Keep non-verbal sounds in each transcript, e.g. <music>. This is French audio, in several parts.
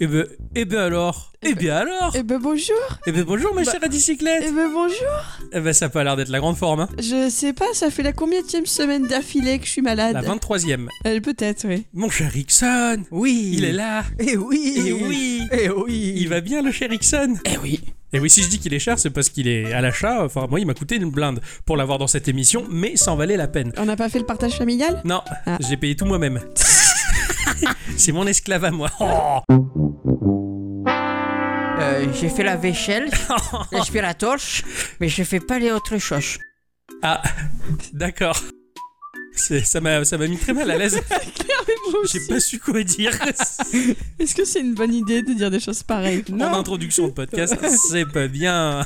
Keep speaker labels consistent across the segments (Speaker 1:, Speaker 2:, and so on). Speaker 1: Eh ben, eh ben alors Eh bien alors
Speaker 2: Eh ben bonjour
Speaker 1: Eh ben bonjour ma
Speaker 2: Bah-
Speaker 1: chère à bicyclette
Speaker 2: Eh ben bonjour
Speaker 1: Eh ben ça a pas l'air d'être la grande forme, hein
Speaker 2: Je sais pas, ça fait la combien de semaine d'affilée que je suis malade
Speaker 1: La 23ème.
Speaker 2: Euh, Peut-être, oui.
Speaker 1: Mon cher Ixon
Speaker 3: Oui.
Speaker 1: Il est là
Speaker 3: Eh oui.
Speaker 1: Eh oui
Speaker 3: Eh oui.
Speaker 1: Il va bien le cher Ixon
Speaker 3: Eh oui.
Speaker 1: Et oui, si je dis qu'il est cher, c'est parce qu'il est à l'achat. Enfin, moi, il m'a coûté une blinde pour l'avoir dans cette émission, mais ça en valait la peine.
Speaker 2: On n'a pas fait le partage
Speaker 1: <laughs>
Speaker 2: familial
Speaker 1: Non,
Speaker 2: Ah.
Speaker 1: j'ai payé tout moi-même. <laughs> c'est mon esclave à moi. Oh
Speaker 3: Euh, j'ai fait la vaisselle, l'aspiratorche, mais je fais pas les autres choses.
Speaker 1: ah, d'accord. C'est- Ça m'a, ça m'a mis très mal à l'aise.
Speaker 2: Moi aussi.
Speaker 1: J'ai pas su quoi <laughs> dire.
Speaker 2: Est-ce que c'est une bonne idée de dire des choses pareilles
Speaker 1: En introduction de podcast, c'est pas bien.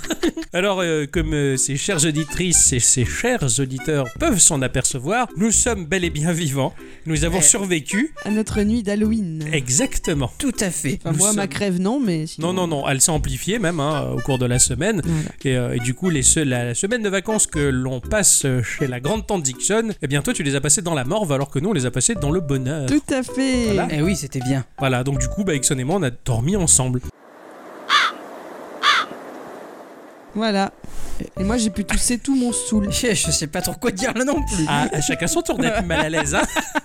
Speaker 1: Alors, euh, comme euh, ces chères auditrices et ces chers auditeurs peuvent s'en apercevoir, nous sommes bel et bien vivants. Nous avons
Speaker 3: Eh.
Speaker 1: survécu.
Speaker 2: À notre nuit d'Halloween.
Speaker 1: Exactement.
Speaker 3: Tout à fait.
Speaker 2: Enfin,
Speaker 1: nous
Speaker 2: moi, ma
Speaker 1: sommes-
Speaker 2: crève, non, mais
Speaker 1: Non,
Speaker 2: sinon...
Speaker 1: non, non, elle s'est amplifiée même hein, au cours de la semaine.
Speaker 2: Voilà.
Speaker 1: Et, euh, et du coup, les se- la, la semaine de vacances que l'on passe euh, chez la grande tante Dixon, eh bien toi, tu les as passées dans la morve alors que nous, on les a passées dans le bonheur.
Speaker 2: Tout à fait
Speaker 1: Voilà.
Speaker 3: Eh oui, c'était bien.
Speaker 1: Voilà, donc du coup, bah, Dixon et moi, on a dormi ensemble.
Speaker 2: Voilà. Et moi, j'ai pu tousser tout
Speaker 1: <laughs>
Speaker 2: mon saoul.
Speaker 3: Je, je sais pas trop quoi dire là non plus.
Speaker 1: Ah, à chacun son tour d'être mal à l'aise. Hein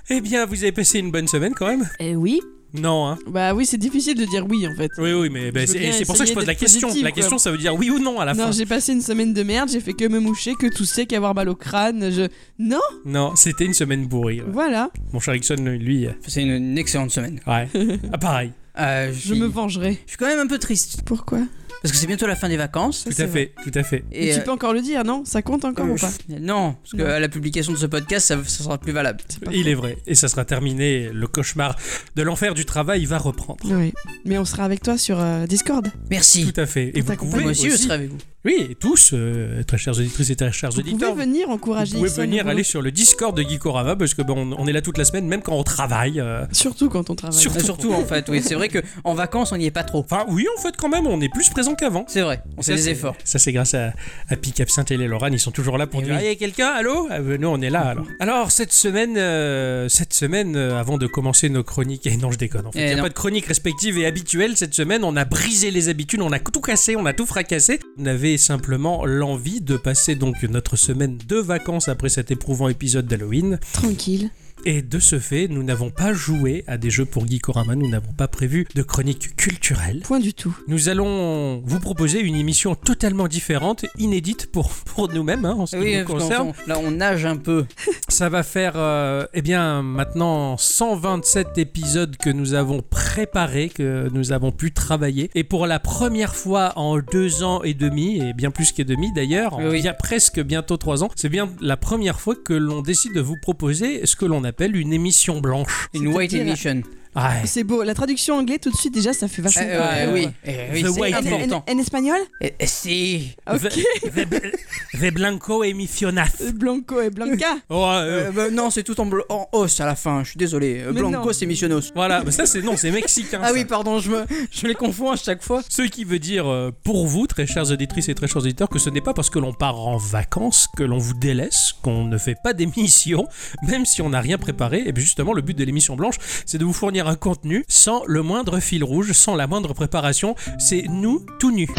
Speaker 1: eh bien, vous avez passé une bonne semaine quand même
Speaker 2: Eh oui
Speaker 1: Non, hein
Speaker 2: Bah oui, c'est difficile de dire oui, en fait.
Speaker 1: Oui, oui, mais bah,
Speaker 2: Je veux
Speaker 1: c'est
Speaker 2: bien
Speaker 1: et c'est pour ça que je
Speaker 2: essayer
Speaker 1: pose la
Speaker 2: d'être
Speaker 1: question.
Speaker 2: positive,
Speaker 1: la
Speaker 2: quoi.
Speaker 1: question, ça veut dire oui ou non à la
Speaker 2: non,
Speaker 1: fin.
Speaker 2: j'ai passé une semaine de merde, j'ai fait que me moucher, que tousser, qu'avoir mal au crâne, je... Non
Speaker 1: Non, c'était une semaine bourrée. ouais.
Speaker 2: Voilà,
Speaker 1: Mon cher Dixon, lui, euh,
Speaker 3: C'est une, une excellente semaine.
Speaker 2: <laughs>
Speaker 1: ouais. Ah, pareil,
Speaker 3: Euh,
Speaker 2: je
Speaker 3: suis-
Speaker 2: me vengerai.
Speaker 3: Je suis quand même un peu triste
Speaker 2: Pourquoi
Speaker 3: parce que c'est bientôt la fin des vacances.
Speaker 1: tout
Speaker 2: c'est
Speaker 1: à fait, tout à fait.
Speaker 2: Mais
Speaker 3: Et
Speaker 2: tu
Speaker 3: euh,
Speaker 2: peux encore le dire, non Ça compte encore
Speaker 3: euh,
Speaker 2: ou pas
Speaker 3: Non, parce que
Speaker 2: Non.
Speaker 3: à la publication de ce podcast, ça, ça sera plus valable.
Speaker 2: C'est pas
Speaker 1: Il
Speaker 2: faux.
Speaker 1: est vrai, et ça sera terminé, le cauchemar de l'enfer du travail va reprendre.
Speaker 2: Oui. Mais on sera avec toi sur euh, Discord.
Speaker 3: Merci.
Speaker 1: Tout à fait. Et
Speaker 2: On
Speaker 1: vous
Speaker 2: t'accompagne.
Speaker 1: pouvez
Speaker 3: Moi aussi, je
Speaker 1: aussi-
Speaker 3: serai avec vous.
Speaker 1: Oui, tous, euh, très chères auditrices et très chers
Speaker 2: Vous pouvez
Speaker 1: auditeurs,
Speaker 2: venir encourager
Speaker 1: vous pouvez
Speaker 2: Ixon au
Speaker 1: venir
Speaker 2: boulot.
Speaker 1: aller sur le Discord de Geekorama parce que bon, on est là toute la semaine, même quand on travaille. euh.
Speaker 2: Surtout quand on travaille.
Speaker 1: Surtout.
Speaker 3: Euh, Surtout en fait, oui. C'est vrai que en vacances, on n'y est pas trop.
Speaker 1: Enfin, oui, en fait, quand même, on est plus présent qu'avant.
Speaker 3: C'est vrai. On fait
Speaker 1: Ça,
Speaker 3: des
Speaker 1: c'est-
Speaker 3: efforts.
Speaker 1: Ça, c'est grâce à, à Pic Absinthe et les Lorraine. Ils sont toujours là pour
Speaker 3: Eh
Speaker 1: dire
Speaker 3: oui.
Speaker 1: Ah, y a quelqu'un Allô Ah, ben, Nous, on est là alors. Alors, cette semaine, euh, cette semaine euh, avant de commencer nos chroniques, et non, je déconne en fait,
Speaker 3: Eh
Speaker 1: il n'y a
Speaker 3: non.
Speaker 1: pas de chronique respective et habituelle. Cette semaine, on a brisé les habitudes, on a tout cassé, on a tout fracassé. On avait simplement l'envie de passer donc notre semaine de vacances après cet éprouvant épisode d'Halloween.
Speaker 2: Tranquille.
Speaker 1: Et de ce fait, nous n'avons pas joué à des jeux pour Geekorama, nous n'avons pas prévu de chronique culturelle.
Speaker 2: Point du tout.
Speaker 1: Nous allons vous proposer une émission totalement différente, inédite pour, pour nous-mêmes hein, en ce qui
Speaker 3: Oui,
Speaker 1: nous
Speaker 3: parce qu'on-
Speaker 1: concerne.
Speaker 3: là, on nage un peu.
Speaker 1: Ça va faire euh, eh bien maintenant 127 épisodes que nous avons préparés, que nous avons pu travailler. Et pour la première fois en deux ans et demi, et bien plus que demi d'ailleurs, en
Speaker 3: Oui.
Speaker 1: bien- presque bientôt trois ans, c'est bien la première fois que l'on décide de vous proposer ce que l'on appelle une émission blanche.
Speaker 3: Une white
Speaker 2: C'est-à-dire-
Speaker 3: edition.
Speaker 1: Ah,
Speaker 2: C'est beau. La traduction anglaise, tout de suite, déjà, ça fait
Speaker 3: Eh,
Speaker 2: vachement.
Speaker 3: ouais,
Speaker 2: peur.
Speaker 3: oui, eh, oui,
Speaker 1: The
Speaker 3: c'est
Speaker 1: white
Speaker 2: En, en-
Speaker 3: important.
Speaker 2: en espagnol
Speaker 3: Eh, eh, si.
Speaker 2: Ok.
Speaker 1: The, the- the Blanco Emisionas.
Speaker 2: Euh, Blanco et Blanca.
Speaker 1: Oh, euh,
Speaker 3: Euh, bah, non, c'est tout en, blo- en hausse à la fin. Je suis désolé. Euh,
Speaker 2: Mais non.
Speaker 3: Blanco, c'est Missionos.
Speaker 1: Voilà, bah ça c'est non, c'est mexicain.
Speaker 3: Ah
Speaker 1: ça.
Speaker 3: oui, pardon, je, me, <laughs> je les confonds à chaque fois.
Speaker 1: Ce qui veut dire euh, pour vous, très chères auditrices et très chers auditeurs, que ce n'est pas parce que l'on part en vacances que l'on vous délaisse, qu'on ne fait pas d'émission, <laughs> même si on n'a rien préparé. Et puis justement, le but de l'émission blanche, c'est de vous fournir un contenu sans le moindre fil rouge, sans la moindre préparation. C'est nous tout nus.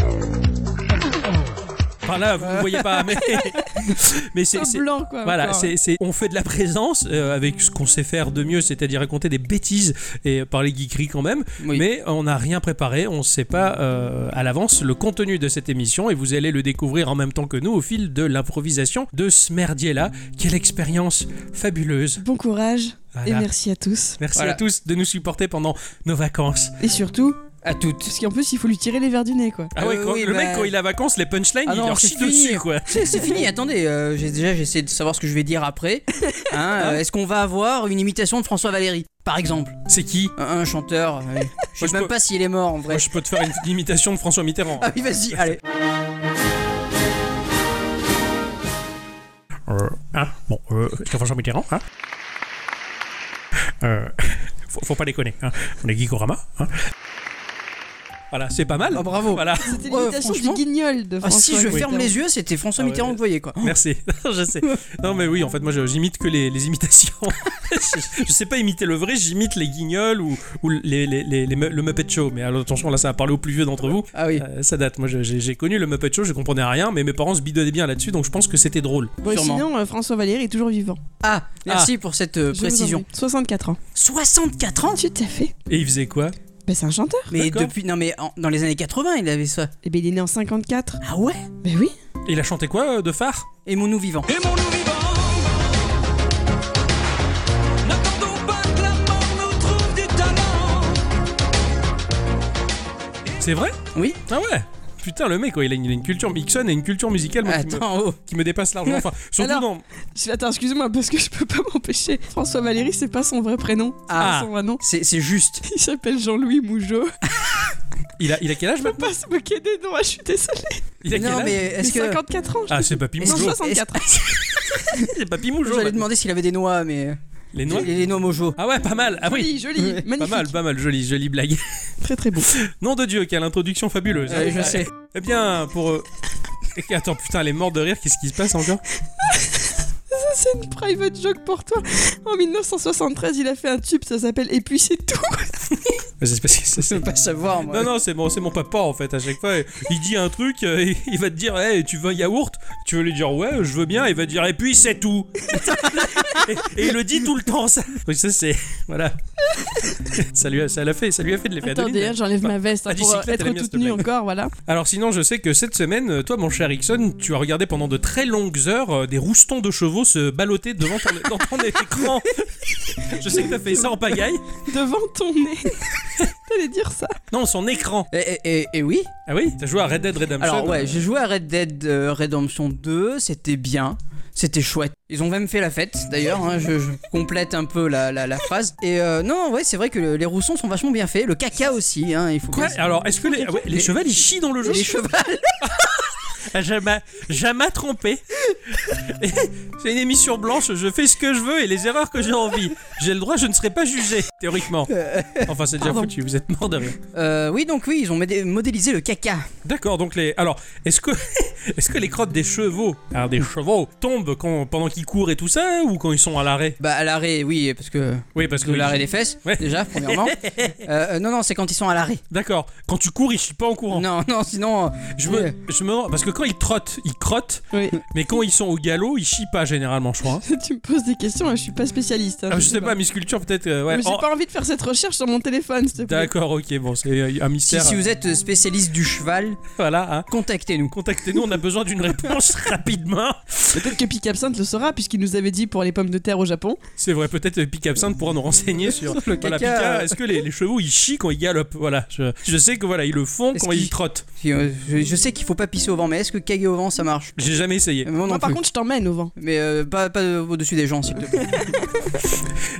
Speaker 1: Enfin là, vous ne voyez pas, mais, <laughs> mais <laughs> c'est.
Speaker 2: C'est
Speaker 1: c'est-
Speaker 2: blanc, quoi.
Speaker 1: Voilà,
Speaker 2: encore.
Speaker 1: c'est, c'est- on fait de la présence euh, avec ce qu'on sait faire de mieux, c'est-à-dire raconter des bêtises et parler geekery quand même.
Speaker 3: Oui.
Speaker 1: Mais on n'a rien préparé, on ne sait pas euh, à l'avance le contenu de cette émission et vous allez le découvrir en même temps que nous au fil de l'improvisation de ce merdier-là. Quelle expérience fabuleuse.
Speaker 2: Bon courage et
Speaker 1: Voilà.
Speaker 2: merci à tous.
Speaker 1: Merci
Speaker 3: Voilà.
Speaker 1: à tous de nous supporter pendant nos vacances.
Speaker 2: Et surtout,
Speaker 3: à toutes.
Speaker 2: parce qu'en plus, il faut lui tirer les verres du nez, quoi.
Speaker 1: Ah ouais,
Speaker 3: Euh,
Speaker 1: quand-
Speaker 3: oui,
Speaker 1: le mec
Speaker 3: bah-
Speaker 1: quand il a vacances, les punchlines,
Speaker 3: Ah
Speaker 1: il
Speaker 3: non,
Speaker 1: leur
Speaker 3: c'est
Speaker 1: chie
Speaker 3: fini.
Speaker 1: dessus quoi.
Speaker 3: <laughs> C'est c'est fini, attendez, euh, j'ai déjà j'essaie de savoir ce que je vais dire après. <laughs> Hein, euh, Est-ce qu'on va avoir une imitation de François Valéry, par exemple
Speaker 1: C'est qui
Speaker 3: Un, un chanteur, euh, je
Speaker 1: je
Speaker 3: sais même
Speaker 1: peux-
Speaker 3: pas s'il est mort en
Speaker 1: Moi
Speaker 3: vrai.
Speaker 1: je peux te faire une
Speaker 3: <laughs>
Speaker 1: petite imitation de François Mitterrand.
Speaker 3: Ah oui, <laughs> vas-y, allez.
Speaker 1: Euh, hein, bon, euh, c'est François Mitterrand, hein <laughs> euh, faut, faut pas déconner, hein. On est Guy Corama, hein. Voilà, c'est pas mal.
Speaker 3: Ah, bravo. <laughs>
Speaker 1: Voilà,
Speaker 2: C'était
Speaker 3: Ouais,
Speaker 2: l'imitation du
Speaker 3: franchement.
Speaker 2: guignol de
Speaker 3: Ah,
Speaker 2: François.
Speaker 3: si je
Speaker 2: Mitterrand.
Speaker 3: ferme les yeux, c'était François
Speaker 1: Ah ouais.
Speaker 3: Mitterrand que vous voyez quoi.
Speaker 1: merci. je sais. Non, mais oui, en fait, moi, je- j'imite que les, les imitations. <laughs> je, je sais pas imiter le vrai, j'imite les guignols ou, ou les, les- les- les mu- le Muppet Show. Mais alors, attention, là, ça va parler aux plus vieux d'entre vous.
Speaker 3: Ah oui.
Speaker 1: Euh, ça date. Moi, je- j'ai j'ai connu le Muppet Show, je comprenais rien, mais mes parents se bidonnaient bien là-dessus, donc je pense que c'était drôle.
Speaker 2: Bon, et
Speaker 3: Sûrement.
Speaker 2: sinon, euh, François Valéry est toujours vivant.
Speaker 3: Ah, merci pour cette euh,
Speaker 2: Je vous en
Speaker 3: précision.
Speaker 2: prie. 64 ans.
Speaker 3: 64 ans
Speaker 2: Tout à fait.
Speaker 1: Et ils faisaient quoi
Speaker 2: Bah, c'est un chanteur.
Speaker 3: Mais
Speaker 1: D'accord.
Speaker 3: depuis. Non, mais en- dans les années 80, il avait ça.
Speaker 2: Et ben, il est né en 54.
Speaker 3: Ah ouais
Speaker 2: Bah oui.
Speaker 1: Et il a chanté quoi euh, de phare
Speaker 3: Et mon nous vivant.
Speaker 1: C'est vrai
Speaker 3: Oui
Speaker 1: Ah ouais Putain, le mec, quoi, il, a une, il a une culture Mixon et une culture musicale moi, qui, me,
Speaker 3: Attends, oh.
Speaker 1: qui me dépasse largement. Enfin, surtout
Speaker 2: Alors-
Speaker 1: dans.
Speaker 2: Je- Attends, excuse-moi, parce que je peux pas <laughs> m'empêcher. François Valéry, c'est pas son vrai prénom. C'est
Speaker 1: Ah.
Speaker 2: pas son vrai nom.
Speaker 3: C'est c'est juste.
Speaker 2: Il s'appelle Jean-Louis Mougeot.
Speaker 1: Il a, il a quel âge
Speaker 2: Je peux pas <laughs> se moquer des noms, je suis désolée.
Speaker 1: Il a quel
Speaker 3: non,
Speaker 1: âge
Speaker 3: mais est-ce
Speaker 2: Mais
Speaker 3: que.
Speaker 2: 54 ans. je
Speaker 1: Ah,
Speaker 2: te
Speaker 1: c'est Papy
Speaker 3: Mais
Speaker 2: dis. non,
Speaker 1: Moujo.
Speaker 3: c'est-
Speaker 2: 64 ans.
Speaker 1: C'est Papy Moujo.
Speaker 3: J'allais demander s'il avait des noix, mais.
Speaker 1: Les noix
Speaker 3: Les, les noix mojo.
Speaker 1: Ah ouais, pas mal. Ah oui.
Speaker 2: Joli, joli,
Speaker 3: Ouais,
Speaker 2: magnifique.
Speaker 1: Pas mal, pas mal, jolie, jolie blague. <laughs>
Speaker 2: Très très beau.
Speaker 1: Nom de Dieu, quelle introduction fabuleuse.
Speaker 3: Euh, je sais.
Speaker 1: Eh bien, pour. euh, Attends, putain, elle est morte de rire, qu'est-ce qui se passe encore
Speaker 2: C'est une private joke pour toi. En 1973, il a fait un tube, ça s'appelle Et puis c'est tout.
Speaker 1: Mais c'est parce que ça,
Speaker 3: Je
Speaker 1: c'est-
Speaker 3: veux pas savoir, moi.
Speaker 1: Non, non, c'est mon, c'est mon papa en fait. À chaque fois, il dit un truc, euh, il- il va te dire Hey, tu veux un yaourt Tu veux lui dire Ouais, je veux bien. Il va te dire Et puis c'est tout <laughs> et, et il le dit tout le temps, ça. Oui, ça c'est. Voilà. <laughs> ça, lui a, ça l'a fait, ça lui a fait de l'effet
Speaker 2: Attendez, hein,
Speaker 1: Adeline.
Speaker 2: j'enlève ma veste hein,
Speaker 1: Ah,
Speaker 2: pour euh,
Speaker 1: bicyclette, elle
Speaker 2: être
Speaker 1: aime bien
Speaker 2: toute
Speaker 1: cette
Speaker 2: nue
Speaker 1: blague.
Speaker 2: encore, voilà.
Speaker 1: Alors, sinon, je sais que cette semaine, euh, toi, mon cher Ixon, tu as regardé pendant de très longues heures euh, des roustons de chevaux se balloter devant ton, dans ton
Speaker 3: <laughs>
Speaker 1: écran. je sais que t'as fait ça en pagaille.
Speaker 2: Devant ton nez. <laughs> T'allais dire ça.
Speaker 1: Non, son écran.
Speaker 3: Et, et- et- et oui
Speaker 1: Ah oui T'as joué à Red Dead Redemption
Speaker 3: Alors, ouais, j'ai joué à Red Dead euh, Redemption 2, c'était bien. C'était chouette. Ils ont même fait la fête, d'ailleurs. hein, je, je complète un peu la, la- la phrase. Et euh, non, ouais, c'est vrai que le- les roussons sont vachement bien faits. Le caca aussi, hein, il faut
Speaker 1: Quoi
Speaker 3: bien-
Speaker 1: Alors, est-ce que les, ah ouais, les
Speaker 3: Les-
Speaker 1: chevals ils chient dans le jeu
Speaker 3: Les chevaux.
Speaker 1: Ah, Jamais, jamais trompé. Et C'est une émission blanche, je fais ce que je veux et les erreurs que j'ai envie. J'ai le droit, je ne serai pas jugé, théoriquement. Enfin, c'est déjà
Speaker 2: Pardon.
Speaker 1: foutu, vous êtes mort de rire.
Speaker 3: Euh, oui, donc oui, ils ont modé- modélisé le caca.
Speaker 1: D'accord, donc les. Alors, est-ce que, <laughs> est que les crottes des chevaux, alors des chevaux, tombent quand, pendant qu'ils courent et tout ça, ou quand ils sont à l'arrêt
Speaker 3: Bah, à l'arrêt, oui, parce que.
Speaker 1: Oui, parce que.
Speaker 3: De l'arrêt des fesses,
Speaker 1: Ouais.
Speaker 3: déjà, <laughs> premièrement. Euh, euh, non, non, c'est quand ils sont à l'arrêt.
Speaker 1: D'accord, quand tu cours, ils chient pas en courant.
Speaker 3: Non, non, sinon. euh,
Speaker 1: Je
Speaker 3: oui.
Speaker 1: me, je me. Parce que quand ils trottent, ils crottent,
Speaker 2: Oui.
Speaker 1: mais quand ils sont au galop, ils chient pas généralement, je crois. hein.
Speaker 2: tu me poses des questions, hein, je suis pas spécialiste. hein,
Speaker 1: Ah, je sais pas, Miss Culture, peut-être. euh, ouais.
Speaker 2: Mais j'ai
Speaker 1: Oh,
Speaker 2: pas envie de faire cette recherche sur mon téléphone, s'il te plaît.
Speaker 1: D'accord, ok, bon, c'est euh, un
Speaker 3: Si,
Speaker 1: mystère.
Speaker 3: si vous êtes spécialiste du cheval,
Speaker 1: Voilà, hein.
Speaker 3: contactez-nous.
Speaker 1: Contactez-nous, on a besoin d'une réponse <laughs> rapidement.
Speaker 2: Peut-être que Pic Absinthe le saura, puisqu'il nous avait dit pour les pommes de terre au Japon.
Speaker 1: C'est vrai, peut-être Pic Absinthe pourra nous
Speaker 3: <laughs>
Speaker 1: renseigner sur.
Speaker 3: Le
Speaker 1: Voilà,
Speaker 3: caca,
Speaker 1: Pika,
Speaker 3: euh,
Speaker 1: est-ce que les, les chevaux ils chient quand ils galopent Voilà, je, je sais que voilà, ils le font
Speaker 3: Est-ce
Speaker 1: quand ils
Speaker 3: qu'ils-
Speaker 1: trottent.
Speaker 3: si, euh, je, je sais qu'il faut pas pisser au vent, mais est-ce que caguer au vent ça marche
Speaker 1: J'ai jamais essayé.
Speaker 3: Euh, Moi, non
Speaker 2: Moi, par
Speaker 3: plus.
Speaker 2: contre, je t'emmène au vent.
Speaker 3: Mais euh, pas, pas au-dessus des gens, s'il te plaît.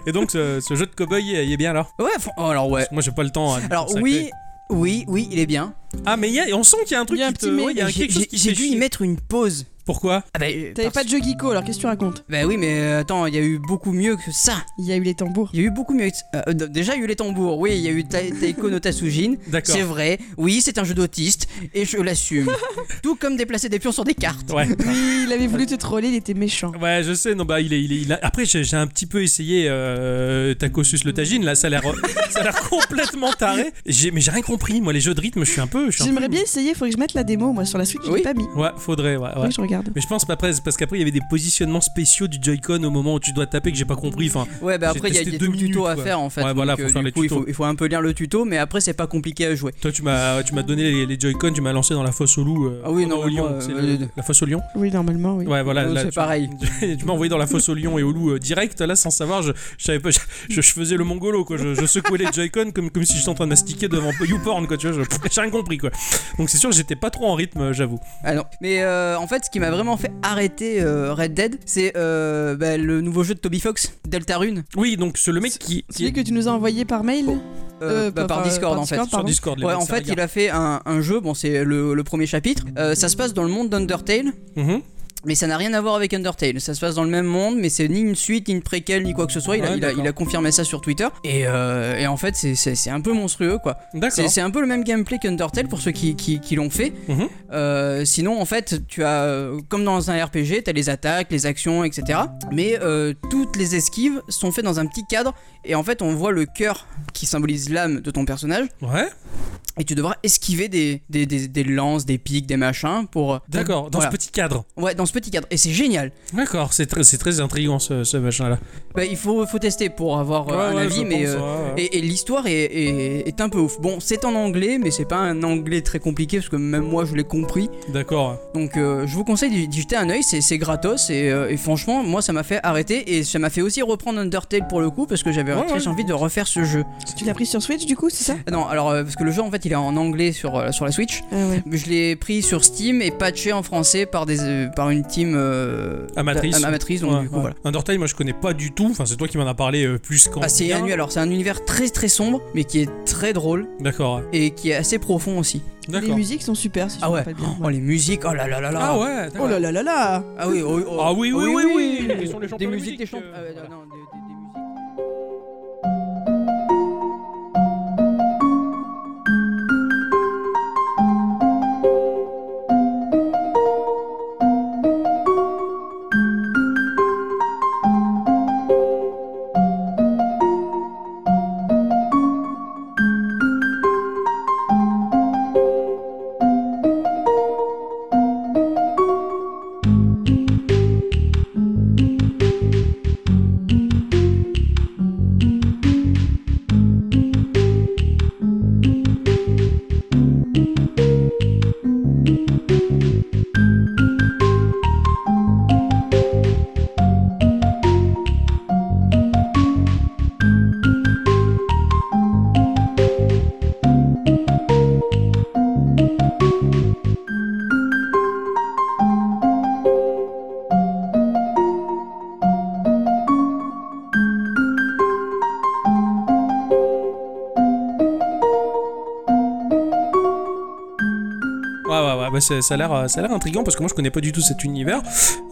Speaker 1: Et donc, ce, ce jeu de cow-boy, il est- il est bien alors
Speaker 3: <laughs> Ouais, fon- oh, alors ouais.
Speaker 1: Parce que Moi j'ai pas le temps. à
Speaker 3: Alors
Speaker 1: consacrer.
Speaker 3: oui, oui, oui, il est bien.
Speaker 1: Ah, mais il y a- on sent qu'il y a un truc
Speaker 2: Il y a un
Speaker 1: qui te.
Speaker 2: petit mais,
Speaker 1: ouais, il y a
Speaker 3: J'ai
Speaker 1: quelque chose qui te
Speaker 3: j'ai
Speaker 1: fait
Speaker 3: dû
Speaker 1: chier.
Speaker 3: y mettre une pause.
Speaker 1: Pourquoi
Speaker 3: Ah bah, euh,
Speaker 2: T'avais
Speaker 3: parce-
Speaker 2: pas de jeu geeko, alors qu'est-ce que tu racontes
Speaker 3: bah oui, mais euh, attends, il y a eu beaucoup mieux que ça.
Speaker 2: Il y a eu les tambours.
Speaker 3: Il y a eu beaucoup mieux. que ça. Euh, d- déjà, il y a eu les tambours. Oui, il y a eu Ta- Taiko no Tatsujin.
Speaker 1: D'accord.
Speaker 3: C'est vrai. Oui, c'est un jeu d'autiste et
Speaker 1: <laughs>
Speaker 3: je l'assume. Tout comme déplacer des pions sur des cartes.
Speaker 1: Ouais. <laughs>
Speaker 2: Oui, il avait voulu te troller, il était méchant.
Speaker 1: Ouais, je sais. Non, bah, il est, il est, il a- Après, j'ai j'ai un petit peu essayé euh, Tacosus le tagine. Là, ça a l'air, <laughs> ça a l'air complètement taré. J'ai, mais j'ai rien compris. Moi, les jeux de rythme, je suis un peu. je suis un peu-
Speaker 2: J'aimerais bien essayer, faudrait que je mette la démo, moi, sur la suite, je
Speaker 3: Oui.
Speaker 2: l'ai pas mis.
Speaker 1: Ouais, faudrait. Ouais, ouais.
Speaker 2: Oui, je regarde.
Speaker 1: Mais je pense pas après, c'est parce qu'après il y avait des positionnements spéciaux du Joy-Con au moment où tu dois taper que j'ai pas compris. Enfin,
Speaker 3: Ouais, bah
Speaker 1: J'ai
Speaker 3: après, il y a, il y
Speaker 1: testé
Speaker 3: a
Speaker 1: deux
Speaker 3: tout le tuto
Speaker 1: minutes,
Speaker 3: à
Speaker 1: quoi.
Speaker 3: faire en fait.
Speaker 1: Ouais,
Speaker 3: Donc,
Speaker 1: voilà, faut
Speaker 3: euh,
Speaker 1: faire
Speaker 3: du
Speaker 1: les
Speaker 3: coup, il
Speaker 1: tutos.
Speaker 3: faut, il faut un peu lire le tuto, mais après, c'est pas compliqué à jouer.
Speaker 1: toi tu m'as tu m'as donné les, les Joy-Con, tu m'as lancé dans la fosse au loup. euh,
Speaker 3: Ah oui,
Speaker 1: non, au
Speaker 3: normalement,
Speaker 1: lion.
Speaker 3: euh,
Speaker 1: c'est
Speaker 3: euh,
Speaker 1: le- la fosse au lion.
Speaker 2: Oui, normalement, oui.
Speaker 1: Ouais, voilà.
Speaker 3: Non,
Speaker 1: là,
Speaker 3: c'est
Speaker 1: tu-
Speaker 3: pareil.
Speaker 1: <laughs> tu m'as envoyé dans la fosse au lion et au loup euh, direct. Là, sans savoir, je, je savais pas. Je, je- je faisais le mongolo quoi. Je, je secouais les Joy-Con comme comme si j'étais en train de mastiquer devant YouPorn quoi. Tu vois, je- j'ai rien compris quoi. Donc c'est sûr, que j'étais pas trop en rythme, euh, j'avoue.
Speaker 3: Ah non. Mais euh, en fait, ce qui m'a vraiment fait arrêter euh, Red Dead, c'est euh, bah, le nouveau jeu de Toby Fox, Deltarune,
Speaker 1: Oui, donc c'est le mec qui, qui
Speaker 2: Celui que tu nous as envoyé par mail
Speaker 3: euh,
Speaker 2: Euh,
Speaker 3: bah,
Speaker 2: par-
Speaker 3: par Discord
Speaker 2: par
Speaker 3: en fait.
Speaker 2: Discord,
Speaker 1: sur
Speaker 2: pardon.
Speaker 1: Discord. les
Speaker 3: Ouais,
Speaker 1: mecs,
Speaker 3: en
Speaker 1: ça
Speaker 3: fait, il
Speaker 1: regarde.
Speaker 3: a fait un, un jeu, bon, c'est le, le premier chapitre. Euh, ça se passe dans le monde d'Undertale.
Speaker 1: Mhm.
Speaker 3: Mais ça n'a rien à voir avec Undertale. Ça se passe dans le même monde, mais c'est ni une suite, ni une préquelle, ni quoi que ce soit. Il, a,
Speaker 1: Ouais,
Speaker 3: il a-
Speaker 1: d'accord.
Speaker 3: il a confirmé ça sur Twitter. Et, euh, et en fait, c'est- c'est c'est un peu monstrueux, quoi. C'est
Speaker 1: D'accord.
Speaker 3: c'est un peu le même gameplay qu'Undertale pour ceux qui, qui- qui l'ont fait.
Speaker 1: Mhm.
Speaker 3: Euh, sinon, en fait, tu as, euh, comme dans un RPG, tu as les attaques, les actions, etc. Mais euh, toutes les esquives sont faites dans un petit cadre. Et en fait, on voit le cœur qui symbolise l'âme de ton personnage.
Speaker 1: Ouais.
Speaker 3: Et tu devras esquiver des, des, des- des lances, des pics, des machins pour. euh,
Speaker 1: D'accord. Dans
Speaker 3: Voilà.
Speaker 1: ce petit cadre.
Speaker 3: Ouais, dans ce petit cadre. Et c'est génial.
Speaker 1: D'accord. C'est très, c'est très intriguant ce, ce machin-là.
Speaker 3: Bah, il faut, faut tester pour avoir euh, un
Speaker 1: Ouais, ouais,
Speaker 3: avis,
Speaker 1: je
Speaker 3: mais.
Speaker 1: pense,
Speaker 3: euh,
Speaker 1: ouais, ouais.
Speaker 3: Et, et l'histoire est, est- est un peu ouf. Bon, c'est en anglais, mais c'est pas un anglais très compliqué parce que même moi je l'ai compris.
Speaker 1: D'accord.
Speaker 3: Donc euh, je vous conseille d'y d'y jeter un oeil, c'est c'est gratos et, euh, et franchement moi ça m'a fait arrêter et ça m'a fait aussi reprendre Undertale pour le coup parce que j'avais
Speaker 1: Ouais,
Speaker 3: très
Speaker 1: ouais.
Speaker 3: envie de refaire ce jeu.
Speaker 2: Tu l'as pris sur Switch du coup, c'est ça
Speaker 3: Ah Non alors euh, parce que le jeu en fait il est en anglais sur, euh, sur la Switch.
Speaker 2: Ah ouais.
Speaker 3: Je l'ai pris sur Steam et patché en français par, des, euh, par une team euh,
Speaker 1: Amatrice.
Speaker 3: am- amatrice, donc
Speaker 1: Ouais,
Speaker 3: du coup
Speaker 1: ouais.
Speaker 3: voilà.
Speaker 1: Undertale, moi je connais pas du tout. Enfin, c'est toi qui m'en as parlé euh, plus qu'en.
Speaker 3: Ah, c'est
Speaker 1: bien.
Speaker 3: annuel, alors c'est un univers très très sombre mais qui est très drôle
Speaker 1: D'accord. ouais.
Speaker 3: et qui est assez profond aussi.
Speaker 2: Les
Speaker 1: D'accord.
Speaker 2: musiques sont super si je
Speaker 3: Ah
Speaker 2: me
Speaker 3: ouais.
Speaker 2: rappelle bien.
Speaker 3: Oh les musiques, oh là là là là.
Speaker 1: Ah ouais.
Speaker 2: Oh
Speaker 1: d'accord.
Speaker 2: là là là là
Speaker 3: Ah oui, oh, oh.
Speaker 1: Ah oui, oui,
Speaker 3: Oh
Speaker 1: oui, oui.
Speaker 3: <laughs> oui.
Speaker 1: Ils sont les chanteurs
Speaker 3: Des
Speaker 1: de
Speaker 3: musiques, des
Speaker 1: musique,
Speaker 3: chants.
Speaker 1: euh,
Speaker 3: ah ouais,
Speaker 1: voilà.
Speaker 3: non, des- des- des musiques.
Speaker 1: Ouais, ouais, ouais, bah, c'est- ça a l'air, euh, ça a l'air intriguant parce que moi je connais pas du tout cet univers.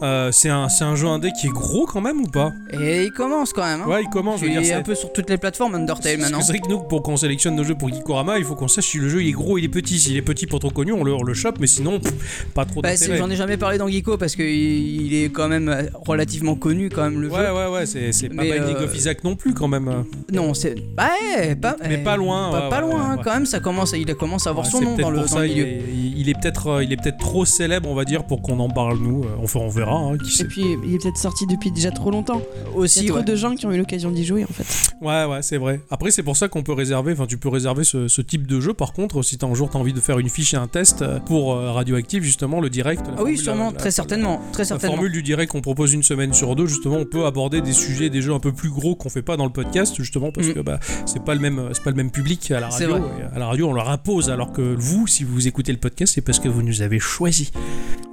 Speaker 1: Euh, c'est un, c'est un jeu indé qui est gros quand même ou pas
Speaker 3: Et il commence quand même. Hein.
Speaker 1: Ouais, il commence, je veux
Speaker 3: Il
Speaker 1: dire.
Speaker 3: est un
Speaker 1: c'est-
Speaker 3: peu sur toutes les plateformes Undertale
Speaker 1: Parce que
Speaker 3: maintenant.
Speaker 1: C'est vrai que nous, pour qu'on sélectionne nos jeux pour Gikorama, il faut qu'on sache si le jeu il est gros, il est petit. S'il est petit pour trop connu, on le, on le chope, mais sinon, pff, pas trop
Speaker 3: Bah, c'est-
Speaker 1: d'intérêt.
Speaker 3: J'en ai jamais parlé dans Geeko parce que il il est quand même euh, relativement connu quand même le
Speaker 1: Ouais,
Speaker 3: jeu.
Speaker 1: ouais, ouais, c'est c'est pas
Speaker 3: Mais,
Speaker 1: mal League
Speaker 3: euh,
Speaker 1: of Isaac non plus quand même. euh.
Speaker 3: Non, c'est ouais, pas
Speaker 1: Mais
Speaker 3: eh,
Speaker 1: pas loin.
Speaker 3: Pas,
Speaker 1: ouais,
Speaker 3: pas
Speaker 1: ouais,
Speaker 3: loin hein,
Speaker 1: ouais.
Speaker 3: quand même, ça commence, il commence à avoir
Speaker 1: Ouais,
Speaker 3: son
Speaker 1: c'est
Speaker 3: nom
Speaker 1: peut-être
Speaker 3: dans le,
Speaker 1: pour
Speaker 3: dans
Speaker 1: ça,
Speaker 3: le
Speaker 1: il
Speaker 3: milieu.
Speaker 1: est- Il, il est peut-être euh, il est peut-être trop célèbre, on va dire, pour qu'on en parle nous. Euh, Enfin, on verra. hein, qui
Speaker 2: Et
Speaker 1: sait.
Speaker 2: puis il est peut-être sorti depuis déjà trop longtemps. Il y
Speaker 3: Aussi,
Speaker 2: a trop
Speaker 3: ouais. Ah
Speaker 2: de gens qui ont eu l'occasion d'y jouer en fait.
Speaker 1: Ouais, ouais, c'est vrai. Après, c'est pour ça qu'on peut réserver. Enfin, tu peux réserver ce, ce type de jeu. Par contre, si t'as un jour t'as envie de faire une fiche et un test euh, pour euh, Radioactive, justement, le direct. la
Speaker 3: Ah oui,
Speaker 1: formule,
Speaker 3: sûrement,
Speaker 1: la-
Speaker 3: très
Speaker 1: la-
Speaker 3: certainement, très
Speaker 1: La
Speaker 3: certainement.
Speaker 1: formule du direct qu'on propose une semaine sur deux, justement, on peut aborder des sujets, des jeux un peu plus gros qu'on fait pas dans le podcast, justement, parce
Speaker 3: Mm.
Speaker 1: que bah, c'est pas le même, c'est pas le même public à la
Speaker 3: C'est
Speaker 1: radio. et à la radio, on leur impose, alors que vous, si vous écoutez le podcast, c'est parce que vous nous avez choisi.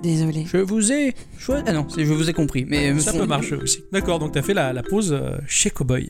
Speaker 2: Désolé.
Speaker 3: Je vous ai choisi. Ah non, c'est je vous ai compris. Mais
Speaker 1: Ça
Speaker 3: son-
Speaker 1: peut marcher aussi. D'accord, donc t'as fait la, la pause euh, chez Cowboy.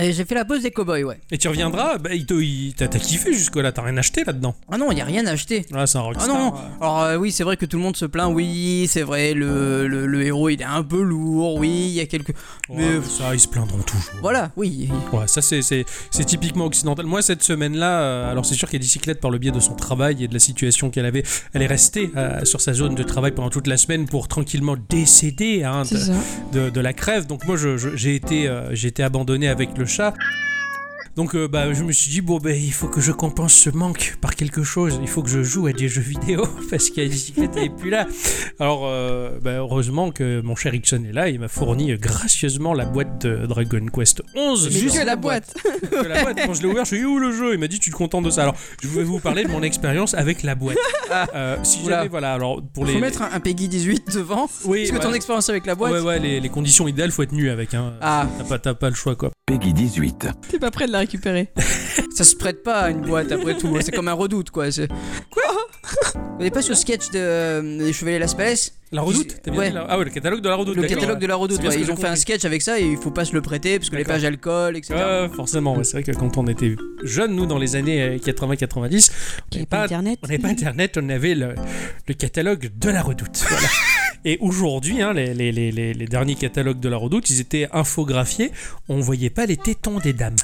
Speaker 3: Et J'ai fait la pause des cowboys, ouais.
Speaker 1: Et tu reviendras, bah, il te- il- t'as t'as kiffé jusque-là, t'as rien acheté là-dedans.
Speaker 3: Ah non, il y a rien à acheter.
Speaker 1: Ah, c'est un
Speaker 3: Ah
Speaker 1: rockstar.
Speaker 3: non, non.
Speaker 1: ouais.
Speaker 3: Alors euh, oui, c'est vrai que tout le monde se plaint. Oui, c'est vrai, le, le, le héros il est un peu lourd. Oui, il y a quelques. Mais-
Speaker 1: Ouais, ça, ils se plaindront toujours.
Speaker 3: Voilà, oui.
Speaker 1: Ouais, ça c'est- c'est c'est typiquement occidental. Moi cette semaine-là, euh, alors c'est sûr qu'elle bicyclette par le biais de son travail et de la situation qu'elle avait, elle est restée euh, sur sa zone de travail pendant toute la semaine pour tranquillement décéder hein,
Speaker 2: C'est
Speaker 1: de,
Speaker 2: ça.
Speaker 1: de- de la crève. Donc moi je- je- j'ai été euh, j'ai été abandonné avec le chat. Donc euh, bah, je me suis dit bon ben il faut que je compense ce manque par quelque chose. Il faut que je joue à des jeux vidéo <laughs> parce qu'elle bicyclette n'est plus là. Alors euh, bah, heureusement que mon cher Ixon est là. Il m'a fourni euh, gracieusement la boîte de Dragon Quest 11.
Speaker 2: Mais
Speaker 3: Juste
Speaker 2: que
Speaker 3: la
Speaker 2: la boîte.
Speaker 1: que la boîte. Quand je l'ai ouvert, je suis où le jeu Il m'a dit tu te contentes de ça. Alors, je vais vous parler de mon expérience avec la boîte.
Speaker 3: Ah.
Speaker 1: Euh, si
Speaker 3: Oula.
Speaker 1: jamais, voilà, alors pour
Speaker 3: Faut
Speaker 1: les.
Speaker 3: mettre un, un Peggy 18 devant.
Speaker 1: Oui,
Speaker 3: Parce que
Speaker 1: ouais.
Speaker 3: ton expérience avec la boîte.
Speaker 1: Ouais, ouais, les, les conditions idéales, faut être nu avec. Hein.
Speaker 3: Ah,
Speaker 1: T'as pas, t'as pas le choix, quoi.
Speaker 4: Peggy 18.
Speaker 2: T'es pas prêt de la <laughs> récupérer.
Speaker 3: ça se prête pas à une boîte après tout. C'est comme un redoute quoi. c'est- Vous n'avez pas ce sketch de euh, Les Chevaliers Las Palais
Speaker 1: La redoute t'as bien
Speaker 3: Ouais.
Speaker 1: dit, la- Ah ouais, le catalogue de la redoute.
Speaker 3: Le
Speaker 1: d'accord.
Speaker 3: catalogue de la redoute.
Speaker 1: C'est bien
Speaker 3: ouais,
Speaker 1: ce que
Speaker 3: Ils
Speaker 1: j'ai
Speaker 3: ont fait un
Speaker 1: compris.
Speaker 3: sketch avec ça et il faut pas se le prêter parce que les
Speaker 1: D'accord.
Speaker 3: pages alcool, etc.
Speaker 1: Ouais, forcément, ouais, c'est vrai que quand on était jeunes, nous, dans les années 80-90,
Speaker 2: Il
Speaker 1: on n'avait
Speaker 2: y avait pas
Speaker 1: pas,
Speaker 2: internet.
Speaker 1: on n'avait pas Internet, on avait le, le catalogue de la redoute. Voilà. Et aujourd'hui, hein, les, les- les- les- les derniers catalogues de la redoute, ils étaient infographiés. On voyait pas les tétons des dames.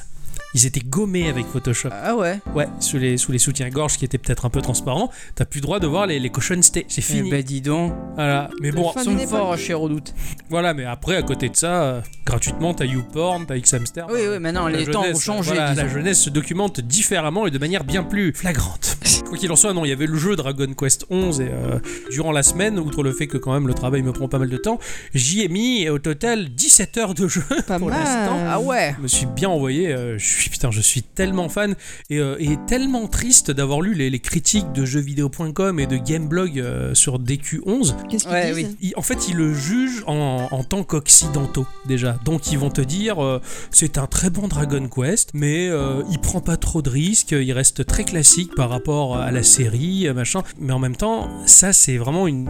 Speaker 1: Ils étaient gommés avec Photoshop.
Speaker 3: Ah ouais.
Speaker 1: Ouais, sous les, sous les soutiens-gorge qui étaient peut-être un peu transparents, t'as plus le droit de voir les, les cochons C'est
Speaker 3: Eh
Speaker 1: fini.
Speaker 3: ben dis donc,
Speaker 1: Voilà. Mais bon,
Speaker 2: Fin
Speaker 3: ils
Speaker 2: d'une
Speaker 3: sont
Speaker 2: époque.
Speaker 3: forts chez Redoute.
Speaker 1: voilà, mais après, à côté de ça, euh, gratuitement, t'as YouPorn, t'as Xamster.
Speaker 3: Oui, oui, maintenant
Speaker 1: Ah. La
Speaker 3: les temps ont
Speaker 1: jeunesse,
Speaker 3: changé.
Speaker 1: voilà,
Speaker 3: disons. Oh,
Speaker 1: la jeunesse se documente différemment et de manière bien plus flagrante. <laughs> Quoi qu'il en soit, non, il y avait le jeu Dragon Quest 11 et euh, durant la semaine, outre le fait que quand même le travail me prend pas mal de temps, j'y ai mis euh, au total 17 heures de jeu.
Speaker 2: <laughs>
Speaker 1: <laughs>
Speaker 2: Pas
Speaker 1: Pour
Speaker 2: mal.
Speaker 1: l'instant,
Speaker 3: Ah ouais.
Speaker 1: Je me suis bien envoyé, euh, je suis putain, je suis tellement fan et, euh, et tellement triste d'avoir lu les, les critiques de jeuxvideo.com et de Gameblog euh, sur DQ11
Speaker 2: Qu'est-ce qu'ils
Speaker 3: Ouais,
Speaker 2: disent
Speaker 3: oui.
Speaker 1: ils- en fait, ils le jugent en, en tant qu'occidentaux déjà. Donc, ils vont te dire euh, c'est un très bon Dragon Quest, mais euh, il prend pas trop de risques, il reste très classique par rapport à la série, euh, machin. Mais en même temps, ça, c'est vraiment une,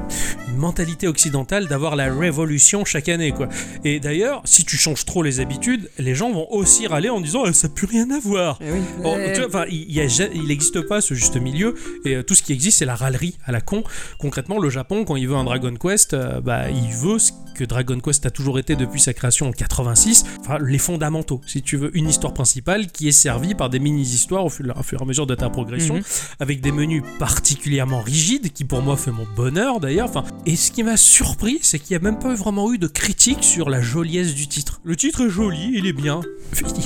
Speaker 1: une mentalité occidentale d'avoir la révolution chaque année, quoi. Et d'ailleurs, si tu changes trop les habitudes, les gens vont aussi râler en disant Ah, ça peut rien avoir.
Speaker 2: Eh oui.
Speaker 1: Bon,
Speaker 3: Ouais.
Speaker 1: tu vois, enfin, il y a ja- il n'existe pas ce juste milieu, et euh, tout ce qui existe, c'est la râlerie à la con. Concrètement, le Japon, quand il veut un Dragon Quest, euh, bah, il veut ce que Dragon Quest a toujours été depuis sa création en 86, enfin, les fondamentaux, si tu veux, une histoire principale qui est servie par des mini-histoires au fur, au fur et à mesure de ta progression,
Speaker 3: Mhm.
Speaker 1: avec des menus particulièrement rigides, qui pour moi fait mon bonheur d'ailleurs. Enfin, et ce qui m'a surpris, c'est qu'il n'y a même pas vraiment eu de critique sur la joliesse du titre. Le titre est joli, il est bien.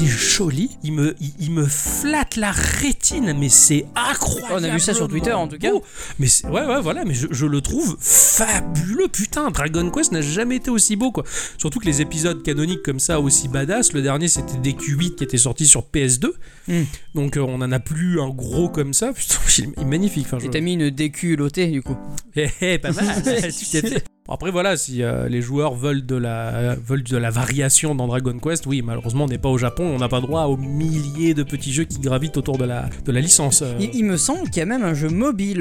Speaker 1: Il est joli, il me, il, il me flatte la rétine, mais c'est incroyable.
Speaker 3: On a vu ça sur Twitter, en tout cas.
Speaker 1: Mais c'est- ouais, ouais, voilà, mais je, je le trouve fabuleux. Putain, Dragon Quest n'a jamais été aussi beau, quoi. Surtout que les épisodes canoniques comme ça, aussi badass, le dernier c'était DQ8 qui était sorti sur PS2.
Speaker 3: Mm.
Speaker 1: Donc euh, on en a plus un gros comme ça. <laughs> Putain, il est magnifique. Enfin, je-
Speaker 3: Et t'as mis une DQ lotée du coup.
Speaker 1: <laughs> eh, eh, pas
Speaker 3: <laughs>
Speaker 1: mal. Tu t'es fait. Bon, Après voilà, si euh, les joueurs veulent de la euh, veulent de la variation dans Dragon Quest, oui, malheureusement on n'est pas au Japon, on n'a pas droit aux milliers de petits jeux qui gravitent autour de la de la licence. euh.
Speaker 3: Il, il me semble qu'il y a même un jeu mobile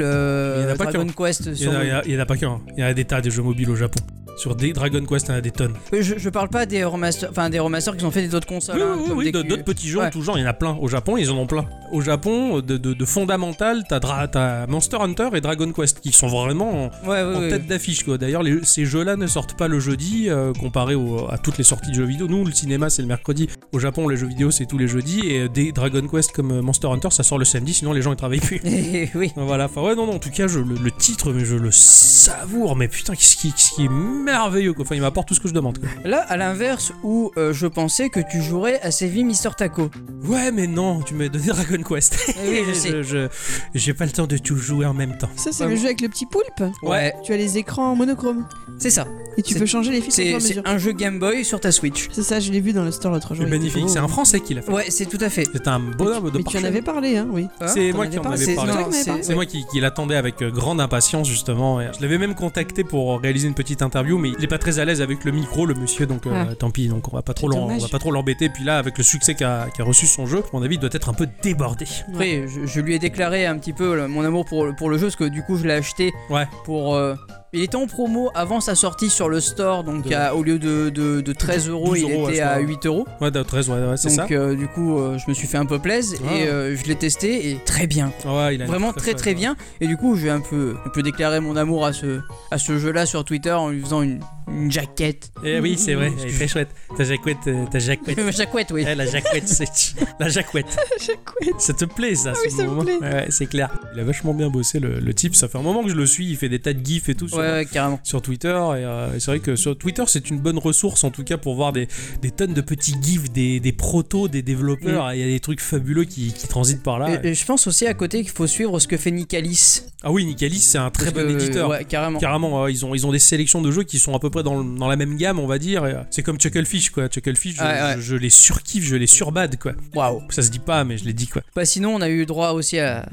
Speaker 1: Il
Speaker 3: euh,
Speaker 1: y en a pas
Speaker 3: Dragon Quest
Speaker 1: Il y,
Speaker 3: sur.
Speaker 1: en a, il y en a- il y en a pas qu'un, hein. il y en a des tas de jeux mobiles au Japon. Sur des Dragon Quest, il y en a des tonnes.
Speaker 3: Je, je parle pas des remasters, enfin des remasters qui ont fait des autres consoles.
Speaker 1: Oui,
Speaker 3: hein,
Speaker 1: oui,
Speaker 3: comme
Speaker 1: oui,
Speaker 3: des
Speaker 1: de-
Speaker 3: Q.
Speaker 1: d'autres petits jeux en
Speaker 3: Ouais.
Speaker 1: tout genre, il y en a plein. Au Japon, ils en ont plein. Au Japon, de, de, de fondamental, t'as Dra- t'as Monster Hunter et Dragon Quest, qui sont vraiment en,
Speaker 3: Ouais, ouais,
Speaker 1: en
Speaker 3: ouais.
Speaker 1: tête d'affiche. quoi. D'ailleurs, les- ces jeux-là ne sortent pas le jeudi, euh, comparé au- à toutes les sorties de jeux vidéo. Nous, le cinéma, c'est le mercredi. Au Japon, les jeux vidéo, c'est tous les jeudis. Et euh, des Dragon Quest comme euh, Monster Hunter, ça sort le samedi, sinon les gens ils travaillent plus. <laughs>
Speaker 3: Eh <laughs> oui.
Speaker 1: Voilà, enfin ouais, non, non, en tout cas, je, le, le titre, mais je le savoure, mais putain, qu'est-ce qui, qu'est-ce qui est merveilleux, quoi. Enfin, il m'apporte tout ce que je demande, quoi.
Speaker 3: Là, à l'inverse, où euh, je pensais que tu jouerais à Séville Mister Taco.
Speaker 1: Ouais, mais non, tu m'as donné <laughs> Dragon Quest.
Speaker 3: Eh <laughs> oui, je sais.
Speaker 1: je- j'ai pas le temps de tout jouer en même temps.
Speaker 2: Ça, c'est le jeu avec le petit poulpe.
Speaker 3: Ouais,
Speaker 2: Tu as les écrans en monochrome
Speaker 3: c'est ça.
Speaker 2: et tu
Speaker 3: C'est-
Speaker 2: peux changer les filtres au fur et
Speaker 3: C'est
Speaker 2: à mesure.
Speaker 3: c'est un jeu Game Boy sur ta Switch.
Speaker 2: C'est ça, je l'ai vu dans le store l'autre
Speaker 1: C'est
Speaker 2: jour. il était
Speaker 1: magnifique,
Speaker 2: beau.
Speaker 1: c'est un Français qui l'a fait.
Speaker 3: Ouais, c'est tout à fait.
Speaker 1: C'est un bonhomme de
Speaker 2: Mais tu en
Speaker 1: parchemin.
Speaker 2: avais parlé, hein, oui. <laughs>
Speaker 3: Hein
Speaker 1: C'est
Speaker 2: T'en
Speaker 1: moi
Speaker 2: avais
Speaker 1: qui en
Speaker 2: parlé.
Speaker 1: avais
Speaker 3: C'est-
Speaker 1: parlé.
Speaker 2: toi
Speaker 3: non,
Speaker 2: qui m'avais
Speaker 3: c'est-
Speaker 2: parlé.
Speaker 1: C'est moi qui, qui l'attendais avec euh, grande impatience justement. et je l'avais même contacté pour réaliser une petite interview, mais il est pas très à l'aise avec le micro, le monsieur, donc euh, tant pis. Donc on va pas trop
Speaker 2: C'est
Speaker 1: l'en- on
Speaker 2: dommage.
Speaker 1: va pas trop l'embêter. Puis là, avec le succès qu'a qu'a reçu son jeu, à mon avis, il doit être un peu débordé.
Speaker 3: Après, je, je lui ai déclaré un petit peu là, mon amour pour, le- pour le jeu, parce que du coup, je l'ai acheté
Speaker 1: Ouais.
Speaker 3: pour. euh, Il était en promo avant sa sortie sur le store, donc
Speaker 1: De-
Speaker 3: à- au lieu de, de, de 13 euros,
Speaker 1: 12
Speaker 3: il
Speaker 1: euros,
Speaker 3: était
Speaker 1: ouais, je
Speaker 3: à
Speaker 1: crois.
Speaker 3: 8 euros.
Speaker 1: Ouais, t'as 13, ouais, ouais, c'est ça.
Speaker 3: Donc, euh, du coup, euh, je me suis fait un peu plaisir
Speaker 1: Ah.
Speaker 3: et euh, je l'ai testé et très bien.
Speaker 1: Ouais, il a une
Speaker 3: euh, Vraiment très
Speaker 1: faible,
Speaker 3: très
Speaker 1: ouais.
Speaker 3: bien. Et du coup, j'ai un peu, un peu déclaré mon amour à ce, à ce jeu-là sur Twitter en lui faisant une, une jaquette.
Speaker 1: Eh oui, c'est vrai, elle est
Speaker 3: Excuse-
Speaker 1: très chouette. Ta jaquette, euh, ta jaquette.
Speaker 3: <laughs> Une jaquette, oui.
Speaker 1: Eh, la jaquette, c'est <laughs> la jaquette.
Speaker 2: J'ai coué.
Speaker 1: Ça te plaît ça,
Speaker 2: oui,
Speaker 1: ce
Speaker 2: ça me
Speaker 1: moment
Speaker 2: plaît.
Speaker 1: Ouais, ouais, c'est clair. Il a vachement bien bossé le, le type. Ça fait un moment que je le suis. Il fait des tas de gifs et tout
Speaker 3: Ouais,
Speaker 1: sur,
Speaker 3: ouais, carrément.
Speaker 1: sur Twitter. Et euh, c'est vrai que sur Twitter, c'est une bonne ressource en tout cas pour voir des, des tonnes de petits gifs, des, des protos, des développeurs. Il y a des trucs fabuleux qui, qui transitent par là.
Speaker 3: Mm. Et- et je pense aussi à côté qu'il faut suivre ce que fait Nicalis.
Speaker 1: Ah oui, Nicalis, c'est un très
Speaker 3: Parce
Speaker 1: bon
Speaker 3: que,
Speaker 1: éditeur.
Speaker 3: Ouais, carrément.
Speaker 1: Carrément, ouais, ils, ont, ils ont des sélections de jeux qui sont à peu près dans, le- dans la même gamme, on va dire. et, euh, C'est comme Chucklefish, quoi. Chucklefish, je,
Speaker 3: Ouais, ouais.
Speaker 1: je- je les surkiffe, je les surbade, quoi.
Speaker 3: Waouh.
Speaker 1: Ça se dit pas, mais je les dis, quoi.
Speaker 3: Bah, sinon, on a eu droit aussi à,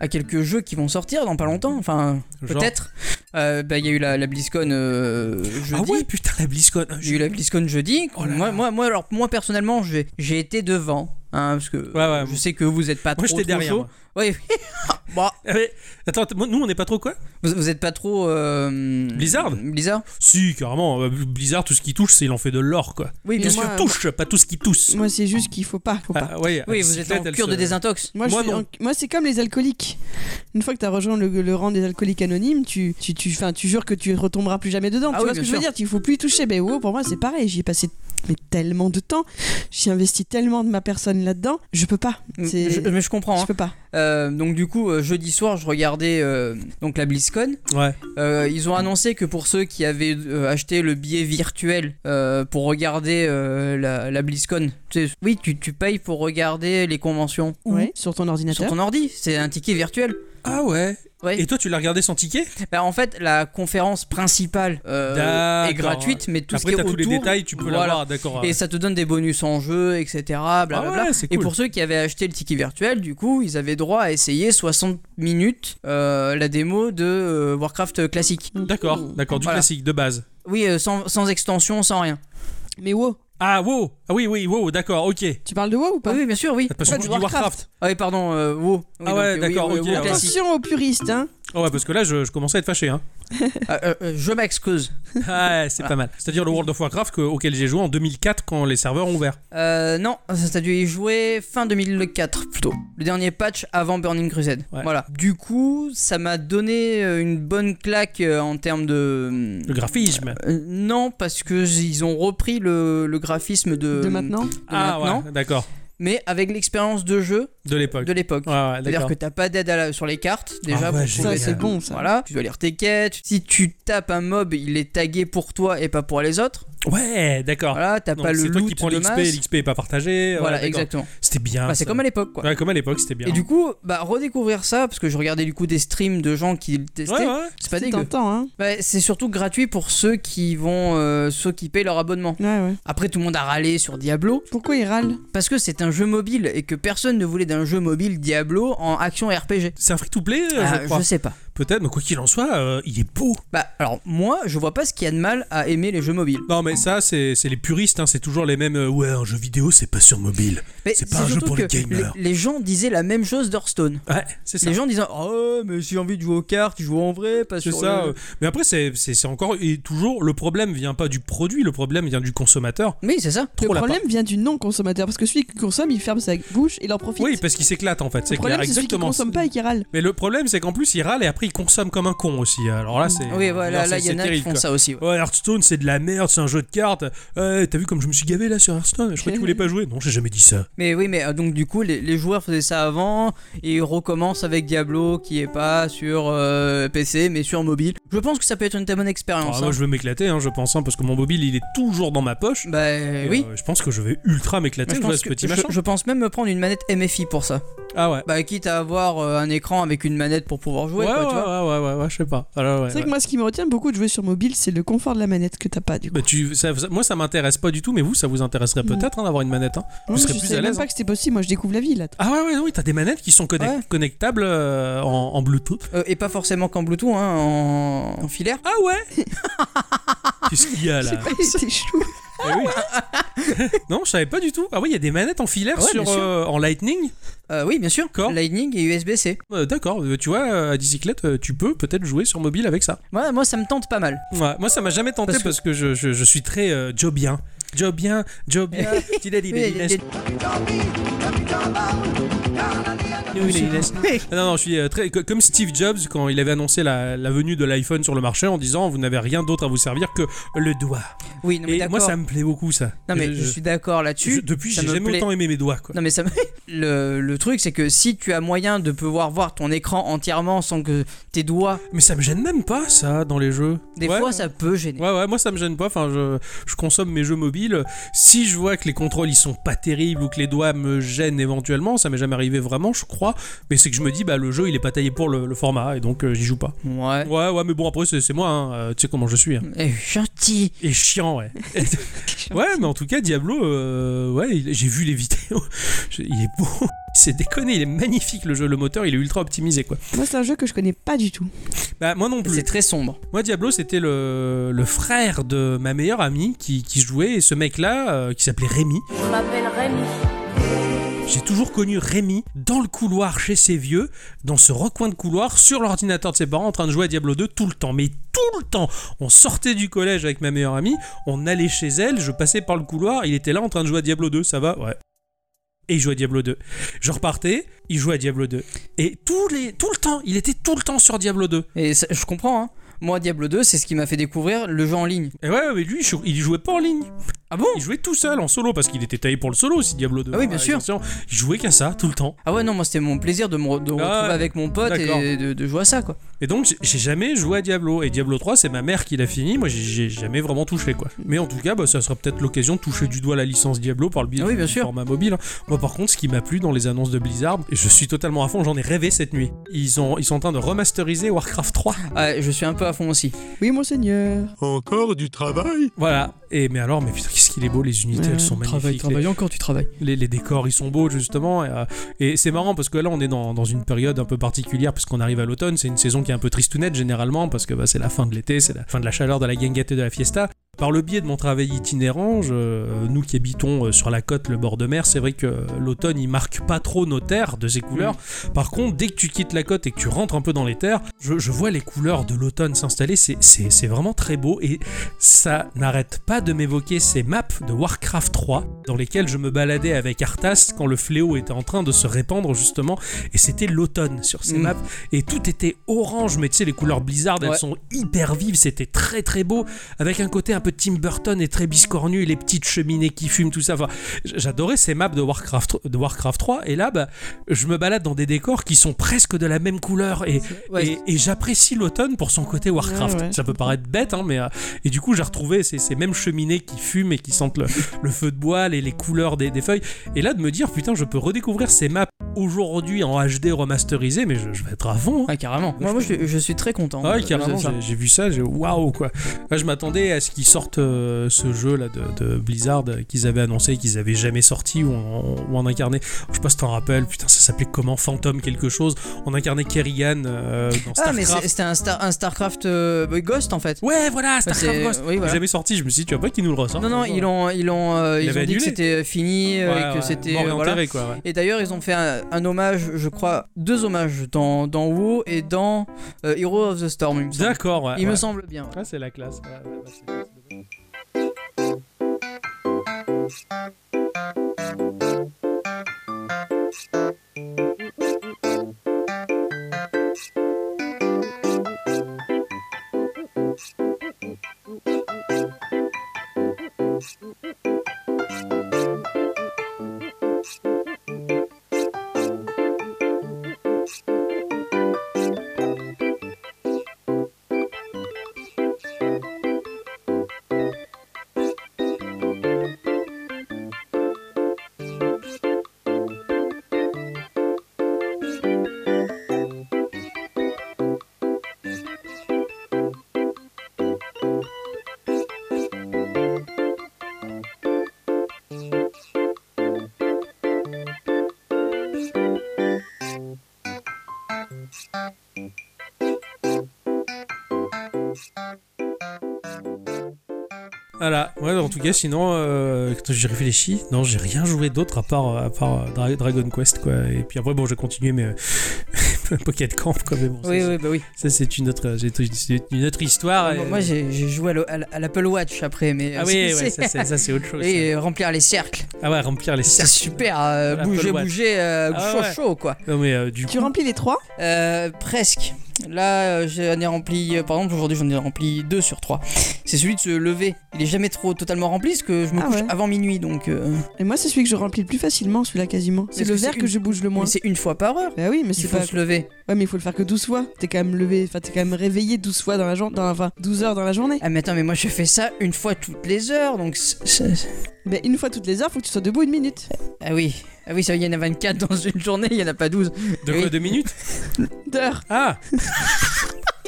Speaker 3: à quelques jeux qui vont sortir dans pas longtemps. Enfin,
Speaker 1: Genre-
Speaker 3: peut-être. Euh, bah, il y a eu la, la BlizzCon euh, jeudi.
Speaker 1: Ah ouais, putain, la BlizzCon. Ah,
Speaker 3: J'ai eu la BlizzCon jeudi.
Speaker 1: Oh là
Speaker 3: moi,
Speaker 1: là.
Speaker 3: moi, moi, alors, moi personnellement, j'ai j'ai été devant. hein, parce que
Speaker 1: Ouais, ouais.
Speaker 3: je sais que vous êtes pas
Speaker 1: Moi,
Speaker 3: trop,
Speaker 1: j'étais
Speaker 3: trop
Speaker 1: derrière.
Speaker 3: chaud.
Speaker 1: moi.
Speaker 3: Oui.
Speaker 1: <laughs>
Speaker 3: bon,
Speaker 1: Ah ouais. Attends, attends, nous on n'est pas trop quoi
Speaker 3: vous, vous êtes pas trop. euh,
Speaker 1: Blizzard
Speaker 3: Blizzard
Speaker 1: Si, carrément. euh, Blizzard, tout ce qui touche, c'est il en fait de l'or quoi.
Speaker 2: Mais
Speaker 3: Oui,
Speaker 1: Tout
Speaker 3: bien
Speaker 1: ce
Speaker 3: sûr.
Speaker 2: moi-
Speaker 1: qui touche, pas tout ce qui tousse.
Speaker 2: Moi, c'est juste qu'il faut pas. Faut pas.
Speaker 1: Ah, ouais,
Speaker 3: Oui,
Speaker 1: la
Speaker 3: vous êtes en
Speaker 1: bicyclette, elle
Speaker 3: cure
Speaker 1: se-
Speaker 3: de désintox.
Speaker 2: Moi, je
Speaker 1: Moi,
Speaker 2: suis
Speaker 1: non.
Speaker 2: en- moi, c'est comme les alcooliques. Une fois que tu as rejoint le, le rang des alcooliques anonymes, tu, tu, tu, enfin, tu jures que tu retomberas plus jamais dedans.
Speaker 3: Ah
Speaker 2: tu
Speaker 3: oui,
Speaker 2: vois ce que
Speaker 3: bien
Speaker 2: je veux dire Il faut plus y toucher. Mais wow, pour moi, c'est pareil. J'y ai passé mais tellement de temps. J'ai investi tellement de ma personne là-dedans. Je peux pas. C'est-
Speaker 3: Mais Mm, je, mais je comprends.
Speaker 2: Je
Speaker 3: hein.
Speaker 2: peux pas.
Speaker 3: Euh, donc du coup, euh, jeudi soir, je regardais euh, donc la BlizzCon.
Speaker 1: Ouais.
Speaker 3: Euh, ils ont annoncé que pour ceux qui avaient euh, acheté le billet virtuel euh, pour regarder euh, la, la BlizzCon, tu sais, oui, tu, tu payes pour regarder les conventions Où
Speaker 2: Ouais, Sur ton
Speaker 3: sur
Speaker 2: ordinateur.
Speaker 3: ton ordi. C'est un ticket virtuel.
Speaker 1: Ah ouais.
Speaker 3: Ouais.
Speaker 1: Et toi, tu l'as regardé sans ticket
Speaker 3: Bah, en fait, la conférence principale euh,
Speaker 1: D'accord.
Speaker 3: est gratuite, mais tout
Speaker 1: Après,
Speaker 3: ce qui
Speaker 1: t'as
Speaker 3: est autour,
Speaker 1: tous les détails, tu peux
Speaker 3: voilà.
Speaker 1: l'avoir, d'accord. euh,
Speaker 3: et ça te donne des bonus en jeu, etc. blablabla.
Speaker 1: Ah ouais, c'est
Speaker 3: Et
Speaker 1: cool.
Speaker 3: pour ceux qui avaient acheté le ticket virtuel, du coup, ils avaient droit à essayer 60 minutes euh, la démo de euh, Warcraft classique.
Speaker 1: D'accord, d'accord, du
Speaker 3: Voilà.
Speaker 1: classique, de base.
Speaker 3: Oui, euh, sans, sans extension, sans rien.
Speaker 2: Mais wow,
Speaker 1: Ah, wow Ah oui, oui, wow, d'accord, ok.
Speaker 2: tu parles de wow ou pas
Speaker 3: Ah oui, bien sûr, oui.
Speaker 1: Parce
Speaker 2: Pas
Speaker 1: que
Speaker 2: du
Speaker 1: tu dis Warcraft.
Speaker 2: Warcraft.
Speaker 3: Ah oui, pardon, euh, WoW. Oui,
Speaker 1: Ah ouais,
Speaker 3: donc, euh, oui,
Speaker 1: d'accord,
Speaker 3: oui,
Speaker 1: ok,
Speaker 3: WoW
Speaker 1: alors.
Speaker 3: classique.
Speaker 2: Attention aux puristes, hein.
Speaker 1: Ah ouais, parce que là, je, je commençais à être fâché.
Speaker 3: <laughs>
Speaker 1: Hein.
Speaker 3: Ah, euh, euh, je m'excuse.
Speaker 1: Ah, c'est pas mal. C'est-à-dire le World of Warcraft que- auquel j'ai joué en 2004 quand les serveurs ont ouvert.
Speaker 3: Euh, non, ça t'as dû y jouer fin 2004 plutôt. Le dernier patch avant Burning Crusade.
Speaker 1: Ouais.
Speaker 3: Voilà. Du coup, ça m'a donné euh, une bonne claque euh, en termes de.
Speaker 1: Le graphisme.
Speaker 3: Euh, non, parce que j- ils ont repris le, le graphisme de,
Speaker 2: De maintenant.
Speaker 1: ah
Speaker 3: maintenant.
Speaker 1: ouais, d'accord.
Speaker 3: mais avec l'expérience de jeu
Speaker 1: De l'époque.
Speaker 3: de l'époque.
Speaker 1: Ouais, ouais,
Speaker 3: C'est-à-dire
Speaker 1: d'accord.
Speaker 3: que t'as pas d'aide à la- sur les cartes déjà.
Speaker 1: Ah
Speaker 3: pour
Speaker 1: ouais,
Speaker 3: trouver-
Speaker 2: Ça,
Speaker 1: Génial.
Speaker 2: c'est bon, ça.
Speaker 3: Voilà, tu dois lire tes quêtes. Si tu tapes un mob, il est tagué pour toi et pas pour les autres.
Speaker 1: Ouais, d'accord.
Speaker 3: Voilà, t'as
Speaker 1: Ah. Non,
Speaker 3: pas le
Speaker 1: c'est toi
Speaker 3: loot
Speaker 1: qui prends
Speaker 3: de
Speaker 1: l'XP,
Speaker 3: masse.
Speaker 1: l'XP est pas partagé. ouais,
Speaker 3: Voilà,
Speaker 1: d'accord.
Speaker 3: exactement.
Speaker 1: C'était bien.
Speaker 3: Bah, c'est
Speaker 1: ça.
Speaker 3: comme à l'époque, quoi.
Speaker 1: Ouais, comme à l'époque, c'était bien.
Speaker 3: Et du coup, bah redécouvrir ça parce que je regardais du coup des streams de gens qui le testaient.
Speaker 1: ouais, ouais.
Speaker 3: C'est pas
Speaker 2: Si
Speaker 3: dégueu.
Speaker 2: t'entends, hein.
Speaker 3: Bah, c'est surtout gratuit pour ceux qui vont, euh, ceux qui payent leur abonnement.
Speaker 2: Ouais, ouais.
Speaker 3: Après, tout le monde a râlé sur Diablo
Speaker 2: Pourquoi ils râlent
Speaker 3: parce que c'est un jeu mobile et que personne ne voulait d'un jeu mobile Diablo en action RPG.
Speaker 1: C'est un free-to-play, euh,
Speaker 3: Ah,
Speaker 1: je crois.
Speaker 3: sais pas.
Speaker 1: Peut-être, mais quoi qu'il en soit, euh, il est beau.
Speaker 3: Bah alors moi, je vois pas ce qu'il y a de mal à aimer les jeux mobiles.
Speaker 1: Non, mais ça, c'est c'est les puristes, hein, c'est toujours les mêmes. euh, ouais, un jeu vidéo, c'est pas sur mobile.
Speaker 3: Mais
Speaker 1: C'est pas un jeu
Speaker 3: surtout
Speaker 1: pour les
Speaker 3: que
Speaker 1: gamers.
Speaker 3: Les, les gens disaient la même chose d'Hearthstone.
Speaker 1: Ouais, c'est ça.
Speaker 3: Les gens disaient oh mais si j'ai envie de jouer aux cartes, je joue en vrai, pas
Speaker 1: C'est
Speaker 3: sur
Speaker 1: ça.
Speaker 3: le-
Speaker 1: euh, Mais après, c'est c'est- c'est encore et toujours le problème vient pas du produit, le problème vient du consommateur.
Speaker 3: Oui, c'est ça.
Speaker 1: Trop
Speaker 2: Le
Speaker 1: lapin.
Speaker 2: problème vient du non-consommateur, parce que celui qui consomme, il ferme sa bouche et il en profite.
Speaker 1: Oui, parce qu'il s'éclate en fait. C'est
Speaker 2: Le problème,
Speaker 1: clair,
Speaker 2: c'est celui qui
Speaker 1: exactement.
Speaker 2: consomme pas et qui râle.
Speaker 1: Mais le problème, c'est qu'en plus, il râle et après, il consomme comme un con aussi. Alors là, c'est.
Speaker 3: Oui,
Speaker 1: alors,
Speaker 3: voilà,
Speaker 1: c'est-
Speaker 3: là il y
Speaker 1: c'est
Speaker 3: en a qui
Speaker 1: terrible,
Speaker 3: font
Speaker 1: quoi.
Speaker 3: ça aussi. ouais.
Speaker 1: Ouais, Hearthstone, c'est de la merde, c'est un jeu de cartes. Euh, T'as vu comme je me suis gavé là sur Hearthstone Je
Speaker 3: Eh
Speaker 1: crois que tu voulais pas jouer. Non, j'ai jamais dit ça.
Speaker 3: Mais oui, mais euh, donc du coup, les, les joueurs faisaient ça avant et ils recommencent avec Diablo qui est pas sur euh, PC mais sur mobile. Je pense que ça peut être une très bonne
Speaker 1: Alors,
Speaker 3: expérience.
Speaker 1: moi,
Speaker 3: hein.
Speaker 1: je vais m'éclater, hein, je pense, hein, parce que mon mobile, il est toujours dans ma poche.
Speaker 3: Bah
Speaker 1: Et,
Speaker 3: oui.
Speaker 1: euh, je pense que je vais ultra m'éclater. Je
Speaker 3: Moi, je,
Speaker 1: vois
Speaker 3: pense
Speaker 1: ce
Speaker 3: que-
Speaker 1: petit
Speaker 3: je-
Speaker 1: machin.
Speaker 3: je pense même me prendre une manette MFI pour ça.
Speaker 1: Ah ouais.
Speaker 3: Bah quitte à avoir euh, un écran avec une manette pour pouvoir jouer.
Speaker 1: Ouais,
Speaker 3: quoi,
Speaker 1: ouais,
Speaker 3: bah, tu vois.
Speaker 1: ouais, ouais, ouais, ouais, je sais pas. Alors, ouais,
Speaker 2: C'est vrai
Speaker 1: ouais.
Speaker 2: que moi, ce qui me retient beaucoup de jouer sur mobile, c'est le confort de la manette que t'as pas du coup.
Speaker 1: Bah, tu- ça- ça- moi ça m'intéresse pas du tout, mais vous ça vous intéresserait
Speaker 3: Mm.
Speaker 1: peut-être hein, d'avoir une manette. hein.
Speaker 2: Non, mais
Speaker 1: serez
Speaker 2: je
Speaker 1: plus
Speaker 2: savais
Speaker 1: à
Speaker 2: même
Speaker 1: l'aise,
Speaker 2: pas que c'était possible, moi je découvre la vie là.
Speaker 1: Ah ouais, ouais, oui, t'as des manettes qui sont connect-
Speaker 3: Ouais.
Speaker 1: connectables euh, en, en
Speaker 3: <laughs>
Speaker 1: Bluetooth.
Speaker 3: Euh, et pas forcément qu'en Bluetooth, hein, en... en filaire.
Speaker 1: Ah ouais Qu'est-ce qu'il y a là
Speaker 2: <laughs> C'est chou.
Speaker 1: Eh oui. <laughs> Non, je savais pas du tout. Ah ouais, il y a des manettes en filaire
Speaker 3: Ouais,
Speaker 1: sur,
Speaker 3: bien sûr.
Speaker 1: euh, en Lightning.
Speaker 3: Euh, oui, bien sûr.
Speaker 1: D'accord.
Speaker 3: Lightning et USB-C.
Speaker 1: Euh, D'accord, euh, tu vois, euh, à bicyclette, euh, tu peux peut-être jouer sur mobile avec ça.
Speaker 3: Moi, moi, ça me tente pas mal.
Speaker 1: Ouais, moi ça m'a jamais tenté parce
Speaker 3: Parce
Speaker 1: que,
Speaker 3: que-
Speaker 1: je, je- je suis très euh, jobien. Jobien, jobien.
Speaker 3: <laughs> <laughs>
Speaker 1: Ah Non, non, je suis euh, très. co- Comme Steve Jobs, quand il avait annoncé la, la venue de l'iPhone sur le marché en disant Vous n'avez rien d'autre à vous servir que le doigt.
Speaker 3: Oui, non, mais
Speaker 1: Et moi,
Speaker 3: d'accord.
Speaker 1: ça me plaît beaucoup, ça.
Speaker 3: Non, mais
Speaker 1: Je-
Speaker 3: je,
Speaker 1: je-
Speaker 3: suis d'accord là-dessus.
Speaker 1: je- depuis,
Speaker 3: Ça
Speaker 1: j'ai
Speaker 3: me
Speaker 1: jamais
Speaker 3: plaît.
Speaker 1: autant aimé mes doigts, quoi.
Speaker 3: Non mais ça me- <laughs> le, le truc c'est que si tu as moyen de pouvoir voir ton écran entièrement sans que tes doigts
Speaker 1: Mais ça me gêne même pas, ça, dans les jeux.
Speaker 3: des
Speaker 1: Ouais.
Speaker 3: fois ça peut gêner.
Speaker 1: Ouais, ouais, moi ça me gêne pas. Enfin, je, je consomme mes jeux mobiles. Si je vois que les contrôles ils sont pas terribles ou que les doigts me gênent éventuellement, ça m'est jamais arrivé vraiment, je crois. Mais c'est que je me dis, bah le jeu il est pas taillé pour le, le format et donc euh, j'y joue pas.
Speaker 3: Ouais.
Speaker 1: Ouais, ouais, mais bon, après c'est c'est moi, hein. Euh, tu sais comment je suis. hein.
Speaker 3: Eh, gentil.
Speaker 1: Et chiant,
Speaker 3: <laughs>
Speaker 1: ouais. <laughs> ouais, mais en tout cas, Diablo, euh, ouais, il- j'ai vu les vidéos. <laughs> Je- il est beau. <laughs> C'est déconné, il est magnifique le jeu, le moteur, il est ultra optimisé quoi.
Speaker 2: Moi, c'est un jeu que je connais pas du tout.
Speaker 1: Bah moi non plus.
Speaker 3: C'est très sombre.
Speaker 1: Moi, Diablo, c'était le, le frère de ma meilleure amie qui, qui jouait, et ce mec-là, euh, qui s'appelait Rémi.
Speaker 4: Je m'appelle Rémi.
Speaker 1: J'ai toujours connu Rémi dans le couloir chez ses vieux, dans ce recoin de couloir, sur l'ordinateur de ses parents, en train de jouer à Diablo 2 tout le temps. Mais tout le temps On sortait du collège avec ma meilleure amie, on allait chez elle, je passais par le couloir, il était là en train de jouer à Diablo 2, ça va Ouais. Et il jouait à Diablo 2. Je repartais, il jouait à Diablo 2. Et tous les, tout le temps, il était tout le temps sur Diablo 2.
Speaker 3: Et ça- je comprends, hein. Moi, Diablo 2, c'est ce qui m'a fait découvrir le jeu en ligne.
Speaker 1: Et ouais, mais lui, il jou- il jouait pas en ligne.
Speaker 3: Ah bon
Speaker 1: Il jouait tout seul en solo parce qu'il était taillé pour le solo aussi, Diablo 2.
Speaker 3: Ah oui, bien
Speaker 1: Ouais,
Speaker 3: sûr.
Speaker 1: Il jouait qu'à ça tout le temps.
Speaker 3: Ah ouais, non, moi, c'était mon plaisir de me re- de
Speaker 1: Ah,
Speaker 3: retrouver avec mon pote
Speaker 1: d'accord.
Speaker 3: et de, de jouer à ça, quoi.
Speaker 1: Et donc, j'ai- j'ai jamais joué à Diablo. Et Diablo 3, c'est ma mère qui l'a fini. Moi, j'ai- j'ai jamais vraiment touché, quoi. Mais en tout cas, bah, ça sera peut-être l'occasion de toucher du doigt la licence Diablo par le biais
Speaker 3: Ah oui,
Speaker 1: du
Speaker 3: bien sûr.
Speaker 1: format mobile. hein. Moi, par contre, ce qui m'a plu dans les annonces de Blizzard, et je suis totalement à fond, j'en ai rêvé cette nuit. Ils, ont, ils sont en train de remasteriser Warcraft 3.
Speaker 3: Ah, je suis un peu à fond aussi.
Speaker 2: Oui, monseigneur.
Speaker 4: Encore du travail
Speaker 1: Voilà. Et mais alors, mais putain, qu'est-ce qu'il est beau, les unités,
Speaker 2: Ouais,
Speaker 1: elles sont magnifiques.
Speaker 3: Travaille,
Speaker 1: Les-
Speaker 3: travaille encore, tu travailles.
Speaker 1: les, les décors ils sont beaux justement et, euh, et c'est marrant parce que là on est dans, dans une période un peu particulière puisqu'on arrive à l'automne c'est une saison qui est un peu tristounette généralement parce que bah, c'est la fin de l'été c'est la fin de la chaleur de la guinguette et de la fiesta par le biais de mon travail itinérant, je- euh, nous qui habitons euh, sur la côte, le bord de mer, c'est vrai que euh, l'automne il marque pas trop nos terres de ses couleurs. Par contre, dès que tu quittes la côte et que tu rentres un peu dans les terres, je, je vois les couleurs de l'automne s'installer. C'est- C'est c'est vraiment très beau et ça n'arrête pas de m'évoquer ces maps de Warcraft 3 dans lesquelles je me baladais avec Arthas quand le fléau était en train de se répandre justement et c'était l'automne sur ces
Speaker 3: Mm.
Speaker 1: maps et tout était orange mais tu sais les couleurs Blizzard elles
Speaker 3: Ouais.
Speaker 1: sont hyper vives c'était très très beau avec un côté un peu Tim Burton et très biscornu et les petites cheminées qui fument tout ça enfin j- j'adorais ces maps de Warcraft de Warcraft 3 et là bah je me balade dans des décors qui sont presque de la même couleur et
Speaker 3: Ouais,
Speaker 1: et, et j'apprécie l'automne pour son côté Warcraft.
Speaker 2: Ouais, ouais.
Speaker 1: Ça peut paraître bête, hein, mais. euh, et du coup, j'ai retrouvé ces, ces mêmes cheminées qui fument et qui sentent
Speaker 2: <laughs>
Speaker 1: le, le feu de bois, les, les couleurs des, des feuilles. Et là, de me dire, putain, je peux redécouvrir ces maps aujourd'hui en HD remasterisé, mais je, je vais être à fond. hein.
Speaker 3: Ah, carrément. Moi, moi je, je suis très content.
Speaker 1: Ah
Speaker 3: euh,
Speaker 1: ouais,
Speaker 3: de
Speaker 1: carrément,
Speaker 3: ça.
Speaker 1: j'ai- j'ai vu ça, j'ai waouh quoi. Là, je m'attendais à ce qu'ils sortent euh, ce jeu là de, de Blizzard euh, qu'ils avaient annoncé, qu'ils avaient jamais sorti ou en, ou en incarné. Je sais pas si t'en rappelles, putain, ça s'appelait comment Phantom quelque chose. On incarnait Kerrigan euh, dans
Speaker 3: Ah,
Speaker 1: StarCraft.
Speaker 3: mais c'est- c'était un, Star- un StarCraft euh, Ghost en fait.
Speaker 1: Ouais, voilà, StarCraft
Speaker 3: c'est-
Speaker 1: Ghost.
Speaker 3: oui, voilà.
Speaker 1: Jamais sorti, je me suis dit, tu vois pas qu'ils nous le ressortent.
Speaker 3: Non, non, ils ont, ils ont, euh,
Speaker 1: Il
Speaker 3: ils
Speaker 1: avait
Speaker 3: ont dit que
Speaker 1: annulé.
Speaker 3: c'était fini, euh, et que c'était. euh, voilà.
Speaker 1: enterré, quoi. ouais.
Speaker 3: Et d'ailleurs, ils ont fait un, un hommage, je crois, deux hommages dans, dans WoW et dans euh, Hero of the Storm. Il me semble,
Speaker 1: D'accord, ouais.
Speaker 3: Il me
Speaker 1: ouais.
Speaker 3: semble bien. ouais.
Speaker 1: Ah, c'est la classe. ouais, ouais, ouais, c'est- Voilà, ouais, en tout cas, sinon, euh, quand j'ai réfléchi, non, j'ai rien joué d'autre à part, à part euh, Dra- Dragon Quest, quoi. Et puis après, bon, j'ai continué, mais. euh, <laughs> Pocket Camp, quand même. Bon,
Speaker 3: Oui,
Speaker 1: ça,
Speaker 3: oui, bah oui.
Speaker 1: ça, c'est une autre, j'ai- c'est une autre histoire.
Speaker 3: Moi,
Speaker 1: et-
Speaker 3: Moi, j'ai j'ai joué à le- à l- à l'Apple Watch après, mais.
Speaker 1: Ah
Speaker 3: euh,
Speaker 1: oui,
Speaker 3: c'est-
Speaker 1: ouais,
Speaker 3: c'est-
Speaker 1: ça, c'est- ça, c'est autre chose.
Speaker 3: Et euh, remplir les cercles.
Speaker 1: ça. Ah ouais, remplir les <laughs>
Speaker 3: C'est
Speaker 1: cercles.
Speaker 3: super. euh,
Speaker 1: L'Apple
Speaker 3: bouger,
Speaker 1: Watch.
Speaker 3: bouger, euh,
Speaker 1: Ah
Speaker 3: chaud,
Speaker 1: ouais.
Speaker 3: chaud, quoi.
Speaker 1: Non, mais euh, du
Speaker 2: Tu
Speaker 1: coup.
Speaker 2: remplis les trois
Speaker 3: Euh, presque. Là, euh, j'en ai rempli, euh, par exemple, aujourd'hui, j'en ai rempli 2 sur 3. C'est celui de se lever. Il est jamais trop totalement rempli parce que je me
Speaker 2: Ah
Speaker 3: couche
Speaker 2: ouais.
Speaker 3: avant minuit, donc. euh,
Speaker 2: Et moi, c'est celui que je remplis le plus facilement, celui-là quasiment. C'est
Speaker 3: Est-ce
Speaker 2: le
Speaker 3: que c'est
Speaker 2: vert que
Speaker 3: une-
Speaker 2: je bouge le moins.
Speaker 3: mais c'est une fois par heure.
Speaker 2: Bah oui, mais
Speaker 3: Il
Speaker 2: c'est
Speaker 3: faut
Speaker 2: pas.
Speaker 3: se lever.
Speaker 2: Ouais, mais il faut le faire que 12 fois. T'es quand même levé, enfin, t'es quand même réveillé 12 fois dans la journée. Enfin, 12 heures dans la journée.
Speaker 3: Ah, mais attends, mais moi, je fais ça une fois toutes les heures, donc. c'est- c'est-
Speaker 2: Mais une fois toutes les heures, faut que tu sois debout une minute.
Speaker 3: Ah oui. Ah oui, ça, il y en a 24 dans une journée, il y en a pas 12.
Speaker 1: De quoi,
Speaker 3: Oui.
Speaker 1: deux minutes
Speaker 2: D'heures.
Speaker 1: Ah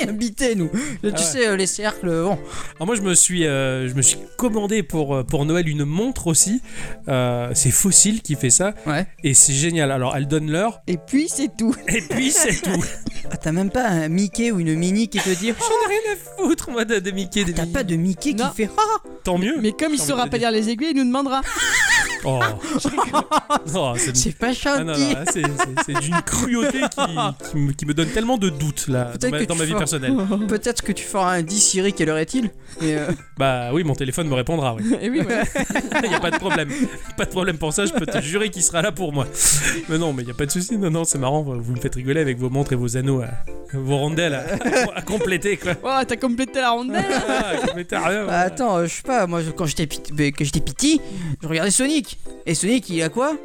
Speaker 3: Habité, nous.
Speaker 2: Ah
Speaker 3: tu
Speaker 1: ouais.
Speaker 3: sais, euh, les cercles, bon.
Speaker 1: Alors moi je me suis, euh, je me suis commandé pour, euh, pour Noël une montre aussi. Euh, c'est Fossil qui fait ça
Speaker 3: Ouais.
Speaker 1: et c'est génial. Alors elle donne l'heure
Speaker 2: Et puis, c'est tout.
Speaker 1: et puis <laughs> c'est tout.
Speaker 3: Ah, t'as même pas un Mickey ou une Mini qui
Speaker 2: <laughs>
Speaker 3: te dit.
Speaker 1: J'en ai rien à foutre moi de, de Mickey.
Speaker 3: Ah,
Speaker 1: des
Speaker 3: T'as
Speaker 1: Minnie.
Speaker 3: pas de Mickey
Speaker 2: Non.
Speaker 3: qui fait. <laughs> Ah
Speaker 1: Tant mieux.
Speaker 2: Mais comme il
Speaker 1: J'ai envie
Speaker 2: saura
Speaker 1: de
Speaker 2: pas
Speaker 1: dire.
Speaker 2: lire les aiguilles, il nous demandera.
Speaker 1: Oh, <laughs> Oh, c'est
Speaker 3: C'est pas
Speaker 1: ah, non, non,
Speaker 3: gentil.
Speaker 1: là, c'est- c'est- c'est d'une cruauté qui, qui me, qui me donne tellement de doutes là dans
Speaker 3: Peut-être
Speaker 1: ma,
Speaker 3: que
Speaker 1: dans
Speaker 3: tu
Speaker 1: ma vie
Speaker 3: feras-
Speaker 1: personnelle.
Speaker 3: Peut-être que tu feras un 10 Siri, quelle heure est-il Mais, euh,
Speaker 1: Bah oui, mon téléphone me répondra. <laughs> Oui.
Speaker 2: <laughs> Et oui, voilà.
Speaker 1: Il n'y a pas de problème. Pas de problème pour ça, je peux te jurer qu'il sera là pour moi. Mais non, mais il n'y a pas de souci. Non, non, c'est marrant. Vous me faites rigoler avec vos montres et vos anneaux, à- vos rondelles à, à compléter quoi.
Speaker 2: Oh, t'as complété la rondelle. <laughs>
Speaker 1: Ah, mais t'as rien.
Speaker 3: bah, attends, euh, je sais pas, moi je- quand j'étais pit- ben, quand j'étais petit, je regardais Sonic. Et Sonic, il a quoi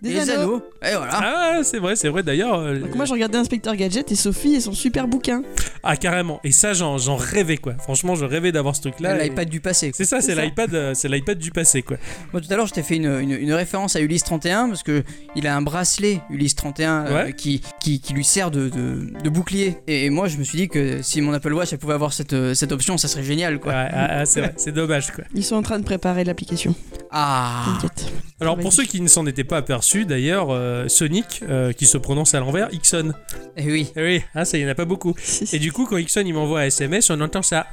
Speaker 2: Des
Speaker 3: Les
Speaker 2: anneaux.
Speaker 3: anneaux. Et voilà.
Speaker 1: Ah, c'est vrai, c'est vrai. D'ailleurs, euh,
Speaker 2: Donc moi, je regardais Inspecteur Gadget et Sophie et son super bouquin.
Speaker 1: ah carrément. Et ça, j'en j'en rêvais quoi. Franchement, je rêvais d'avoir ce truc-là. Et-
Speaker 3: L'iPad du passé. quoi.
Speaker 1: C'est ça, c'est
Speaker 2: ça.
Speaker 1: l'iPad, euh, c'est l'iPad du passé quoi.
Speaker 3: Moi tout à l'heure je t'ai fait une, une- une référence à Ulysse 31 parce que il a un bracelet Ulysse 31 euh,
Speaker 1: Ouais.
Speaker 3: qui, qui, qui lui sert de, de, de bouclier. Et, et moi je me suis dit que si mon Apple Watch elle pouvait avoir cette, euh, cette option ça serait génial quoi.
Speaker 1: Ouais, ah, ah, c'est vrai, c'est dommage quoi.
Speaker 2: Ils sont en train de préparer l'application.
Speaker 3: Ah
Speaker 2: T'inquiète.
Speaker 1: Alors
Speaker 2: Vas-y.
Speaker 1: pour ceux qui ne s'en étaient pas aperçus d'ailleurs, euh, Sonic euh, qui se prononce à l'envers, Ixon.
Speaker 3: Et oui.
Speaker 1: Eh oui, hein, ça il y en a pas beaucoup. Et du coup quand Ixon il m'envoie un SMS, on entend ça.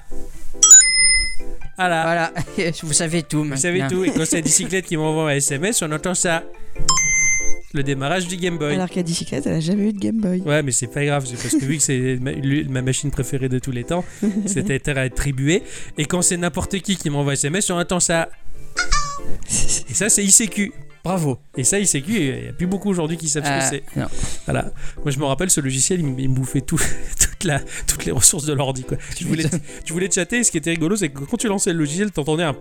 Speaker 1: Ah là,
Speaker 3: Voilà, <laughs> vous savez tout maintenant.
Speaker 1: vous savez tout. Et quand c'est la bicyclette qui m'envoie un SMS, on entend ça. Le démarrage du Game Boy.
Speaker 2: Alors qu'à bicyclette, elle a jamais eu de Game Boy.
Speaker 1: Ouais, mais c'est pas grave, c'est parce que vu que c'est ma, lui- ma machine préférée de tous les
Speaker 3: <laughs>
Speaker 1: temps, c'était à attribué. Et quand c'est n'importe qui qui m'envoie SMS, on attend ça. Et ça, c'est ICQ. Bravo. Et ça, ICQ, il n'y a plus beaucoup aujourd'hui qui savent
Speaker 3: Ah,
Speaker 1: ce que c'est.
Speaker 3: non.
Speaker 1: Voilà. Moi, je me rappelle, ce logiciel, il, m- il me bouffait tout, <laughs> toute la, toutes les ressources de l'ordi. quoi. Tu voulais, tu voulais chatter, et ce qui était rigolo, c'est que quand tu lançais le logiciel, t'entendais un.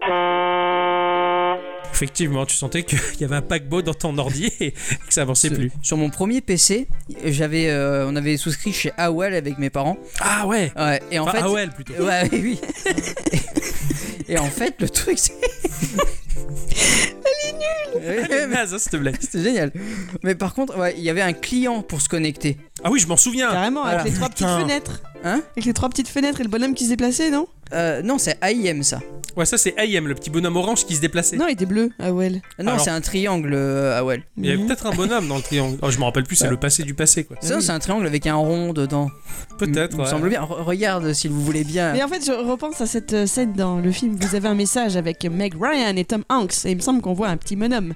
Speaker 1: Effectivement, tu sentais <laughs> qu'il y avait un paquebot dans ton ordi et que ça avançait
Speaker 3: Sur-
Speaker 1: plus.
Speaker 3: Sur mon premier PC, j'avais, euh, on avait souscrit chez AOL avec mes parents.
Speaker 1: Ah ouais
Speaker 3: Ouais, et en
Speaker 1: Enfin,
Speaker 3: fait,
Speaker 1: ah ouais, plutôt.
Speaker 3: ouais, oui, oui. et en fait, le truc, c'est. Elle <laughs> est nulle.
Speaker 1: naze, hein, cette blague.
Speaker 3: C'était génial. Mais par contre, ouais, il y avait un client pour se connecter.
Speaker 1: Ah oui, je m'en souviens.
Speaker 2: Carrément, avec
Speaker 3: Voilà.
Speaker 2: les trois petites
Speaker 1: Putain.
Speaker 2: fenêtres.
Speaker 3: Hein
Speaker 2: Avec les trois petites fenêtres et le bonhomme qui se déplaçait, non
Speaker 3: Euh, non, c'est AIM ça.
Speaker 1: Ouais, ça c'est AM, le petit bonhomme orange qui se déplaçait.
Speaker 2: Non, il était bleu. Ah ouais. Mhm.
Speaker 3: Non,
Speaker 1: Alors- Ah
Speaker 3: c'est un triangle euh, AOL.
Speaker 1: Il y avait peut-être un bonhomme dans le triangle. Oh, je me rappelle plus, c'est
Speaker 3: Ouais.
Speaker 1: le passé du passé, quoi.
Speaker 3: Ça, c'est un triangle avec un rond dedans.
Speaker 1: Peut-être.
Speaker 3: Il me
Speaker 1: ouais.
Speaker 3: semble bien. Re- regarde, si vous voulez bien.
Speaker 2: Mais en fait, je repense à cette euh, scène dans le film. Vous avez un message avec Meg Ryan et Tom Hanks. Et il me semble qu'on voit un petit bonhomme.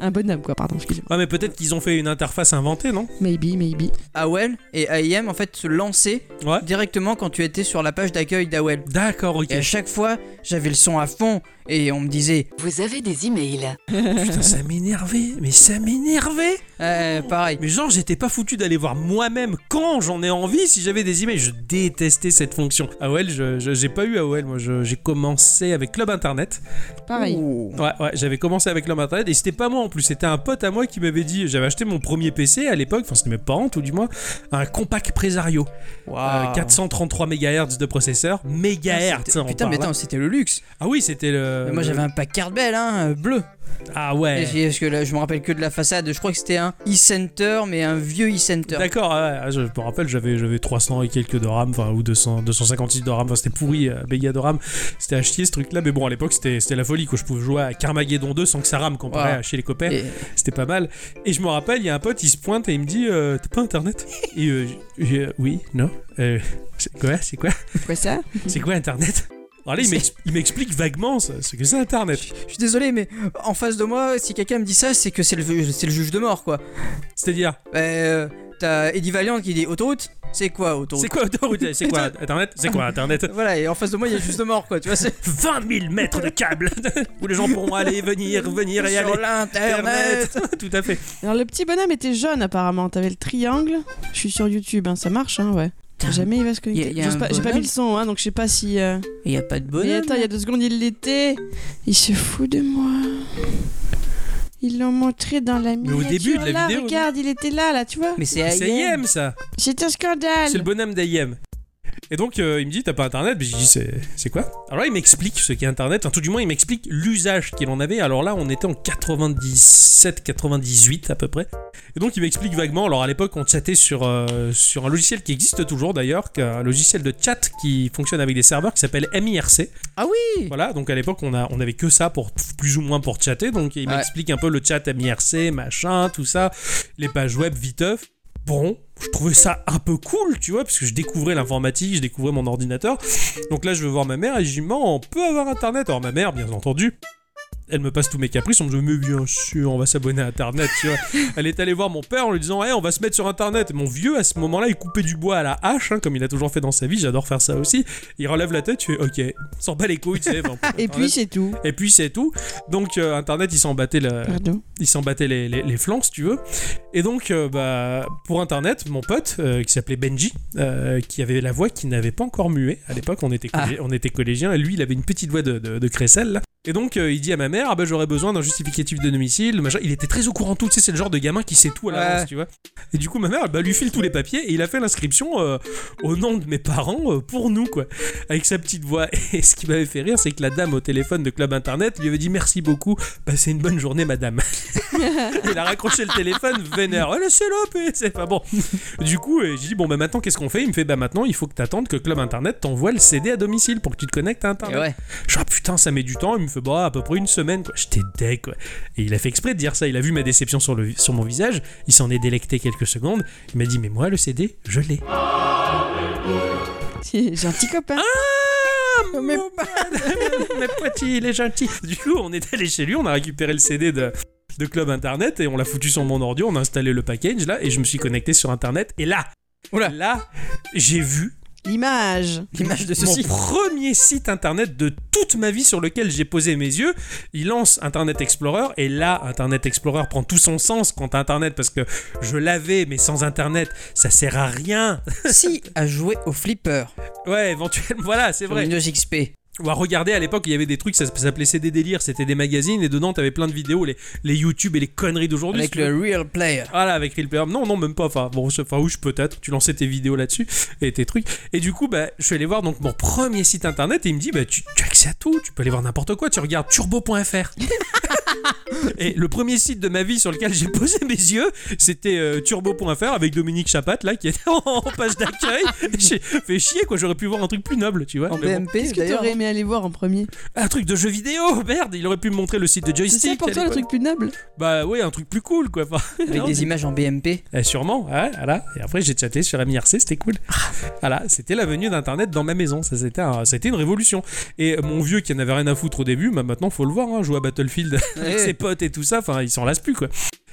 Speaker 2: Un bonhomme, quoi, pardon, excusez-moi.
Speaker 1: Ouais, mais peut-être qu'ils ont fait une interface inventée, non
Speaker 2: Maybe, maybe.
Speaker 3: AOL et AIM en fait se lançaient
Speaker 1: Ouais.
Speaker 3: directement quand tu étais sur la page d'accueil d'AOL.
Speaker 1: D'accord, ok.
Speaker 3: Et à chaque fois, j'avais le son à fond et on me disait
Speaker 4: Vous avez des emails.
Speaker 1: Putain, ça m'énervait. Mais ça m'énervait.
Speaker 3: Euh, pareil.
Speaker 1: Mais genre, j'étais pas foutu d'aller voir moi-même quand j'en ai envie si j'avais des emails. Je détestais cette fonction. AOL, je, je- j'ai pas eu AOL. Moi, Je- j'ai commencé avec Club Internet.
Speaker 2: Pareil.
Speaker 3: Ouh.
Speaker 1: Ouais, ouais, j'avais commencé avec l'homme internet et c'était pas moi en plus, c'était un pote à moi qui m'avait dit, j'avais acheté mon premier PC à l'époque, enfin c'était mes parents tout du moins, un compact Presario, euh, 433 MHz de processeur,
Speaker 3: Ah,
Speaker 1: mégahertz
Speaker 3: c'était-
Speaker 1: on
Speaker 3: Ah, Putain, mais
Speaker 1: parle. hein.
Speaker 3: attends, c'était le luxe.
Speaker 1: Ah oui, c'était le
Speaker 3: Mais moi, j'avais un Packard Bell, hein, euh, bleu.
Speaker 1: Ah
Speaker 3: Et
Speaker 1: ouais.
Speaker 3: j'ai- Parce que là, je me rappelle que de la façade. Je crois que c'était un e-center, mais un vieux e-center.
Speaker 1: D'accord, ouais, je me rappelle, j'avais j'avais 300 et quelques de RAM, enfin ou 200, 256 de RAM, enfin c'était pourri, euh, méga de RAM, c'était à chier ce truc-là, mais bon à l'époque c'était c'était la folie, quoi. je pouvais jouer à Carmageddon 2 sans que ça rame comparé
Speaker 3: Ouais.
Speaker 1: à chez les copains.
Speaker 3: Et-
Speaker 1: C'était pas mal. Et je me rappelle, il y a un pote, il se pointe et il me dit euh, T'as pas internet Et euh, j- j'ai, euh, Oui, non. Euh, c'est quoi C'est quoi
Speaker 2: Quoi ça
Speaker 1: C'est quoi internet Alors là, il m'ex- il m'explique vaguement ça, ce que c'est internet.
Speaker 3: Je suis désolé, mais en face de moi, si quelqu'un me dit ça, c'est que c'est le, c'est le juge de mort, quoi.
Speaker 1: C'est-à-dire,
Speaker 3: Euh, T'as Eddie Valiant qui dit autoroute C'est quoi autoroute
Speaker 1: c'est quoi autoroute <laughs> C'est quoi internet C'est quoi internet
Speaker 3: Voilà, et en face de moi, il y a juste mort, quoi. Tu
Speaker 1: <laughs>
Speaker 3: vois, c'est
Speaker 1: 20 000 mètres de câbles où les gens pourront aller, venir, venir et aller.
Speaker 3: sur l'internet.
Speaker 1: Tout à fait.
Speaker 2: Alors le petit bonhomme était jaune apparemment. T'avais le triangle. Je suis sur YouTube, hein. ça marche, hein, ouais. Jamais il va se
Speaker 3: Y a-
Speaker 2: connecter.
Speaker 3: y a
Speaker 2: J'ose
Speaker 3: un
Speaker 2: pas- J'ai pas
Speaker 3: bonhomme
Speaker 2: mis le son, hein, donc je sais pas si. euh,
Speaker 3: Il y a pas de
Speaker 2: Mais
Speaker 3: bonheur.
Speaker 2: attends, il y a deux secondes, il l'était. Il se fout de moi. Ils l'ont montré dans la
Speaker 1: Mais au
Speaker 2: miniature.
Speaker 1: début de la
Speaker 2: là,
Speaker 1: vidéo,
Speaker 2: regarde, il était là, là, tu vois.
Speaker 3: Mais c'est
Speaker 1: C'est
Speaker 3: AIM.
Speaker 1: IM ça
Speaker 2: C'est un scandale.
Speaker 1: C'est le bonhomme d'IM. Et donc euh, il me dit t'as pas internet, mais je dis c'est c'est quoi Alors là il m'explique ce qu'est internet, enfin tout du moins il m'explique l'usage qu'il en avait. Alors là on était en 97-98 à peu près. Et donc il m'explique vaguement, alors à l'époque on chattait sur, euh, sur un logiciel qui existe toujours d'ailleurs, qui est un logiciel de chat qui fonctionne avec des serveurs qui s'appelle MIRC.
Speaker 3: Ah oui
Speaker 1: Voilà, donc à l'époque, on, a- on avait que ça pour plus ou moins pour chatter. Donc il
Speaker 3: Ouais.
Speaker 1: m'explique un peu le chat MIRC, machin, tout ça, les pages web viteuf. Bon, je trouvais ça un peu cool, tu vois, parce que je découvrais l'informatique, je découvrais mon ordinateur. Donc là, je veux voir ma mère et je lui dis, Maman, on peut avoir internet. Alors ma mère, bien entendu. elle me passe tous mes caprices. On me dit, mais bien sûr, on va s'abonner à Internet.
Speaker 2: <laughs>
Speaker 1: tu vois. Elle est allée voir mon père en lui disant, hey, on va se mettre sur Internet. Mon vieux, à ce moment-là, il coupait du bois à la hache, hein, comme il a toujours fait dans sa vie. J'adore faire ça aussi. Il relève la tête, tu fais, ok, s'en bat les couilles, tu sais. bon,
Speaker 2: <laughs> Et
Speaker 1: Internet.
Speaker 2: puis c'est tout.
Speaker 1: Et puis c'est tout. Donc euh, Internet, il s'en battait, le-
Speaker 2: Pardon. <laughs>
Speaker 1: il s'en battait les, les, les flancs, si tu veux. Et donc, euh, bah, pour Internet, mon pote, euh, qui s'appelait Benji, euh, qui avait la voix qui n'avait pas encore mué. À l'époque, on était, collé- on était collégien et lui, il avait une petite voix de, de, de crécelle. là. Et donc, euh, il dit à ma mère, ah bah, j'aurais besoin d'un justificatif de domicile. machin. Il était très au courant de tout. Tu sais, c'est le genre de gamin qui sait tout à l'avance,
Speaker 3: Ouais.
Speaker 1: tu vois. Et du coup, ma mère, bah, lui file tous les papiers et il a fait l'inscription euh, au nom de mes parents euh, pour nous, quoi avec sa petite voix. <laughs> Et ce qui m'avait fait rire, c'est que la dame au téléphone de Club Internet lui avait dit merci beaucoup, passez une bonne journée, madame. Il a raccroché le téléphone, vénère, oh, laissez-le, paix, c'est pas bon. Du coup, euh, j'ai dit, bon, bah maintenant, qu'est-ce qu'on fait Il me fait, bah maintenant, il faut que t'attendes que Club Internet t'envoie le CD à domicile pour que tu te connectes à
Speaker 3: Et
Speaker 1: Internet.
Speaker 3: ouais.
Speaker 1: Je suis, ah, putain, ça met du temps. Il me fait, bah, à peu près une semaine, quoi. J'étais deg, quoi. Et il a fait exprès de dire ça. Il a vu ma déception sur, le, sur mon visage. Il s'en est délecté quelques secondes. Il m'a dit, mais moi, le CD, je l'ai.
Speaker 2: J'ai un petit copain.
Speaker 1: Ah,
Speaker 2: Mais-
Speaker 1: mon <laughs> mais petit, il est gentil. Du coup, on est allé chez lui, on a récupéré le CD de de Club Internet et on l'a foutu sur mon ordi, on a installé le package là et je me suis connecté sur Internet et là,
Speaker 3: Oula.
Speaker 1: là, j'ai vu
Speaker 2: L'image.
Speaker 3: L'image de
Speaker 1: mon
Speaker 3: ceci.
Speaker 1: premier site internet de toute ma vie sur lequel j'ai posé mes yeux. Il lance Internet Explorer et là, Internet Explorer prend tout son sens quant à Internet parce que je l'avais, mais sans Internet, ça sert à rien.
Speaker 3: <laughs> Si à jouer au flipper.
Speaker 1: Ouais, éventuellement, <laughs> voilà, c'est
Speaker 3: sur
Speaker 1: vrai.
Speaker 3: Windows XP.
Speaker 1: Ou à regarder à l'époque, il y avait des trucs, ça s'appelait CD Délire, c'était des magazines et dedans t'avais plein de vidéos, les, les YouTube et les conneries d'aujourd'hui.
Speaker 3: Avec
Speaker 1: si tu veux.
Speaker 3: le Real Player.
Speaker 1: Voilà, avec Real Player. Non, non, même pas. Enfin, bon, c'est- enfin, oui, je peut-être. Tu lançais tes vidéos là-dessus et tes trucs. Et du coup, bah, je suis allé voir donc mon premier site internet et il me dit, bah, tu, tu as accès à tout. Tu peux aller voir n'importe quoi. Tu regardes turbo.fr. <laughs> et le premier site de ma vie sur lequel j'ai posé mes yeux, c'était euh, turbo.fr avec Dominique Chapat, là, qui était en page d'accueil. J'ai fait chier, quoi. J'aurais pu voir un truc plus noble, tu vois.
Speaker 3: En
Speaker 1: Mais bon.
Speaker 3: BMP
Speaker 2: Qu'est-ce que
Speaker 3: d'ailleurs.
Speaker 2: t'aurais aimé aller voir en premier
Speaker 1: Un truc de jeu vidéo, <laughs> merde, il aurait pu me montrer le site de
Speaker 2: C'est
Speaker 1: joystick.
Speaker 2: ça pour
Speaker 1: à
Speaker 2: toi le
Speaker 1: l'époque.
Speaker 2: truc plus noble
Speaker 1: Bah oui, un truc plus cool quoi. <laughs> Enfin,
Speaker 3: Avec
Speaker 1: non,
Speaker 3: des images en BMP.
Speaker 1: eh, sûrement, ouais, voilà. Et après j'ai chatté sur MIRC, c'était
Speaker 3: <laughs>
Speaker 1: cool. voilà, c'était la venue d'internet dans ma maison, ça c'était un- ça a été une révolution. Et mon vieux qui en avait rien à foutre au début, bah, maintenant faut le voir, hein, jouer à Battlefield avec
Speaker 3: <laughs> Ouais.
Speaker 1: ses potes et tout ça, enfin il s'en lasse plus quoi.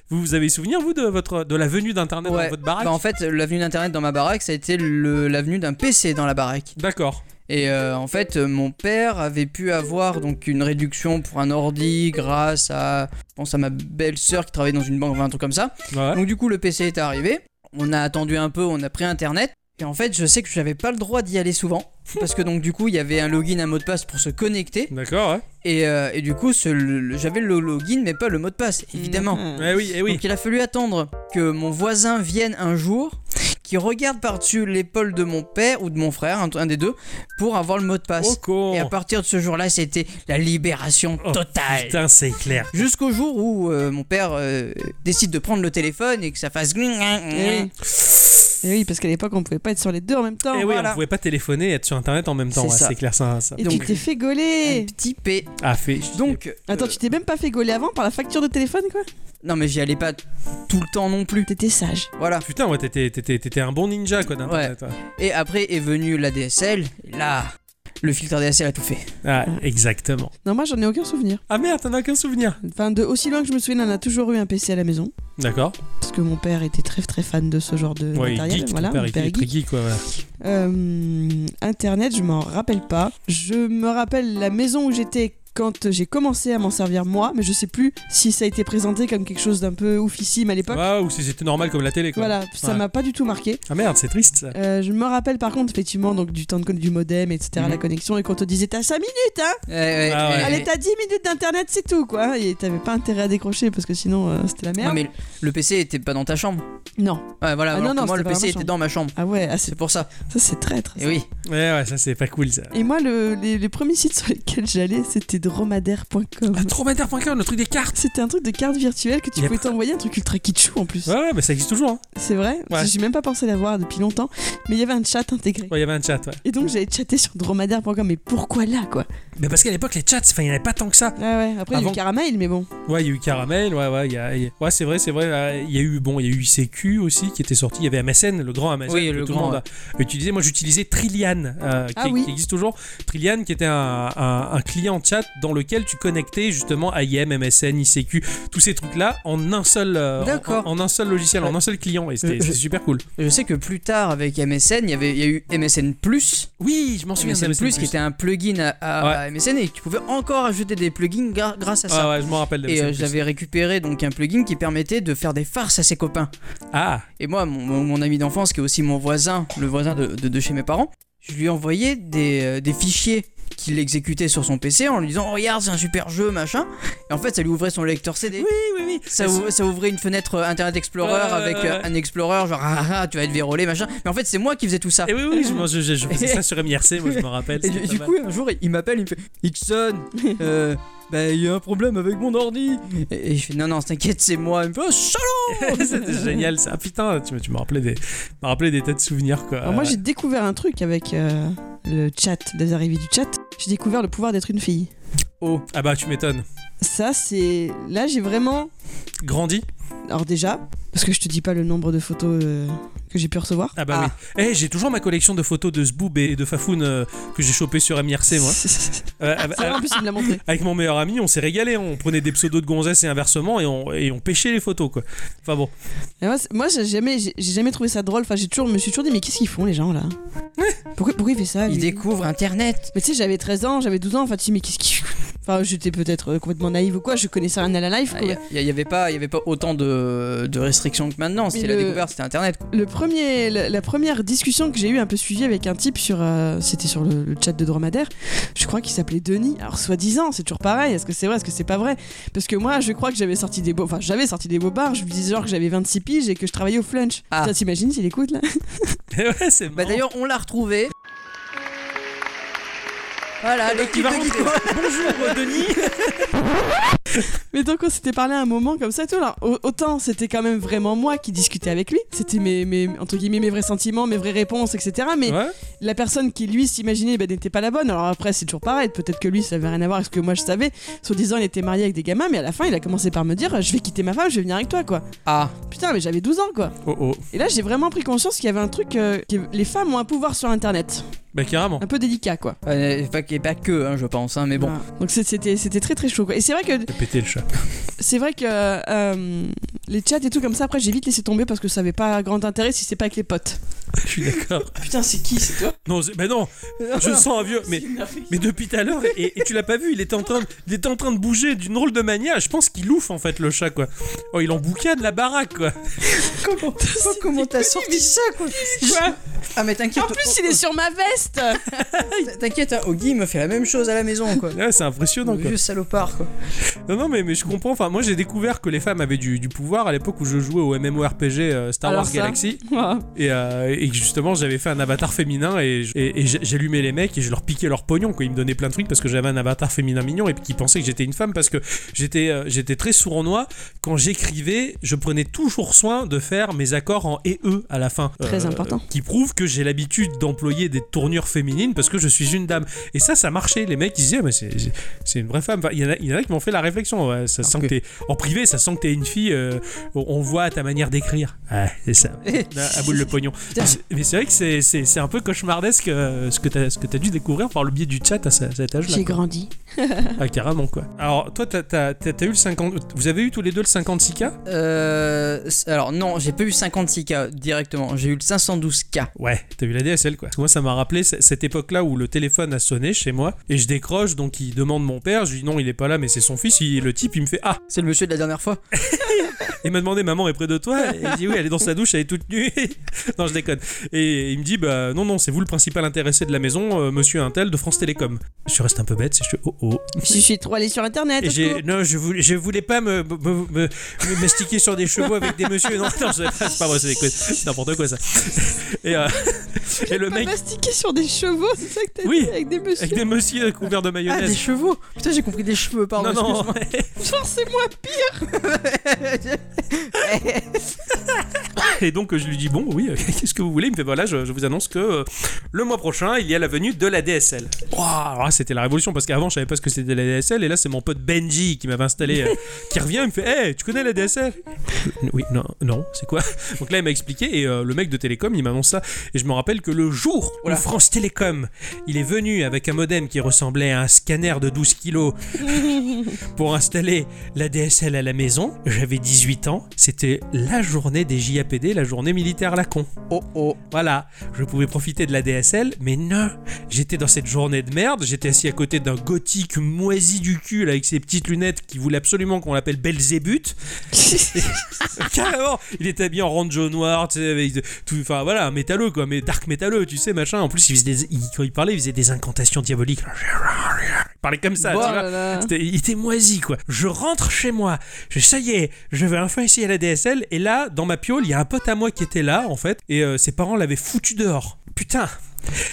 Speaker 1: Vous vous avez souvenir vous de votre de la venue d'internet
Speaker 3: Ouais.
Speaker 1: dans votre baraque
Speaker 3: Bah, en fait, l'avenue d'internet dans ma baraque, ça a été le- l'avenue d'un PC dans la baraque.
Speaker 1: D'accord.
Speaker 3: Et euh, en fait, euh, mon père avait pu avoir donc une réduction pour un ordi grâce à, je pense à ma belle-sœur qui travaillait dans une banque, enfin, un truc comme ça.
Speaker 1: Ouais.
Speaker 3: Donc du coup, le PC est arrivé. On a attendu un peu, on a pris Internet. Et en fait, je sais que j'avais pas le droit d'y aller souvent parce que donc du coup, il y avait un login, un mot de passe pour se connecter.
Speaker 1: D'accord, ouais.
Speaker 3: Et, euh, et du coup, ce- le- le- j'avais le login, mais pas le mot de passe, évidemment.
Speaker 2: Mmh.
Speaker 1: Eh oui, eh oui.
Speaker 3: Donc il a fallu attendre que mon voisin vienne un jour, qui regarde par-dessus l'épaule de mon père ou de mon frère, un, un des deux, pour avoir le mot de passe.
Speaker 1: Oh, con.
Speaker 3: Et à partir de ce jour-là, c'était la libération
Speaker 1: Oh,
Speaker 3: totale.
Speaker 1: Putain, c'est clair.
Speaker 3: Jusqu'au jour où euh, mon père euh, décide de prendre le téléphone et que ça fasse.
Speaker 2: Eh oui. Eh oui, parce qu'à l'époque, on pouvait pas être sur les deux en même temps.
Speaker 1: Et Eh oui,
Speaker 3: voilà.
Speaker 1: on pouvait pas téléphoner et être sur internet en même temps,
Speaker 3: C'est
Speaker 1: ouais,
Speaker 3: ça.
Speaker 1: c'est clair ça. ça.
Speaker 2: Et
Speaker 3: Donc-
Speaker 2: tu t'es fait
Speaker 3: Un
Speaker 2: gauler.
Speaker 3: petit P.
Speaker 1: Ah, fait.
Speaker 3: Donc. euh,
Speaker 2: Eh. Attends, tu t'es même pas fait gauler avant par la facture de téléphone, quoi
Speaker 3: Non, mais j'y allais pas tout le temps non plus.
Speaker 2: T'étais sage.
Speaker 3: Voilà.
Speaker 1: Putain, ouais, t'étais, t'étais- t'étais un bon ninja, quoi, d'internet. ouais.
Speaker 3: Et après est venu la DSL. Et là, le filtre DSL a tout fait.
Speaker 1: Ah, exactement.
Speaker 2: Non, moi, j'en ai aucun souvenir.
Speaker 1: Ah merde, t'en as aucun souvenir.
Speaker 2: Enfin, de aussi loin que je me souviens, on a toujours eu un PC à la maison.
Speaker 1: D'accord.
Speaker 2: Parce que mon père était très très fan de ce genre de
Speaker 1: Ouais,
Speaker 2: matériel.
Speaker 1: geek,
Speaker 2: voilà,
Speaker 1: ton père,
Speaker 2: mon
Speaker 1: il
Speaker 2: père
Speaker 1: est
Speaker 2: est
Speaker 1: très
Speaker 2: geek.
Speaker 1: geek, ouais, voilà.
Speaker 2: Euh, Internet, je m'en rappelle pas. Je me rappelle la maison où j'étais quand j'ai commencé à m'en servir moi, mais je sais plus si ça a été présenté comme quelque chose d'un peu oufissime à l'époque.
Speaker 1: Ouais, ou si c'était normal comme la télé, quoi.
Speaker 2: Voilà, ça
Speaker 1: Ouais.
Speaker 2: m'a pas du tout marqué.
Speaker 1: Ah merde, c'est triste, ça.
Speaker 2: Euh, je me rappelle par contre effectivement donc du temps de con- du modem etc
Speaker 3: Mhm.
Speaker 2: la connexion et qu'on te disait t'as 5 minutes hein
Speaker 3: Ouais, ouais,
Speaker 1: Ah ouais.
Speaker 3: ouais.
Speaker 2: allez t'as 10 minutes d'internet c'est tout quoi et t'avais pas intérêt à décrocher parce que sinon euh, c'était la
Speaker 3: Non,
Speaker 2: merde
Speaker 3: mais le PC était pas dans ta chambre.
Speaker 2: non
Speaker 3: Ouais, voilà,
Speaker 2: Ah
Speaker 3: alors
Speaker 2: non,
Speaker 3: que
Speaker 2: non, c'était
Speaker 3: moi le
Speaker 2: pas dans ma
Speaker 3: PC était
Speaker 2: chambre.
Speaker 3: dans ma chambre.
Speaker 2: ah ouais ah, c'est-
Speaker 3: C'est pour ça.
Speaker 2: ça c'est traître ça.
Speaker 3: Et oui.
Speaker 1: Eh Ouais, ouais, ça, c'est pas cool, ça.
Speaker 2: Et moi, le- les, les premiers sites sur lesquels j'allais, c'était dromadaire.com.
Speaker 1: Ah, Tromadaire.com, le truc des cartes.
Speaker 2: C'était un truc de carte virtuelle que tu
Speaker 1: Il y a
Speaker 2: pouvais t'envoyer, un truc ultra kitschou en plus.
Speaker 1: Ouais, ouais, mais ça existe toujours, hein.
Speaker 2: C'est vrai
Speaker 1: Ouais.
Speaker 2: J'ai même pas pensé l'avoir depuis longtemps. Mais il y avait un chat intégré.
Speaker 1: Ouais, il y avait un chat, ouais.
Speaker 2: Et donc j'avais chatté sur dromadaire.com. Mais pourquoi là, quoi
Speaker 1: Mais parce qu'à l'époque, les chats, enfin, il y en avait pas tant que ça.
Speaker 2: Ah ouais, après il y a
Speaker 1: Avant-
Speaker 2: eu caramel, mais bon.
Speaker 1: Ouais, il y a eu Caramel, ouais, ouais, il y a- il y a- ouais c'est vrai, c'est vrai. euh, Il y a eu, bon, il y a eu ICQ aussi qui était sorti. Il y avait MSN, le grand MSN
Speaker 3: Oui,
Speaker 1: que
Speaker 3: le
Speaker 1: tout
Speaker 3: grand,
Speaker 1: le monde a utilisé. Moi, j'utilisais Trillian, euh, qui,
Speaker 2: Ah oui.
Speaker 1: qui existe toujours. Trillian, qui était un, un- un client chat dans lequel tu connectais justement AIM, MSN, ICQ, tous ces trucs-là en un seul, euh, en,
Speaker 3: D'accord.
Speaker 1: en un seul logiciel, en un seul client. Et c'était
Speaker 3: Euh,
Speaker 1: c'était
Speaker 3: je-
Speaker 1: super cool.
Speaker 3: Je sais que plus tard, avec MSN, il y, avait, il y a eu MSN Plus.
Speaker 1: Oui, je m'en souviens.
Speaker 3: MSN
Speaker 1: de
Speaker 3: Plus, qui était un plugin à, à- à MSN et tu pouvais encore ajouter des plugins gra- grâce à ça.
Speaker 1: Ah ouais, je m'en rappelle. de
Speaker 3: Et
Speaker 1: MSN+.
Speaker 3: euh, j'avais récupéré donc un plugin qui permettait de faire des farces à ses copains.
Speaker 1: Ah,
Speaker 3: Et moi, mon, mon- mon ami d'enfance, qui est aussi mon voisin, le voisin de, de- de chez mes parents, je lui envoyais des, euh, des fichiers qu'il exécutait sur son PC en lui disant Oh, Regarde, c'est un super jeu, machin. Et en fait, ça lui ouvrait son lecteur CD.
Speaker 1: oui, oui, oui.
Speaker 3: Ça, ou- ça ouvrait une fenêtre euh, Internet Explorer
Speaker 1: Ouais, ouais,
Speaker 3: avec euh,
Speaker 1: ouais.
Speaker 3: un explorer, genre ah, ah, tu vas être vérolé, machin. Mais en fait, c'est moi qui faisais tout ça.
Speaker 1: Et oui, oui, je, m'en- je- je- je faisais
Speaker 3: <laughs>
Speaker 1: ça sur MIRC, moi je me rappelle.
Speaker 3: Et
Speaker 1: c'était
Speaker 3: du,
Speaker 1: pas
Speaker 3: du
Speaker 1: mal.
Speaker 3: coup, un jour, il- il m'appelle, il me fait <laughs> Ixon, euh, bah, il y a un problème avec mon ordi. Et, et je fais Non, non, t'inquiète, c'est moi. Il me fait Oh,
Speaker 1: <laughs>
Speaker 3: salaud
Speaker 1: C'était génial ça. Ah, putain, tu, me- tu m'as rappelé des, tu m'as rappelé des tas de souvenirs quoi.
Speaker 2: Alors Ah, moi j'ai découvert un truc avec euh, le chat, les arrivées du chat. J'ai découvert le pouvoir d'être une fille.
Speaker 3: Oh,
Speaker 1: Ah bah tu m'étonnes.
Speaker 2: Ça c'est... Là j'ai vraiment...
Speaker 1: Grandi.
Speaker 2: Alors déjà, parce que je te dis pas le nombre de photos euh, que j'ai pu recevoir.
Speaker 1: Ah bah
Speaker 3: Ah.
Speaker 1: oui. Eh, j'ai toujours ma collection de photos de Zboob et de Fafoun euh, que j'ai chopé sur MIRC moi. Euh, av-
Speaker 2: C'est vrai, Ah, en plus il me l'a montré.
Speaker 1: avec mon meilleur ami, on s'est régalé. On prenait des pseudos de gonzesses et inversement et on, et on pêchait les photos quoi. Enfin bon. <laughs>
Speaker 2: Et moi, c'est- moi, j'ai jamais, j'ai j'ai jamais trouvé ça drôle. Enfin, j'ai toujours, me suis toujours dit, mais qu'est-ce qu'ils font les gens là pourquoi, pourquoi il fait ça
Speaker 3: il
Speaker 2: lui
Speaker 3: découvre Internet.
Speaker 2: Mais tu sais, j'avais 13 ans, j'avais 12 ans. Enfin, tu dis, mais qu'est-ce qu'ils font Enfin, j'étais peut-être euh, complètement naïve ou quoi. Je connaissais rien à la life.
Speaker 3: Ah,
Speaker 2: quoi.
Speaker 3: Il n'y avait, pas- il y avait pas autant de, de restrictions que maintenant. C'était
Speaker 2: Mais
Speaker 3: la
Speaker 2: le-
Speaker 3: découverte, c'était Internet. quoi.
Speaker 2: Le premier, la, la première discussion que j'ai eue un peu suivie avec un type sur, euh, c'était sur le, le chat de Dromadaire. Je crois qu'il s'appelait Denis. Alors, soi-disant, c'est toujours pareil. Est-ce que c'est vrai Est-ce que c'est pas vrai Parce que moi, je crois que j'avais sorti des beaux, enfin, j'avais sorti des beaux bars. Je lui disais genre que j'avais 26 piges et que je travaillais au flunch.
Speaker 3: Ah.
Speaker 2: Putain, t'imagines s'il écoute là <laughs>
Speaker 1: ouais, c'est
Speaker 3: Bah,
Speaker 1: marrant.
Speaker 3: D'ailleurs, on l'a retrouvé. Voilà,
Speaker 1: Le mec qui
Speaker 3: l'équipe
Speaker 1: va
Speaker 3: de Geeko.
Speaker 1: Bonjour Denis.
Speaker 2: Mais donc on s'était parlé à un moment comme ça et tout. Alors, au- autant c'était quand même vraiment moi qui discutais avec lui. C'était mes, mes entre guillemets mes vrais sentiments, mes vraies réponses, etc. Mais
Speaker 1: Ouais.
Speaker 2: la personne qui lui s'imaginait bah, n'était pas la bonne. Alors après c'est toujours pareil. Peut-être que lui ça avait rien à voir avec ce que moi je savais. Soi-disant il était marié avec des gamins, mais à la fin il a commencé par me dire je vais quitter ma femme, je vais venir avec toi quoi.
Speaker 3: Ah,
Speaker 2: Putain mais j'avais 12 ans quoi.
Speaker 1: Oh oh.
Speaker 2: Et là j'ai vraiment pris conscience qu'il y avait un truc. euh, que les femmes ont un pouvoir sur Internet,
Speaker 1: Bah carrément.
Speaker 2: un peu délicat quoi.
Speaker 3: euh, pas, que- pas que, hein, je pense, hein, mais bon.
Speaker 2: Voilà. Donc c'est- c'était c'était très très chaud quoi. Et c'est vrai que
Speaker 1: T'as pété le chat. <laughs>
Speaker 2: c'est vrai que euh, les chats et tout comme ça, après j'ai vite laissé tomber parce que ça avait pas grand intérêt si c'est pas avec les potes.
Speaker 1: Je suis d'accord.
Speaker 2: Putain, c'est qui C'est toi
Speaker 1: Non, c'est- bah non. Je sens un vieux. Mais Mais depuis tout à l'heure, et, et tu l'as pas vu, il était en train de, il était en train de bouger d'une drôle de manière. Je pense qu'il ouffe en fait le chat quoi. Oh, il en boucane la baraque quoi.
Speaker 3: Comment Oh, comment t'as sorti ça, quoi Ah, mais t'inquiète.
Speaker 2: En plus, il est sur ma veste
Speaker 3: T- T'inquiète, hein, Oggy me fait la même chose à la maison, quoi.
Speaker 1: Ouais, c'est impressionnant quoi.
Speaker 3: Vieux salopard, quoi.
Speaker 1: Non, non, mais, mais je comprends. Enfin, moi j'ai découvert que les femmes avaient du, du pouvoir à l'époque où je jouais au MMORPG euh, Star
Speaker 2: Alors
Speaker 1: Wars
Speaker 2: ça.
Speaker 1: Galaxy. Et, euh, et que, justement, j'avais fait un avatar féminin et, j- et- et j- j'allumais les mecs et je leur piquais leur pognon. Quoi. Ils me donnaient plein de trucs parce que j'avais un avatar féminin mignon et puis qu'ils pensaient que j'étais une femme parce que j'étais euh, j'étais très sournois. Quand j'écrivais, je prenais toujours soin de faire mes accords en et e à la fin.
Speaker 2: Très important.
Speaker 1: Qui prouve que j'ai l'habitude d'employer des tournures féminines parce que je suis une dame. Et ça, ça marchait. Les mecs, ils disaient, Ah, mais c'est- c'est- c'est une vraie femme. Enfin, Il y, en a- il y en a qui m'ont fait la réflexion. Ouais, ça sent
Speaker 3: Ok.
Speaker 1: que t'es- en privé, ça sent que t'es une fille. euh, on- on voit à ta manière d'écrire. Ouais, c'est ça.
Speaker 3: Eh,
Speaker 1: Là, à boule le pognon. Mais c'est- Mais c'est vrai que c'est- c'est c'est un peu cauchemardesque euh, ce que t'as ce que t'as dû découvrir par le biais du chat à ce- cet âge-là.
Speaker 2: J'ai
Speaker 1: quoi.
Speaker 2: grandi.
Speaker 1: Ah, carrément quoi. Alors toi t'as t'as- t'as- t'as eu le 50, vous avez eu tous les deux le 56K
Speaker 3: Euh, c- alors, non, j'ai pas eu 56K directement, j'ai eu le 512K.
Speaker 1: Ouais, t'as eu la DSL quoi. Parce que Moi ça m'a rappelé c- cette époque-là où le téléphone a sonné chez moi et je décroche donc il demande mon père, je dis non il est pas là mais c'est son fils, il, le type il me fait ah
Speaker 3: C'est le monsieur de la dernière fois.
Speaker 1: Il m'a demandé maman est près de toi Et il dit oui elle est dans sa douche elle est toute nue. <laughs> non je déconne. Et il me dit bah non non c'est vous le principal intéressé de la maison euh, monsieur un tel de France Télécom. Je reste un peu bête c'est je fais, oh oh.
Speaker 2: Je suis trop allée sur Internet.
Speaker 1: Et
Speaker 2: au
Speaker 1: j'ai-
Speaker 2: secours.
Speaker 1: non, je voulais, je voulais pas me, me, me- me- me mastiquer sur des chevaux avec des messieurs. Non, non, c'est pas- c'est pas moi, c'est des conneries. C'est n'importe quoi ça. Et, euh, et le
Speaker 2: Pas
Speaker 1: mec
Speaker 2: mastiqué sur des chevaux, c'est ça que t'as
Speaker 1: Oui.
Speaker 2: dit avec des
Speaker 1: avec
Speaker 2: messieurs.
Speaker 1: des messieurs couverts de
Speaker 3: Ah, des
Speaker 1: mayonnaise.
Speaker 3: chevaux Putain, j'ai compris des cheveux, pardon.
Speaker 1: non, non,
Speaker 3: excuse-moi.
Speaker 1: <laughs>
Speaker 2: Forcément,
Speaker 1: Et donc euh, je lui dis bon oui, euh, <laughs> qu'est-ce que vous voulez Il me fait voilà, je, je vous annonce que euh, le mois prochain il y a la venue de la DSL. Waouh, alors là, c'était la révolution parce qu'avant je savais pas ce que c'était la DSL et là c'est mon pote Benji qui m'avait installé, euh, qui revient, il me fait hey, tu connais la DSL Oui, non, non, c'est quoi <laughs> Donc là il m'a expliqué et euh, le mec de Télécom il m'annonce ça et je me rappelle que le jour où
Speaker 3: Oula.
Speaker 1: France Télécom il est venu avec un modem qui ressemblait à un scanner de 12 kilos pour installer la DSL à la maison. J'avais 18 ans. C'était la journée des JAPD, la journée militaire à la con.
Speaker 3: Oh oh.
Speaker 1: Voilà, je pouvais profiter de la DSL, mais non, j'étais dans cette journée de merde, j'étais assis à côté d'un gothique moisi du cul là, avec ses petites lunettes qui voulait absolument qu'on l'appelle
Speaker 3: <laughs>
Speaker 1: Belzébuth. Carrément, il était habillé en banjo noir, tu sais, avec de- tout, enfin voilà, un métalleux quoi, mais dark métalleux, tu sais, machin. En plus, il faisait des- il- quand il parlait, il faisait des incantations diaboliques. Il parlait comme ça,
Speaker 3: euh,
Speaker 2: Oh
Speaker 1: Bah, tu vois.
Speaker 2: là là.
Speaker 1: C'était- il était moisi quoi. Je rentre chez moi, je, ça y est, je vais enfin essayer la DSL. Et là, dans ma piole, il y a un pote à moi qui était là en fait, et euh, ses parents l'avaient foutu dehors. Putain,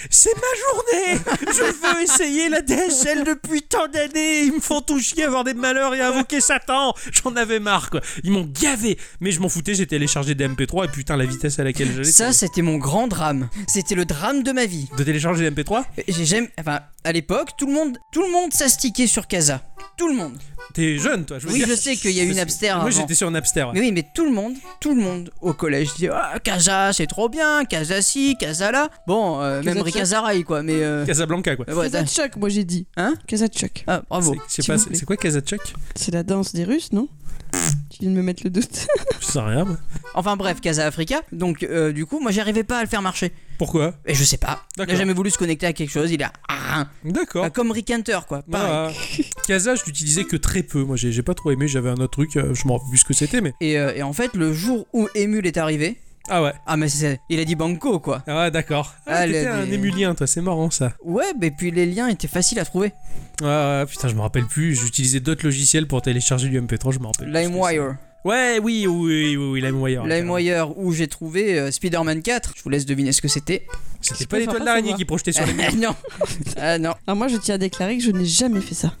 Speaker 1: c'est ma journée Je veux essayer la DSL depuis tant d'années Ils me font tout chier, avoir des malheurs et invoquer Satan J'en avais marre, quoi Ils m'ont gavé Mais je m'en foutais, j'ai téléchargé des MP3 et putain, la vitesse à laquelle j'allais...
Speaker 3: Ça, c'était mon grand drame. C'était le drame de ma vie.
Speaker 1: De télécharger des MP3
Speaker 3: J'ai jamais. Enfin, à l'époque, tout le monde, tout le monde s'astiquait sur Casa. Tout le monde.
Speaker 1: T'es jeune, toi je veux
Speaker 3: Oui,
Speaker 1: dire.
Speaker 3: je sais qu'il y a eu une Napster
Speaker 1: Moi,
Speaker 3: avant.
Speaker 1: j'étais sur Napster, ouais.
Speaker 3: Mais oui, mais tout le monde, tout le monde au collège dit Ah, Casa, c'est trop bien, Casa ci, Casa là. Bon, euh, même
Speaker 2: Casa
Speaker 3: Rikazaraï quoi, mais. euh,
Speaker 1: Casablanca, quoi.
Speaker 3: euh, ouais,
Speaker 2: Casa
Speaker 3: t'as-
Speaker 2: Chuck, moi j'ai dit.
Speaker 3: Hein
Speaker 2: Casa Chuck.
Speaker 3: ah, bravo.
Speaker 1: C'est- Je sais
Speaker 2: s'il
Speaker 1: pas,
Speaker 2: vous
Speaker 1: c'est
Speaker 2: plaît.
Speaker 1: c'est quoi Kazachok
Speaker 2: C'est la danse des Russes, non Tu viens de me mettre le doute. <laughs>
Speaker 1: Je sais rien. moi.
Speaker 3: Enfin bref, Casa Africa. Donc, euh, du coup, moi, j'arrivais pas à le faire marcher.
Speaker 1: Pourquoi
Speaker 3: Et je sais pas. Il
Speaker 1: D'accord.
Speaker 3: a jamais voulu se connecter à quelque chose. Il a. Ah,
Speaker 1: D'accord.
Speaker 3: Comme Rick Hunter, quoi. Pareil.
Speaker 1: Ah, <laughs> Casa, je l'utilisais que très peu. Moi, j'ai j'ai pas trop aimé. J'avais un autre truc. euh, Je m'en rappelle plus ce que c'était, mais.
Speaker 3: Et, euh, et en fait, le jour où Emule est arrivé,
Speaker 1: Ah ouais.
Speaker 3: ah mais c'est, il a dit banco quoi.
Speaker 1: Ah ouais, d'accord. Ah,
Speaker 3: Ah,
Speaker 1: t'étais
Speaker 3: le-
Speaker 1: un
Speaker 3: des-
Speaker 1: émulien, toi. C'est marrant, ça.
Speaker 3: Ouais, mais puis les liens étaient faciles à trouver.
Speaker 1: Ah ouais, putain, je me rappelle plus. J'utilisais d'autres logiciels pour télécharger du MP3. Je me rappelle. plus ce que
Speaker 3: LimeWire,
Speaker 1: c'est. Ouais, oui, oui, oui, oui, LimeWire.
Speaker 3: LimeWire où j'ai trouvé euh, Spider-Man 4. Je vous laisse deviner ce que c'était.
Speaker 1: C'était
Speaker 2: Je
Speaker 1: pas
Speaker 2: préfère
Speaker 1: l'étoile
Speaker 2: pas
Speaker 1: d'araignée
Speaker 2: savoir.
Speaker 1: qui projetait
Speaker 3: <laughs>
Speaker 1: sur les.
Speaker 3: Ah, non, ah non.
Speaker 2: Alors moi je tiens à déclarer que je n'ai jamais fait ça.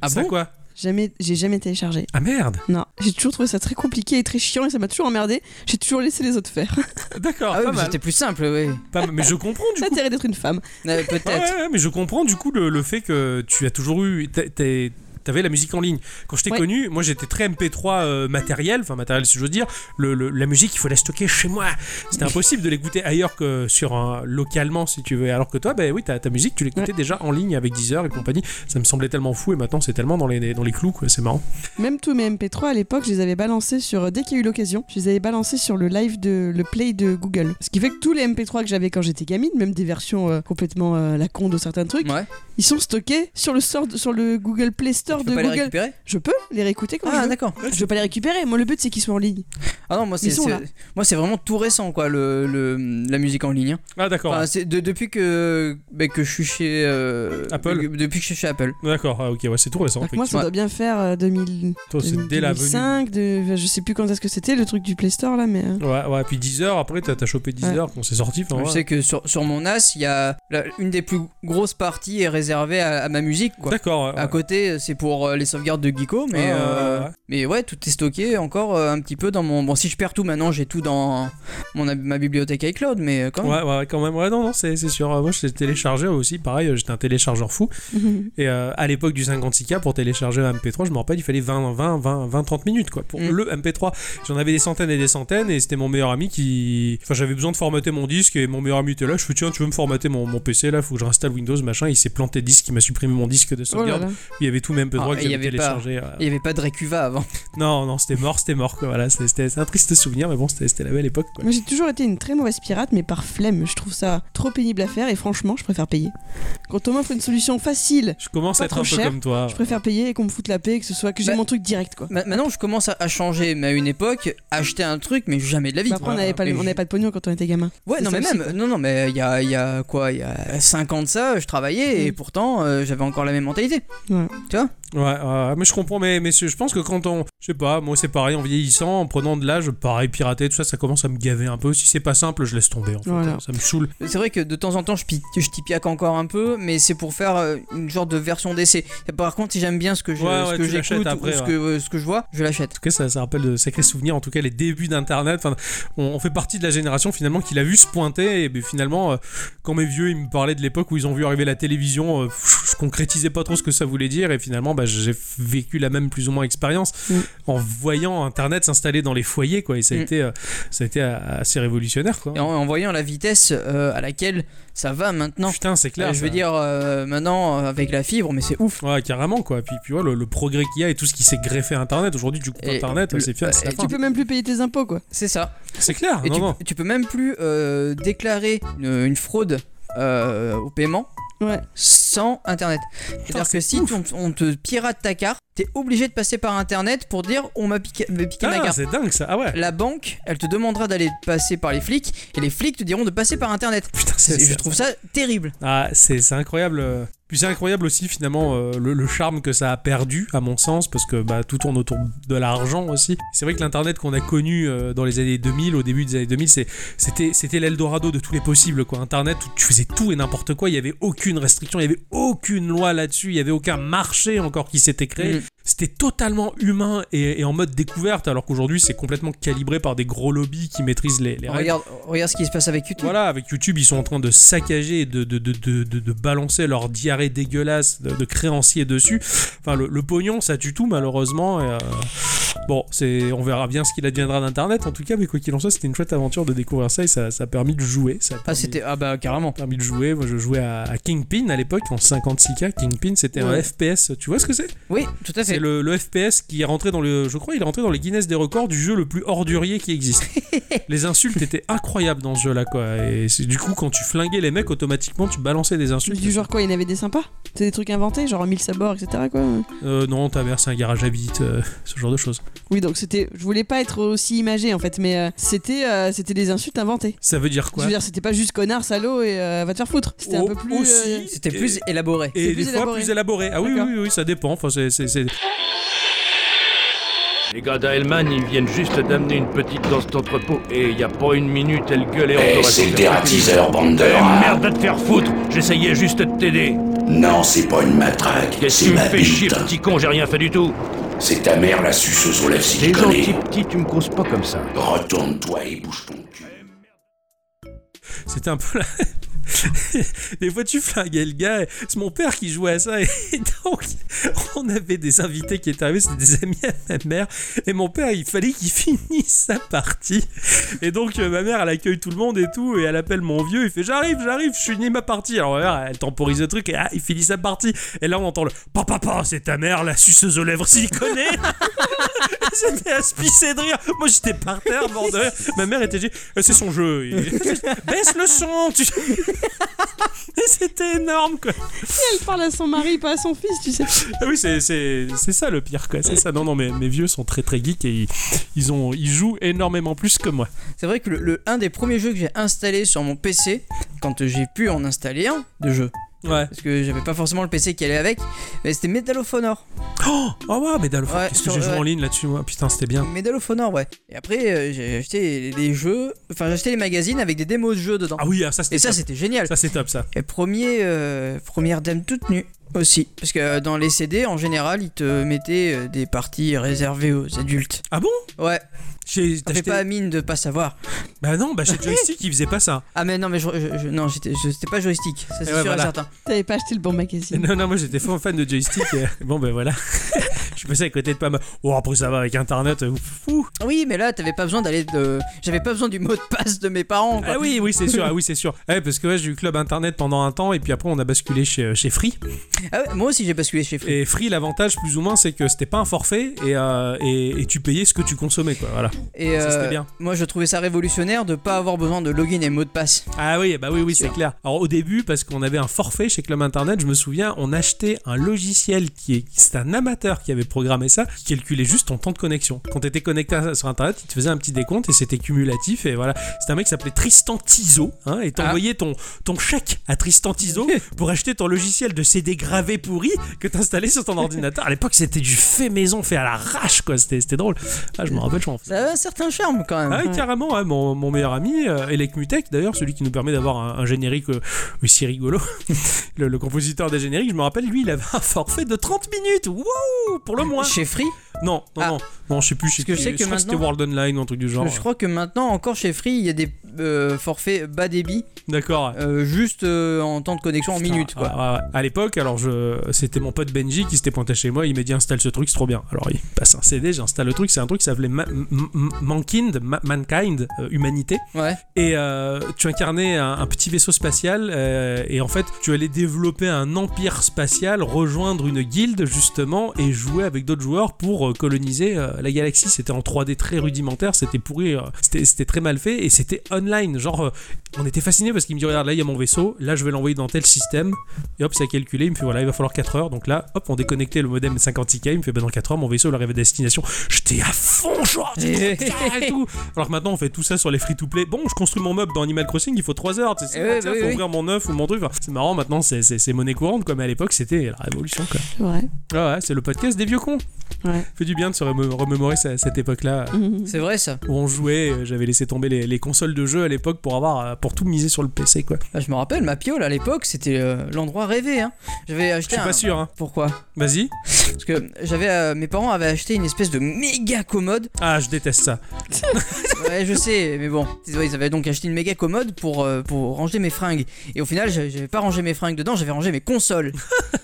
Speaker 3: Ah
Speaker 1: Ça,
Speaker 3: bon
Speaker 1: quoi
Speaker 2: Jamais, j'ai jamais téléchargé.
Speaker 1: Ah merde.
Speaker 2: Non, j'ai toujours trouvé ça très compliqué et très chiant et ça m'a toujours emmerdé. J'ai toujours laissé les autres faire. <laughs>
Speaker 1: D'accord.
Speaker 3: Ah oui,
Speaker 1: pas,
Speaker 3: mais
Speaker 1: mal.
Speaker 3: c'était plus simple, oui.
Speaker 1: Pas mal. Mais je
Speaker 3: <laughs>
Speaker 1: comprends <laughs> du coup.
Speaker 2: L'intérêt d'être une femme.
Speaker 3: Euh,
Speaker 1: Ouais,
Speaker 3: peut-être.
Speaker 1: ouais, ouais, mais je comprends du coup le, le fait que tu as toujours eu. t'as- t'es- T'avais la musique en ligne. Quand je t'ai
Speaker 2: Ouais.
Speaker 1: connu, moi j'étais très MP3 euh, matériel, enfin matériel si j'ose dire. Le, le- la musique, il faut la stocker chez moi. C'était impossible de l'écouter ailleurs que sur un localement si tu veux. Alors que toi, ben oui, ta ta musique, tu l'écoutais déjà en ligne avec Deezer et compagnie. Ça me semblait tellement fou et maintenant c'est tellement dans les, dans les clous, quoi. C'est marrant.
Speaker 2: Même tous mes MP3 à l'époque, je les avais balancés sur. euh, Dès qu'il y a eu l'occasion, je les avais balancés sur le live de. le play de Google. Ce qui fait que tous les MP3 que j'avais quand j'étais gamine, même des versions euh, complètement euh, la con de certains trucs,
Speaker 3: Ouais.
Speaker 2: ils sont stockés sur le, sort de- sur le Google Play Store
Speaker 3: Tu
Speaker 2: de
Speaker 3: peux pas les
Speaker 2: Google.
Speaker 3: récupérer
Speaker 2: Je peux les réécouter quand
Speaker 3: Ah
Speaker 2: je veux.
Speaker 3: d'accord.
Speaker 2: Je veux pas les récupérer, moi le but c'est qu'ils soient en ligne.
Speaker 3: Ah non, moi c'est,
Speaker 2: Ils sont
Speaker 3: c'est-
Speaker 2: là.
Speaker 3: moi c'est vraiment tout récent quoi, le, le- la musique en ligne. hein.
Speaker 1: Ah d'accord.
Speaker 3: Enfin, c'est de- depuis que bah, que je suis chez euh,
Speaker 1: Apple.
Speaker 3: que- Depuis que je suis chez Apple.
Speaker 1: D'accord, ah, ok, ouais, c'est tout récent.
Speaker 2: Alors que moi ça
Speaker 3: Ouais.
Speaker 2: doit bien faire euh, 2000,
Speaker 1: Toi, Oh, c'est dès la venue.
Speaker 2: 2005, de, je sais plus quand est-ce que c'était le truc du Play Store là, mais. euh,
Speaker 1: Ouais, ouais, puis Deezer, après t'as t'as chopé Deezer qu'on s'est sorti. enfin,
Speaker 3: Je
Speaker 1: ouais.
Speaker 3: sais que sur, sur mon NAS, il y a la- une des plus grosses parties est réservée à, à ma musique quoi. Ah,
Speaker 1: D'accord. ouais,
Speaker 3: À
Speaker 1: ouais.
Speaker 3: côté, c'est pour euh, les sauvegardes de Geeko, mais,
Speaker 1: Ouais, ouais,
Speaker 3: euh,
Speaker 1: ouais, ouais.
Speaker 3: mais ouais, tout est stocké encore euh, un petit peu dans mon. Bon, si je perds tout maintenant, j'ai tout dans mon, ma bibliothèque iCloud, mais euh, quand même.
Speaker 1: Ouais, ouais, ouais, quand même, ouais, non, non, c'est c'est sûr. Euh, Moi, je téléchargé aussi, pareil, euh, j'étais un téléchargeur fou. Et euh, à l'époque du 56K, pour télécharger un MP3, je me rappelle, il fallait 20, 20, 20, 20 30 minutes, quoi, pour
Speaker 3: Mm.
Speaker 1: le MP3. J'en avais des centaines et des centaines, et c'était mon meilleur ami qui. Enfin, j'avais besoin de formater mon disque, et mon meilleur ami était là. Je fais, tiens, tu veux me formater mon, mon PC, là, faut que je réinstalle Windows, machin. Il s'est planté de disque, il m'a supprimé mon disque de
Speaker 2: oh là
Speaker 1: sauvegarde.
Speaker 2: là.
Speaker 1: Il y avait tout mes MP3
Speaker 3: Ah,
Speaker 1: que
Speaker 3: et il y
Speaker 1: j'avais
Speaker 3: avait pas-
Speaker 1: téléchargé. euh,
Speaker 3: Il n'y avait pas de Recuva avant. <laughs>
Speaker 1: Non, non, c'était mort, c'était mort, quoi. Voilà, c'était- c'était c'est un triste souvenir, mais bon, c'était c'était la belle époque, quoi.
Speaker 2: Moi j'ai toujours été une très mauvaise pirate, mais par flemme, je trouve ça trop pénible à faire et franchement, je préfère payer. Quand on m'offre une solution facile,
Speaker 1: Je commence à
Speaker 2: Pas
Speaker 1: être
Speaker 2: trop
Speaker 1: un peu
Speaker 2: cher,
Speaker 1: comme toi.
Speaker 2: je préfère payer et qu'on me foute la paix, que ce soit que j'ai
Speaker 3: Bah-
Speaker 2: mon truc direct quoi.
Speaker 3: Ma- Maintenant, je commence à- à changer, mais à une époque, acheter un truc, mais jamais de la vie.
Speaker 2: Bah, après, on n'avait pas,
Speaker 3: Et
Speaker 2: le- on
Speaker 3: je-
Speaker 2: n'avait pas de pognon quand on était gamin.
Speaker 3: Ouais,
Speaker 2: C'est
Speaker 3: non,
Speaker 2: ça
Speaker 3: mais
Speaker 2: aussi,
Speaker 3: même, non, non, mais il y a, il y a quoi, il y a 5 ans de ça, je travaillais et
Speaker 2: Mm.
Speaker 3: pourtant euh, j'avais encore la même mentalité.
Speaker 2: Ouais.
Speaker 3: Tu vois
Speaker 1: Ouais, ouais, mais je comprends, mais, mais je pense que quand on. Je sais pas, moi c'est pareil, en vieillissant, en prenant de l'âge, pareil, pirater, tout ça, ça commence à me gaver un peu. Si c'est pas simple, je laisse tomber en fait.
Speaker 2: Voilà.
Speaker 1: hein, ça me saoule.
Speaker 3: C'est vrai que de temps en temps, je, pi- je tipiaque encore un peu, mais c'est pour faire euh, une genre de version d'essai. Et Par contre, si j'aime bien ce que je-
Speaker 1: Ouais,
Speaker 3: ce
Speaker 1: ouais,
Speaker 3: que
Speaker 1: tu l'achètes
Speaker 3: j'écoute ou
Speaker 1: après,
Speaker 3: ce
Speaker 1: ouais.
Speaker 3: que, euh, ce que je vois, je l'achète.
Speaker 1: En tout cas, ça, ça rappelle de sacrés souvenirs, en tout cas les débuts d'Internet. Enfin, on, on fait partie de la génération finalement qui l'a vu se pointer. Et ben, finalement, euh, quand mes vieux ils me parlaient de l'époque où ils ont vu arriver la télévision, euh, pff, je concrétisais pas trop ce que ça voulait dire. Et finalement, bah, j'ai vécu la même plus ou moins expérience
Speaker 2: Mm.
Speaker 1: en voyant Internet s'installer dans les foyers, quoi. Et ça a
Speaker 3: Mm.
Speaker 1: été, euh, ça a été euh, assez révolutionnaire, quoi.
Speaker 3: Et en, en voyant la vitesse euh, à laquelle ça va maintenant,
Speaker 1: Putain, c'est clair.
Speaker 3: euh, je veux
Speaker 1: ça.
Speaker 3: dire, euh, maintenant euh, avec la fibre, mais c'est ouf.
Speaker 1: Ouais, carrément, quoi. Puis, puis ouais, le, le progrès qu'il y a et tout ce qui s'est greffé à Internet. Aujourd'hui, du coup,
Speaker 3: Et
Speaker 1: Internet,
Speaker 3: le-
Speaker 1: c'est fier, c'est la
Speaker 3: et
Speaker 1: fin.
Speaker 2: Tu peux même plus payer tes impôts, quoi.
Speaker 3: C'est ça.
Speaker 1: C'est clair,
Speaker 3: Et
Speaker 1: non,
Speaker 3: tu,
Speaker 1: non.
Speaker 3: tu peux même plus euh, déclarer une, une fraude euh, au paiement
Speaker 2: Ouais.
Speaker 3: sans internet. C'est-à-dire
Speaker 1: c'est
Speaker 3: que si on, on te pirate ta carte, t'es obligé de passer par internet pour dire on m'a piqué, m'a piqué ma
Speaker 1: Ah,
Speaker 3: carte.
Speaker 1: c'est dingue ça. Ah ouais.
Speaker 3: La banque, elle te demandera d'aller passer par les flics et les flics te diront de passer par internet.
Speaker 1: Putain, c'est.
Speaker 3: Et
Speaker 1: c'est-
Speaker 3: je trouve ça terrible.
Speaker 1: Ah, c'est c'est incroyable. euh. Puis c'est incroyable aussi finalement euh, le, le charme que ça a perdu à mon sens parce que bah, tout tourne autour de l'argent aussi. C'est vrai que l'internet qu'on a connu euh, dans les années 2000, au début des années 2000, c'est- c'était c'était l'Eldorado de tous les possibles quoi. Internet où tu faisais tout et n'importe quoi, il y avait aucune restriction, il y avait aucune loi là-dessus, il y avait aucun marché encore qui s'était créé.
Speaker 3: Mm.
Speaker 1: C'était totalement humain et, et en mode découverte alors qu'aujourd'hui c'est complètement calibré par des gros lobbies qui maîtrisent les, les règles.
Speaker 3: Oh, Regarde, regarde ce qui se passe avec YouTube.
Speaker 1: Voilà, avec YouTube, ils sont en train de saccager, de, de, de, de, de- de balancer leur diarrhée dégueulasse de, de créanciers dessus. Enfin, le, le pognon, ça tue tout, malheureusement. et, euh, bon, c'est, on verra bien ce qu'il adviendra d'Internet, en tout cas, mais quoi qu'il en soit, c'était une chouette aventure de découvrir ça et ça, ça a permis de jouer. Ça a
Speaker 3: Ah,
Speaker 1: permis-
Speaker 3: c'était. Ah, bah, carrément.
Speaker 1: permis de jouer, moi je jouais à, à Kingpin à l'époque en 56k, Kingpin c'était un
Speaker 3: Ouais.
Speaker 1: FPS, tu vois ce que c'est
Speaker 3: Oui, tout à
Speaker 1: C'est
Speaker 3: fait.
Speaker 1: le, le FPS qui est rentré dans le, je crois il est rentré dans les Guinness des records du jeu le plus ordurier qui
Speaker 2: <laughs>
Speaker 1: existe. les insultes étaient incroyables dans ce jeu là quoi, et c'est- du coup quand tu flinguais les mecs automatiquement tu balançais des insultes.
Speaker 2: Du genre quoi, il y en avait des sympas C'est des trucs inventés, genre mille sabords, etc. quoi.
Speaker 1: Euh, non ta mère c'est un garage à bite, euh, ce genre de choses.
Speaker 2: Oui, donc c'était. Je voulais pas être aussi imagé en fait, mais euh, c'était euh, c'était des insultes inventées.
Speaker 1: Ça veut dire quoi
Speaker 2: je veux dire, c'était pas juste connard, salaud et euh, va te faire foutre. C'était
Speaker 1: Oh,
Speaker 2: un peu plus.
Speaker 1: aussi,
Speaker 2: euh,
Speaker 3: C'était plus élaboré.
Speaker 1: Et
Speaker 2: c'est
Speaker 1: des
Speaker 2: plus
Speaker 1: fois
Speaker 2: élaboré.
Speaker 1: plus élaboré. Ah oui, oui
Speaker 2: D'accord.
Speaker 1: oui oui, ça dépend. Enfin c'est- c'est- c'est
Speaker 4: Les gars d'Aelman, ils viennent juste d'amener une petite dans cet entrepôt. Et il y a pas une minute, elle gueulait encore.
Speaker 5: Eh,
Speaker 4: à
Speaker 5: c'est
Speaker 4: ses
Speaker 5: le
Speaker 4: affaires.
Speaker 5: dératiseur, bande de
Speaker 4: Eh,
Speaker 5: rats.
Speaker 4: merde à te faire foutre J'essayais juste de t'aider
Speaker 5: Non, c'est pas une matraque,
Speaker 4: Qu'est-ce que
Speaker 5: c'est
Speaker 4: tu me
Speaker 5: ma
Speaker 4: fais chier,
Speaker 5: bite.
Speaker 4: petit con J'ai rien fait du tout
Speaker 5: C'est ta mère la suceuse aux lèvres si
Speaker 4: T'es
Speaker 5: tu
Speaker 4: gentil,
Speaker 5: connais.
Speaker 4: petit, tu me causes pas comme ça.
Speaker 5: Retourne-toi et bouge ton cul.
Speaker 1: C'était un peu la... <laughs> Des fois, tu flinguais le gars. C'est mon père qui jouait à ça. Et donc, on avait des invités qui étaient arrivés. C'était des amis à ma mère. Et mon père, il fallait qu'il finisse sa partie. Et donc, euh, ma mère, elle accueille tout le monde et tout. Et elle appelle mon vieux. Il fait J'arrive, j'arrive, je finis ma partie. Alors, ma mère, elle temporise le truc. Et ah, il finit sa partie. Et là, on entend le Papa, papa, c'est ta mère, la suceuse aux lèvres siliconées. J'étais à se pisser de rire. Moi, j'étais par terre, mort de rire. Ma mère était dit Eh, C'est son jeu. Il- Baisse le son tu- <laughs> Et C'était énorme, quoi.
Speaker 2: Elle parle à son mari, pas à son fils, tu sais.
Speaker 1: Ah oui, c'est- c'est c'est ça le pire, quoi. C'est ça. Non, non, mais mes vieux sont très très geeks et ils, ils ont, ils jouent énormément plus que moi.
Speaker 3: C'est vrai que le, le- un des premiers jeux que j'ai installé sur mon PC, quand j'ai pu en installer un de jeu,
Speaker 1: Ouais.
Speaker 3: parce que j'avais pas forcément le PC qui allait avec, mais c'était Medal of Honor.
Speaker 1: Oh, oh ouais, mais Dalo,
Speaker 3: Ouais,
Speaker 1: qu'est-ce que
Speaker 3: sur-
Speaker 1: j'ai joué
Speaker 3: ouais.
Speaker 1: en ligne là-dessus, moi Putain, c'était bien.
Speaker 3: Medal of Honor, ouais. Et après, euh, j'ai acheté les jeux, enfin, j'ai acheté les magazines avec des démos de jeux dedans.
Speaker 1: Ah oui, ah, ça
Speaker 3: Et
Speaker 1: c'était
Speaker 3: ça,
Speaker 1: top.
Speaker 3: c'était génial.
Speaker 1: Ça c'est top, ça.
Speaker 3: Et premier, euh, première dame toute nue aussi. Parce que euh, dans les CD, en général, ils te mettaient euh, des parties réservées aux adultes.
Speaker 1: Ah bon
Speaker 3: Ouais,
Speaker 1: J'ai t'as
Speaker 3: t'as
Speaker 1: acheté-
Speaker 3: Ah, pas mine de pas savoir.
Speaker 1: Bah non, bah chez Joystick, il faisait pas ça.
Speaker 3: Ah, mais non, mais je, je- je- non, j'étais- je- c'était pas joystick, ça c'est
Speaker 1: ouais,
Speaker 3: sûr
Speaker 1: voilà.
Speaker 3: et certain.
Speaker 2: T'avais pas acheté le bon magazine.
Speaker 1: Non, non, moi j'étais fan fan de Joystick. et- Bon, ben voilà. Je suis passé à côté de pas mal. Oh, après ça va avec Internet. euh, Fou.
Speaker 3: Oui, mais là, t'avais pas besoin d'aller de. J'avais pas besoin du mot de passe de mes parents. quoi.
Speaker 1: Ah oui, oui, c'est sûr. Ah oui, c'est sûr. Ouais, parce que ouais, j'ai eu Club Internet pendant un temps et puis après on a basculé chez, chez Free.
Speaker 3: Ah ouais, moi aussi, j'ai basculé chez Free.
Speaker 1: Et Free, l'avantage plus ou moins, c'est que c'était pas un forfait et, euh, et, et tu payais ce que tu consommais, quoi. Voilà.
Speaker 3: Et,
Speaker 1: Ah,
Speaker 3: euh,
Speaker 1: ça, c'était bien.
Speaker 3: moi, je trouvais ça révolutionnaire de pas avoir besoin de login et mot de passe.
Speaker 1: Ah oui, bah oui, oui,
Speaker 3: Sûr.
Speaker 1: c'est clair. Alors au début, parce qu'on avait un forfait chez Club Internet, je me souviens, on achetait un logiciel qui est, c'est un amateur qui avait programmé ça, qui calculait juste ton temps de connexion. Quand t'étais connecté à- sur internet, il te faisait un petit décompte et c'était cumulatif et voilà. C'était un mec qui s'appelait Tristan Tiso hein, et t'envoyais ton, ton chèque à Tristan Tiso pour acheter ton logiciel de CD gravé pourri que t'installais sur ton ordinateur. À l'époque, c'était du fait maison, fait à l'arrache quoi. C'était c'était drôle. Ah, je me rappelle, je m'en
Speaker 3: Ça a un certain charme quand même.
Speaker 1: ah, ouais, carrément, ouais, mon, mon meilleur ami, euh, Elec Mutek, d'ailleurs, celui qui nous permet d'avoir un, un générique euh, aussi rigolo, <laughs> le, le compositeur des génériques, je me rappelle, lui, il avait un forfait de 30 minutes, wouh, pour le moins.
Speaker 3: Chez Free,
Speaker 1: Non, non,
Speaker 3: Ah.
Speaker 1: non, non, je sais plus, je sais,
Speaker 3: Parce que je
Speaker 1: qui-
Speaker 3: sais que
Speaker 1: crois c'était
Speaker 3: maintenant-
Speaker 1: World Online ou un truc du genre.
Speaker 3: je crois que maintenant encore chez Free, il y a des euh, forfaits bas débit
Speaker 1: D'accord. ouais.
Speaker 3: euh, juste euh, en temps de connexion en
Speaker 1: Putain,
Speaker 3: minutes quoi.
Speaker 1: ouais, ouais, ouais. À l'époque, alors je, c'était mon pote Benji qui s'était pointé chez moi. Il m'a dit installe ce truc, c'est trop bien. Alors il passe un CD, j'installe le truc. C'est un truc qui s'appelait Ma- M- M- Mankind, Ma- Mankind, euh, Humanité.
Speaker 3: Ouais.
Speaker 1: Et euh, tu incarnais un, un petit vaisseau spatial euh, et en fait tu allais développer un empire spatial, rejoindre une guilde justement et jouer avec d'autres joueurs pour euh, coloniser euh, la galaxie. C'était en 3D très rudimentaire, c'était pourri, euh, c'était c'était très mal fait et c'était online. Genre euh, on était fascinés parce qu'il me dit regarde là il y a mon vaisseau, là je vais l'envoyer dans tel système et hop ça a calculé, il me fait voilà il va falloir 4 heures donc là hop on déconnectait le modem 56k, il me fait bah dans 4 heures mon vaisseau il arrive à destination. J'étais à fond
Speaker 3: <laughs>
Speaker 1: genre c'est trop bien et tout. Alors que maintenant, on fait tout ça sur les free-to-play. Bon, je construis mon meuble dans Animal Crossing, il faut 3 heures. Tu sais,
Speaker 3: Eh oui,
Speaker 1: tiens,
Speaker 3: oui,
Speaker 1: faut
Speaker 3: oui.
Speaker 1: ouvrir mon œuf ou mon truc. Enfin, c'est marrant, maintenant, c'est, c'est- c'est monnaie courante, comme à l'époque, c'était la révolution, quoi.
Speaker 2: C'est vrai.
Speaker 1: Ah ouais, c'est le podcast des vieux cons.
Speaker 2: Ouais.
Speaker 1: Fait du bien de se remé- remémorer sa- cette époque-là
Speaker 2: Mhm.
Speaker 3: C'est vrai ça.
Speaker 1: où on jouait. euh, J'avais laissé tomber les, les consoles de jeux à l'époque pour avoir, euh, pour tout miser sur le PC, quoi.
Speaker 3: Bah, je me rappelle, ma piole à l'époque, c'était euh, l'endroit rêvé. Hein. J'avais
Speaker 1: Je
Speaker 3: acheté.
Speaker 1: suis
Speaker 3: un-
Speaker 1: pas sûr, hein.
Speaker 3: Pourquoi
Speaker 1: Vas-y.
Speaker 3: Parce que j'avais, euh, mes parents avaient acheté une espèce de méga commode.
Speaker 1: Ah, je déteste ça.
Speaker 3: Ouais, je sais, mais bon. Ouais, Ils avaient donc acheté une méga commode pour, euh, pour ranger mes fringues. Et au final, j'avais j'avais pas rangé mes fringues dedans, j'avais rangé mes consoles.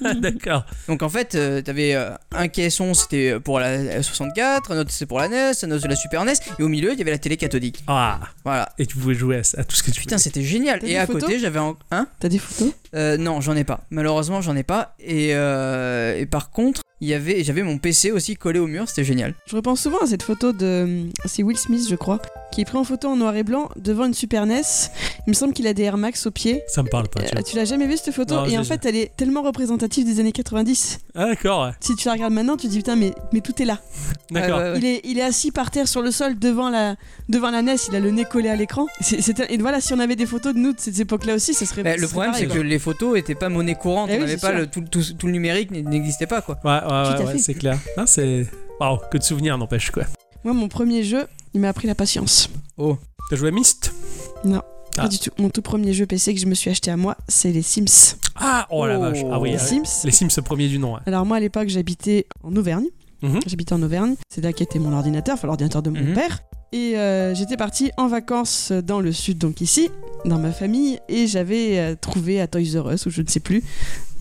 Speaker 1: D'accord.
Speaker 3: Donc en fait, euh, t'avais euh, un caisson, c'était pour la 64, un autre c'est pour la NES, un autre c'est la Super NES, et au milieu, il y avait la télé cathodique.
Speaker 1: Ah.
Speaker 3: Voilà.
Speaker 1: Et tu pouvais jouer à, à tout ce que tu
Speaker 3: Putain, c'était génial.
Speaker 2: T'as
Speaker 3: Et
Speaker 2: des
Speaker 3: à
Speaker 2: photos
Speaker 3: côté, j'avais un. Hein
Speaker 2: T'as des photos
Speaker 3: Euh, non, j'en ai pas. Malheureusement, j'en ai pas. Et, euh, et par contre, il y avait, j'avais mon PC aussi collé au mur, c'était génial.
Speaker 2: Je repense souvent à cette photo de. euh, C'est Will Smith, je crois, qui est pris en photo en noir et blanc devant une Super NES. Il me semble qu'il a des Air Max aux pieds.
Speaker 1: Ça me parle pas, Ah, tu
Speaker 2: Euh,
Speaker 1: vois.
Speaker 2: tu l'as jamais vu cette photo
Speaker 1: Non, je
Speaker 2: Et en
Speaker 1: l'ai
Speaker 2: fait, elle est tellement représentative des années 90.
Speaker 1: Ah, d'accord, ouais.
Speaker 2: Si tu la regardes maintenant, tu te dis putain, mais, mais tout est là.
Speaker 1: D'accord.
Speaker 3: Ouais, ouais, ouais.
Speaker 2: Il, est, il est assis par terre sur le sol devant la, devant la NES, il a le nez collé à l'écran. C'est- c'était- Et voilà, si on avait des photos de nous de cette époque-là aussi, ça serait.
Speaker 1: Bah,
Speaker 2: ça
Speaker 3: Mais Bah, le
Speaker 2: serait
Speaker 3: problème, c'est
Speaker 2: pareil,
Speaker 3: que les photos étaient pas monnaie courante.
Speaker 2: Eh
Speaker 3: on
Speaker 2: oui,
Speaker 3: n'avait
Speaker 2: c'est
Speaker 3: pas
Speaker 2: sûr.
Speaker 3: le, tout, tout, tout le numérique n- n'existait pas quoi.
Speaker 1: Ouais, ouais,
Speaker 2: Tout
Speaker 1: ouais,
Speaker 2: à
Speaker 1: ouais,
Speaker 2: fait.
Speaker 1: c'est clair. Non, c'est. Waouh, que de souvenirs n'empêche, quoi.
Speaker 2: quoi. Moi, mon premier jeu, il m'a appris la patience.
Speaker 1: T'as joué à Myst Ah.
Speaker 2: Pas du tout. Mon tout premier jeu PC que je me suis acheté à moi, c'est les Sims.
Speaker 1: Ah, oh, la
Speaker 3: Oh.
Speaker 1: vache. Ah oui,
Speaker 2: les
Speaker 1: ah oui.
Speaker 2: Sims,
Speaker 1: les Sims, ce premier du nom. ouais.
Speaker 2: Alors moi à l'époque j'habitais en Auvergne.
Speaker 1: Mhm.
Speaker 2: J'habitais en Auvergne. C'est là qu'était mon ordinateur, enfin l'ordinateur de mon
Speaker 3: Mhm.
Speaker 2: père. Et euh, j'étais partie en vacances dans le sud, donc ici, dans ma famille, et j'avais euh, trouvé à Toys R Us ou je ne sais plus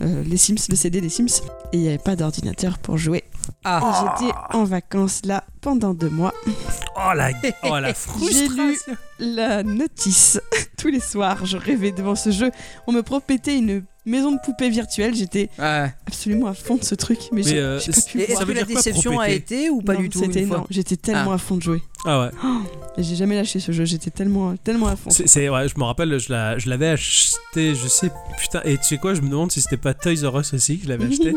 Speaker 2: euh, les Sims, le CD des Sims, et il n'y avait pas d'ordinateur pour jouer. Et
Speaker 3: Ah,
Speaker 2: j'étais en vacances là pendant deux mois.
Speaker 1: Oh la,
Speaker 3: <laughs>
Speaker 1: oh, la
Speaker 2: <laughs> J'ai lu
Speaker 1: frustration.
Speaker 2: la notice <laughs> tous les soirs. Je rêvais devant ce jeu. On me promettait une maison de poupée virtuelle. J'étais
Speaker 3: Ouais.
Speaker 2: absolument à fond de ce truc, mais, j'ai
Speaker 1: euh,
Speaker 2: j'ai pas pu
Speaker 3: Et
Speaker 2: le
Speaker 1: ça
Speaker 3: est-ce
Speaker 2: voir.
Speaker 1: veut
Speaker 3: que la
Speaker 1: dire quoi,
Speaker 3: déception a
Speaker 1: propéter
Speaker 3: été ou pas
Speaker 2: Non,
Speaker 3: du tout
Speaker 2: C'était
Speaker 3: une fois
Speaker 2: énorme. J'étais tellement à fond de jouer.
Speaker 1: Ah ouais.
Speaker 2: Et J'ai jamais lâché ce jeu. J'étais tellement, tellement à fond.
Speaker 1: C'est, c'est- ouais, je me rappelle, je, la- je l'avais acheté, je sais, putain. Et tu sais quoi, je me demande si c'était pas Toys R Us aussi que je l'avais
Speaker 3: <laughs>
Speaker 1: acheté.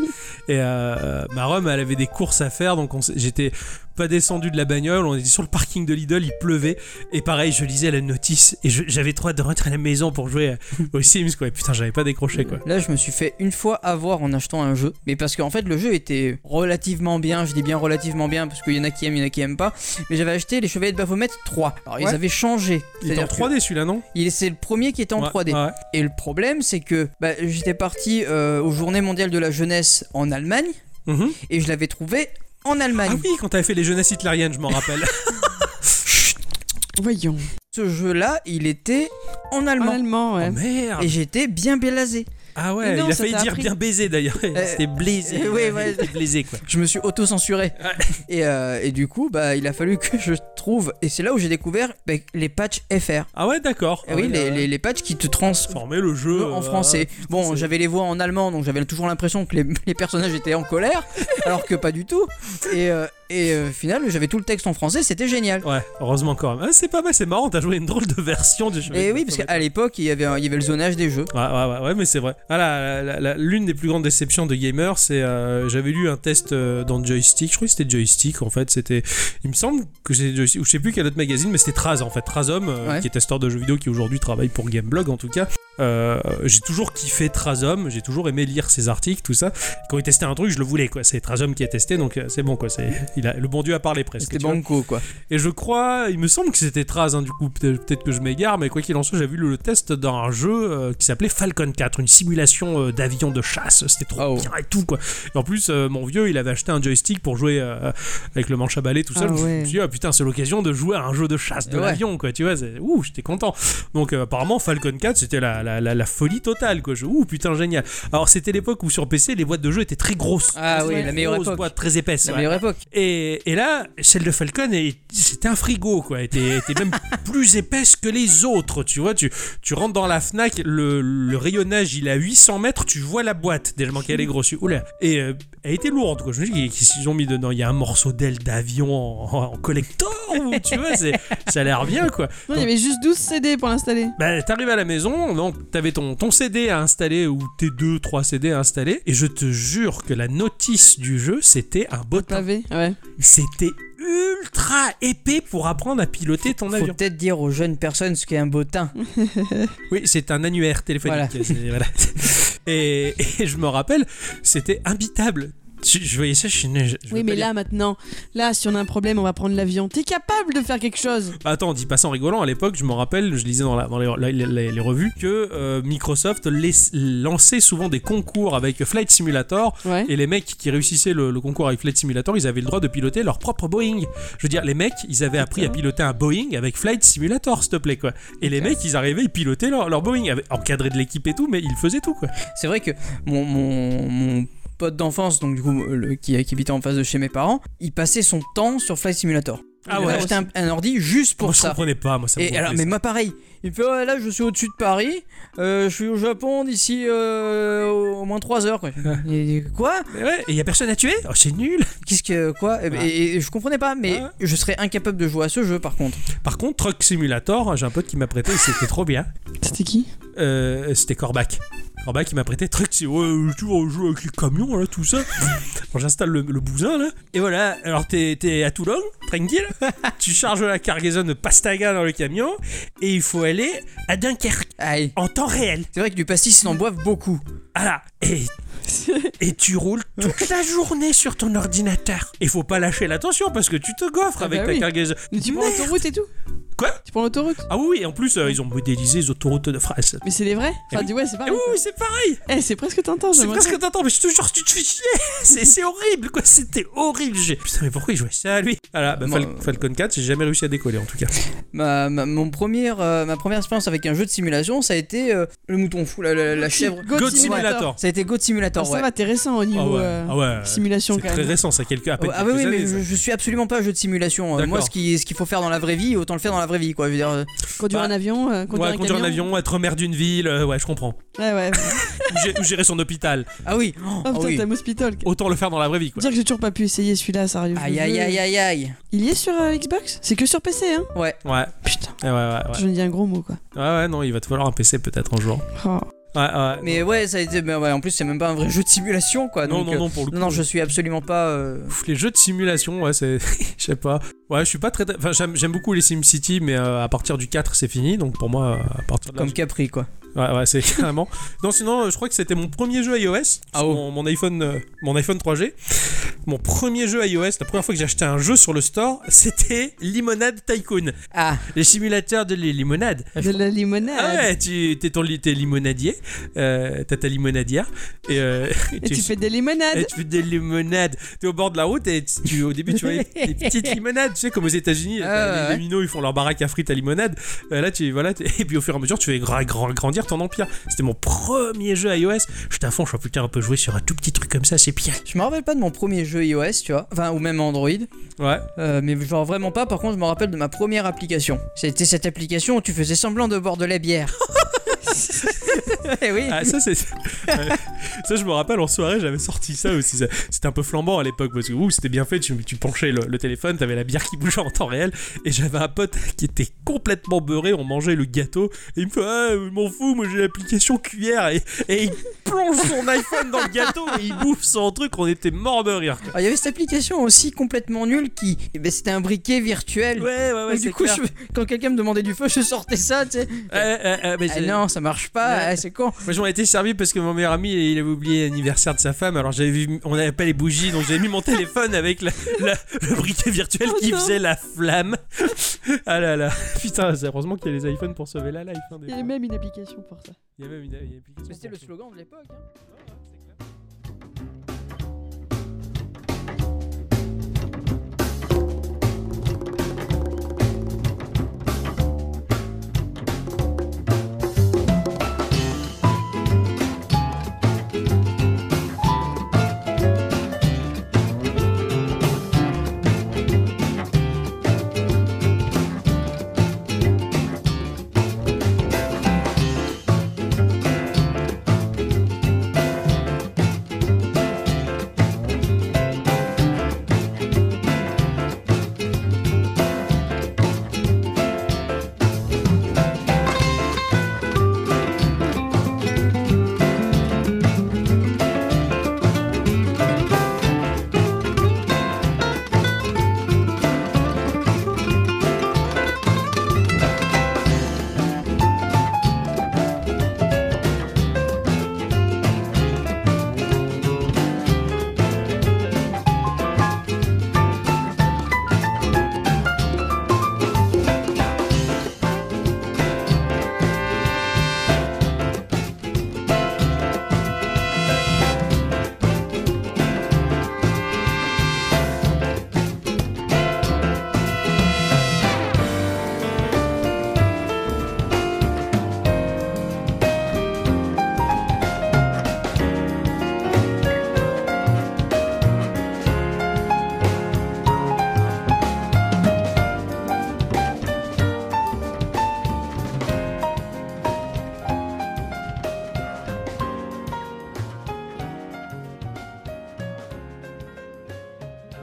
Speaker 1: et euh, ma Rome, elle avait des courses à faire, donc on s'est- j'étais pas descendu de la bagnole. On était sur le parking de Lidl, il pleuvait. Et pareil, je lisais la notice et je- j'avais trop hâte de rentrer à la maison pour
Speaker 3: <laughs>
Speaker 1: jouer aux Sims, quoi. Et putain, j'avais pas décroché, quoi.
Speaker 3: Là, je me suis fait une fois avoir en achetant un jeu, mais parce qu'en fait, le jeu était relativement bien. Je dis bien relativement bien parce qu'il y en a qui aiment, il y en a qui aiment pas. Mais j'avais acheté les Chevaliers de Baphomet 3. Alors, ils
Speaker 1: Ouais.
Speaker 3: avaient changé.
Speaker 1: Il était en
Speaker 3: C'est-à-dire que
Speaker 1: 3D celui-là, non
Speaker 3: il- C'est le premier qui était en
Speaker 1: Ouais,
Speaker 3: 3D.
Speaker 1: ouais.
Speaker 3: Et le problème, c'est que bah, j'étais parti euh, aux Journées mondiales de la jeunesse en Allemagne
Speaker 1: Mhm.
Speaker 3: et je l'avais trouvé en
Speaker 1: Ah
Speaker 3: Allemagne.
Speaker 1: oui, quand t'avais fait les jeunesses hitlériennes, je m'en rappelle.
Speaker 2: Voyons.
Speaker 3: Ce jeu-là, il était en
Speaker 2: En
Speaker 3: allemand.
Speaker 2: allemand, ouais.
Speaker 1: Oh, merde
Speaker 3: Et j'étais bien bélasé.
Speaker 1: Ah ouais,
Speaker 2: Mais non,
Speaker 1: il a
Speaker 2: ça
Speaker 1: failli
Speaker 2: t'a
Speaker 1: dire
Speaker 2: appris.
Speaker 1: bien baiser d'ailleurs. C'était blaisé.
Speaker 3: euh, ouais, ouais.
Speaker 1: C'était blaisé quoi.
Speaker 3: Je me suis auto-censuré. Et, euh, et du coup, bah, il a fallu que je trouve. Et c'est là où j'ai découvert bah, les patchs FR.
Speaker 1: Ah ouais, d'accord.
Speaker 3: Eh oui, les, les-
Speaker 1: les
Speaker 3: les patchs qui te transforment.
Speaker 1: Former le jeu
Speaker 3: en
Speaker 1: euh,
Speaker 3: français. bon,
Speaker 1: c'est-
Speaker 3: j'avais les voix en <laughs> allemand, donc j'avais toujours l'impression que les, les personnages étaient en colère, alors que pas du tout. Et, euh, Et euh, au final, j'avais tout le texte en français, c'était génial.
Speaker 1: euh, Ouais, heureusement quand même. Ah, c'est pas mal, c'est marrant, t'as joué une drôle de version du jeu.
Speaker 3: Et Eh oui, parce qu'à l'époque, il y avait un- il y avait le zonage des jeux.
Speaker 1: Ouais, ouais, ouais, ouais, mais c'est vrai. Ah, la- la- la- L'une des plus grandes déceptions de gamer, c'est euh, j'avais lu un test euh, dans Joystick. Je crois que c'était Joystick en fait. C'était, il me semble que c'était Joystick ou je sais plus quel autre magazine, mais c'était Traz en fait. Trazom, euh,
Speaker 3: Ouais.
Speaker 1: qui est testeur de jeux vidéo, qui aujourd'hui travaille pour Gameblog en tout cas. Euh, j'ai toujours kiffé Trazom, j'ai toujours aimé lire ses articles, tout ça. Quand il testait un truc, je le voulais quoi. C'est Trazom qui a testé, donc euh, c'est bon quoi. C'est, il a, le bon Dieu a parlé presque.
Speaker 3: C'était
Speaker 1: tu vois.
Speaker 3: banco, quoi.
Speaker 1: Et je crois, il me semble que c'était Traz, hein, du coup, peut- peut-être que je m'égare, mais quoi qu'il en soit, j'avais vu le, le test d'un jeu euh, qui s'appelait Falcon 4, une simulation euh, d'avion de chasse, c'était trop
Speaker 3: Oh.
Speaker 1: bien et tout, quoi. Et en plus, euh, mon vieux, il avait acheté un joystick pour jouer euh, avec le manche à balai tout
Speaker 2: Ah
Speaker 1: seul. Je
Speaker 2: ouais.
Speaker 1: me suis dit, ah putain, c'est l'occasion de jouer à un jeu de chasse de
Speaker 3: Ouais.
Speaker 1: l'avion, quoi, tu vois, c'est- ouh, j'étais content. Donc, euh, apparemment, Falcon 4, c'était la, la, la, la folie totale, quoi. Je- ouh, putain, génial. Alors, c'était l'époque où sur PC, les boîtes de jeu étaient très grosses.
Speaker 3: Ah oui,
Speaker 1: Très
Speaker 3: la meilleure
Speaker 1: grosses
Speaker 3: époque.
Speaker 1: boîtes très épaisses.
Speaker 3: La
Speaker 1: ouais.
Speaker 3: meilleure époque.
Speaker 1: Et, et là, celle de Falcon, elle- c'était un frigo, quoi. Elle était, elle était même plus épaisse que les autres, tu vois. Tu, tu rentres dans la Fnac, le, le rayonnage, il est à 800 mètres, tu vois la boîte, tellement qu'elle est grosse. Oula. Et euh, elle était lourde, quoi. Je me dis, qu'est-ce qu'ils ont mis dedans Il y a un morceau d'aile d'avion en, en collector, ou- tu vois, c'est- ça a l'air bien, quoi.
Speaker 2: Non, il y avait juste 12 CD pour l'installer.
Speaker 1: Bah, t'arrives à la maison, donc t'avais ton, ton CD à installer ou tes deux, trois CD à installer, et je te jure que la notice du jeu, c'était un bottin
Speaker 2: Pavé, ouais.
Speaker 1: c'était ultra épais pour apprendre à piloter ton
Speaker 3: Faut
Speaker 1: avion.
Speaker 3: peut-être dire aux jeunes personnes ce qu'est un bottin.
Speaker 1: Oui, c'est un annuaire téléphonique. <laughs> C'est- voilà. Et, et je me rappelle, c'était imbitable. Je, je voyais ça, je suis né, je- je
Speaker 2: Oui,
Speaker 1: veux
Speaker 2: mais
Speaker 1: pas
Speaker 2: là maintenant, là, si on a un problème, on va prendre l'avion. T'es capable de faire quelque chose
Speaker 1: Bah, Attends, on dit pas ça en rigolant. À l'époque, je me rappelle, je lisais dans, la- dans les, les- les- les revues que euh, Microsoft laisse- lançait souvent des concours avec Flight Simulator.
Speaker 2: Ouais.
Speaker 1: Et les mecs qui réussissaient le, le concours avec Flight Simulator, ils avaient le droit de piloter leur propre Boeing. Je veux dire, les mecs, ils avaient appris à piloter un Boeing avec Flight Simulator, s'il te plaît, quoi. Et les mecs, ils arrivaient, ils pilotaient leur, leur Boeing, avec- encadrés de l'équipe et tout, mais ils faisaient tout, quoi.
Speaker 3: C'est vrai que mon, mon, mon pote d'enfance, donc du coup, le- qui, qui habitait en face de chez mes parents, il passait son temps sur Flight Simulator.
Speaker 1: Ah
Speaker 3: il
Speaker 1: ouais.
Speaker 3: avait acheté un, un ordi juste pour
Speaker 1: moi, je
Speaker 3: ça.
Speaker 1: comprenais pas, moi, ça me
Speaker 3: Et alors, mais
Speaker 1: gonflait,
Speaker 3: moi pareil, il me fait ouais, là je suis au-dessus de Paris, euh, je suis au Japon d'ici euh, au au moins 3
Speaker 1: <laughs>
Speaker 3: heures quoi. Et quoi
Speaker 1: ça. Mais ouais, et y a personne à tuer Oh, c'est nul
Speaker 3: Qu'est-ce que quoi et,
Speaker 1: Ouais.
Speaker 3: et- et je comprenais pas, mais
Speaker 1: Ouais.
Speaker 3: je serais incapable de jouer à ce jeu par contre.
Speaker 1: Par contre, Truck Simulator, j'ai un pote qui m'a prêté, et c'était trop bien.
Speaker 2: C'était qui
Speaker 1: Euh, c'était Corbac. Corbac qui m'a prêté truc, c'est ouais, euh, tu vois, on joue avec les camions là,
Speaker 2: <laughs>
Speaker 1: tout ça. Bon, J'installe le, le bousin là. Et voilà, alors t'es t'es à Toulon,
Speaker 2: <laughs>
Speaker 1: tranquille. tu charges la cargaison de pastaga dans le camion et il faut aller à Dunkerque
Speaker 3: Aïe.
Speaker 1: en temps réel.
Speaker 3: C'est vrai que du pastis ils en boivent beaucoup.
Speaker 1: Ah là,
Speaker 2: <laughs>
Speaker 1: et, et tu roules toute la journée sur ton ordinateur. Il faut pas lâcher l'attention parce que tu te goffres
Speaker 2: Ah
Speaker 1: avec
Speaker 2: bah
Speaker 1: ta
Speaker 2: oui.
Speaker 1: cargaison.
Speaker 2: Mais tu prends
Speaker 1: Merde.
Speaker 2: l'autoroute et tout
Speaker 1: Quoi
Speaker 2: Tu prends l'autoroute
Speaker 1: Ah oui, oui, et en plus, euh, ils ont modélisé les autoroutes de France.
Speaker 2: Mais c'est les vrais Enfin,
Speaker 1: oui.
Speaker 2: dis ouais, c'est pareil.
Speaker 1: Et oui,
Speaker 2: quoi.
Speaker 1: oui, c'est pareil.
Speaker 2: Eh, c'est presque tentant,
Speaker 1: C'est
Speaker 2: j'aimerais
Speaker 1: presque t'entends, mais je te jure, tu te fais chier. <laughs> C'est c'est horrible, quoi. C'était horrible. J'ai- Putain, mais pourquoi il jouait ça, lui Voilà, bah,
Speaker 3: Moi,
Speaker 1: Fal-
Speaker 3: euh,
Speaker 1: Falcon 4, j'ai jamais réussi à décoller, en tout cas.
Speaker 3: Ma, ma- mon première, euh, ma première expérience avec un jeu de simulation, ça a été euh, le mouton fou, la, la- la chèvre.
Speaker 2: Goat
Speaker 1: God
Speaker 2: Simulator.
Speaker 1: Simulator.
Speaker 3: Ça a été Goat
Speaker 2: Ah,
Speaker 3: Simulator,
Speaker 2: ça
Speaker 3: ouais.
Speaker 2: va, t'es récent au
Speaker 1: Ah
Speaker 2: niveau
Speaker 1: ouais,
Speaker 2: euh,
Speaker 1: ah ouais.
Speaker 2: simulation
Speaker 1: C'est
Speaker 2: quand
Speaker 1: très
Speaker 2: même.
Speaker 1: récent, ça, quelques, à peine
Speaker 3: Ah oui, oui,
Speaker 1: quelques
Speaker 3: mais
Speaker 1: années, ça.
Speaker 3: je, je suis absolument pas jeu de simulation. Euh, Moi,
Speaker 1: D'accord.
Speaker 3: ce qui- ce qu'il faut faire dans la vraie vie, autant le faire dans la vraie vie, quoi. Je veux dire, euh,
Speaker 2: Conduire
Speaker 1: Bah,
Speaker 2: un avion, euh, conduire,
Speaker 1: Ouais, conduire un avion, être maire d'une ville, euh, ouais, je comprends.
Speaker 2: Ouais, ouais.
Speaker 1: Ou gé- Ou gérer son hôpital.
Speaker 3: Ah oui.
Speaker 2: Oh
Speaker 3: Ah
Speaker 2: putain,
Speaker 3: oui.
Speaker 2: t'as un hospital. quoi.
Speaker 1: Autant le faire dans la vraie vie, quoi.
Speaker 2: Dire que j'ai toujours pas pu essayer celui-là, sérieux. je
Speaker 3: Aïe
Speaker 2: le
Speaker 3: aïe
Speaker 2: veux.
Speaker 3: aïe aïe aïe.
Speaker 2: Il y est sur euh, Xbox C'est que sur PC, hein
Speaker 3: Ouais.
Speaker 1: Ouais,
Speaker 2: Putain,
Speaker 1: ouais, ouais, ouais.
Speaker 2: je me dis un gros mot, quoi.
Speaker 1: Ouais, ouais, non, il va te falloir un PC peut-être un jour.
Speaker 2: Oh.
Speaker 1: Ouais, ouais.
Speaker 3: Mais ouais, ça a été. bah ouais, en plus, c'est même pas un vrai jeu de simulation, quoi.
Speaker 1: Ah non,
Speaker 3: donc,
Speaker 1: non,
Speaker 3: euh,
Speaker 1: non, pour le coup.
Speaker 3: non, je suis absolument pas. euh,
Speaker 1: Pff, les jeux de simulation, ouais, c'est. <laughs> Je sais pas. Ouais, je suis pas très. Enfin, j'aime j'aime beaucoup les SimCity, mais euh, à partir du 4, c'est fini. Donc pour moi, euh, à partir de là.
Speaker 3: Comme Capri, quoi.
Speaker 1: Ouais, ouais, c'est <laughs> carrément. Non, sinon, euh, je crois que c'était mon premier jeu iOS.
Speaker 3: Ah
Speaker 1: sur
Speaker 3: oh.
Speaker 1: mon, mon iPhone, euh, mon iPhone 3G. Mon premier jeu iOS, la première fois que j'ai acheté un jeu sur le store, c'était Limonade Tycoon.
Speaker 3: Ah,
Speaker 1: Les simulateurs de les limonades.
Speaker 2: De la limonade.
Speaker 1: Ah ouais, tu t'es ton li- t'es limonadier, euh, t'as ta limonadière et, euh, <laughs>
Speaker 2: Et tu fais des
Speaker 1: et
Speaker 2: limonades.
Speaker 1: tu fais des limonades. T'es au bord de la route et tu- tu, au début tu
Speaker 3: <laughs>
Speaker 1: vois des petites limonades, tu sais comme aux États-Unis,
Speaker 3: Ah,
Speaker 1: les
Speaker 3: ouais.
Speaker 1: dominos ils font leur baraque à frites à limonade. Euh, là tu voilà tu- et puis au fur et à mesure tu fais gra- gra- grandir ton empire. C'était mon premier jeu iOS. J'étais à fond, je suis putain on peut jouer sur un tout petit truc comme ça, c'est bien.
Speaker 3: je me rappelle pas de mon premier jeu iOS, tu vois. Enfin, ou même Android.
Speaker 1: Ouais.
Speaker 3: Euh, mais genre vraiment pas. Par contre, je me rappelle de ma première application. C'était cette application où
Speaker 1: <laughs>
Speaker 3: tu faisais semblant de boire de la bière. Eh oui.
Speaker 1: Ah ça c'est. Ouais. Ça, je me rappelle, en soirée, j'avais sorti ça aussi. Ça- C'était un peu flambant à l'époque parce que ouh, c'était bien fait. Tu, tu penchais le, le téléphone, t'avais la bière qui bougeait en temps réel. Et j'avais un pote qui était complètement beurré. On mangeait le gâteau. Et il me fait Ah, je m'en fous, moi j'ai l'application cuillère. Et, et il plonge son iPhone dans le gâteau et il bouffe son truc. On était mort de rire. quoi.
Speaker 3: Ah, Il y avait cette application aussi complètement nulle qui. eh ben, c'était un briquet virtuel.
Speaker 1: Ouais, ouais, ouais.
Speaker 3: Donc,
Speaker 1: c'est
Speaker 3: du coup,
Speaker 1: clair.
Speaker 3: je- quand quelqu'un me demandait du feu, je sortais ça, tu sais.
Speaker 1: Euh, euh, euh, mais
Speaker 3: Ah
Speaker 1: j'ai-
Speaker 3: non, ça marche pas,
Speaker 1: Ouais.
Speaker 3: ah, c'est con.
Speaker 1: Moi j'en étais servi parce que mon meilleur ami il avait oublié l'anniversaire de sa femme alors j'avais vu on n'avait pas les bougies donc j'avais mis mon téléphone avec la- la- le briquet virtuel
Speaker 2: Oh
Speaker 1: qui
Speaker 2: non.
Speaker 1: faisait la flamme. Ah là là putain c'est heureusement qu'il y a les iPhones pour sauver la life. hein, des
Speaker 2: Il y a
Speaker 1: fois.
Speaker 2: même une application pour ça.
Speaker 1: Il y a même une- il y a une application
Speaker 3: C'était
Speaker 1: pour
Speaker 3: le
Speaker 1: ça.
Speaker 3: slogan de l'époque. hein.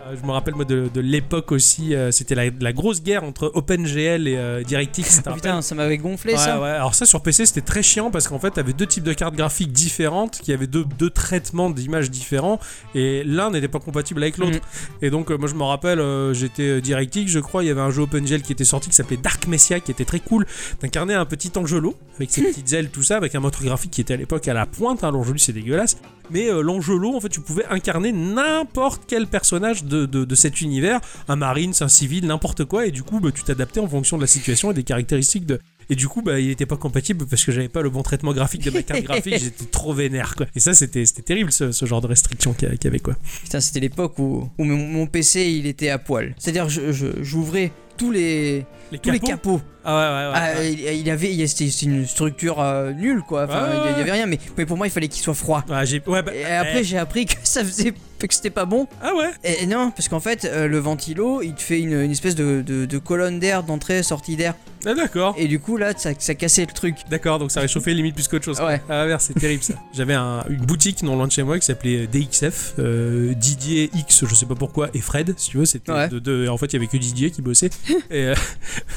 Speaker 1: Euh, Je me rappelle moi de, de l'époque aussi euh, c'était la, la grosse guerre entre OpenGL et euh, DirectX.
Speaker 3: Oh,
Speaker 1: t'as
Speaker 3: putain, ça m'avait gonflé
Speaker 1: Ouais,
Speaker 3: ça.
Speaker 1: ouais. Alors ça sur PC c'était très chiant parce qu'en fait t'avais deux types de cartes graphiques différentes qui avaient deux, deux traitements d'images différents et l'un n'était pas compatible avec l'autre. Et donc euh, moi je me rappelle euh, j'étais euh, DirectX je crois il y avait un jeu OpenGL qui était sorti qui s'appelait Dark Messiah qui était très cool. T'incarnais un petit angelo avec ses petites ailes tout ça avec un moteur graphique qui était à l'époque à la pointe. Hein, L'angelo c'est dégueulasse. Mais euh, l'angelo en fait tu pouvais incarner n'importe quel personnage de, de- de cet univers, un marine, un civil, n'importe quoi et du coup bah, tu t'adaptais en fonction de la situation et des caractéristiques de, et du coup, bah, il n'était pas compatible parce que j'avais pas le bon traitement graphique de ma
Speaker 3: <laughs>
Speaker 1: carte graphique. J'étais trop vénère, quoi. Et ça, c'était c'était terrible, ce, ce genre de restriction qu'il y a- qu'il y avait, quoi.
Speaker 3: Putain, c'était l'époque où, où mon, mon PC il était à poil. C'est-à-dire, je- je- j'ouvrais tous les tous les capots.
Speaker 1: Ah ouais, ouais, ouais.
Speaker 3: Ah,
Speaker 1: ouais.
Speaker 3: il, il avait, il- c'était c'était une structure euh, nulle quoi. Enfin,
Speaker 1: Ouais,
Speaker 3: il y- il y
Speaker 1: ouais.
Speaker 3: avait rien. Mais, mais pour moi, il fallait qu'il soit froid.
Speaker 1: Ouais, j'ai- ouais, bah,
Speaker 3: Et
Speaker 1: eh,
Speaker 3: après, j'ai appris que ça faisait que c'était pas bon.
Speaker 1: ah ouais.
Speaker 3: Et et non, parce qu'en fait, euh, le ventilo, il te fait une, une espèce de, de- de colonne d'air d'entrée, sortie d'air.
Speaker 1: Ah, d'accord.
Speaker 3: Et du coup, là, ça, ça cassait le truc.
Speaker 1: D'accord, donc ça réchauffait limite plus qu'autre chose.
Speaker 3: Ouais.
Speaker 1: Ah merde, c'est terrible
Speaker 3: <laughs>
Speaker 1: ça. J'avais un- une boutique non loin de chez moi qui s'appelait DXF, euh, Didier X, je sais pas pourquoi, et Fred, si tu veux, c'était
Speaker 3: Ouais.
Speaker 1: de- de- en fait il y avait que Didier qui
Speaker 3: <laughs>
Speaker 1: bossait, et euh,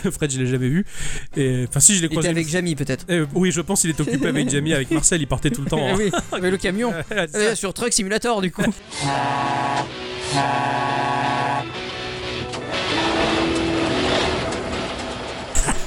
Speaker 1: <laughs> Fred je l'ai jamais vu, et enfin si je l'ai
Speaker 3: Il était
Speaker 1: croisé.
Speaker 3: avec Jamie peut-être.
Speaker 1: Euh, oui, je pense qu'il est occupé avec Jamie, avec Marcel, il partait tout le
Speaker 3: <laughs>
Speaker 1: temps. hein. en- <laughs>
Speaker 3: oui, avec le camion.
Speaker 1: Ah, c'est
Speaker 3: Euh, sur Truck
Speaker 1: <laughs>
Speaker 3: Simulator du coup.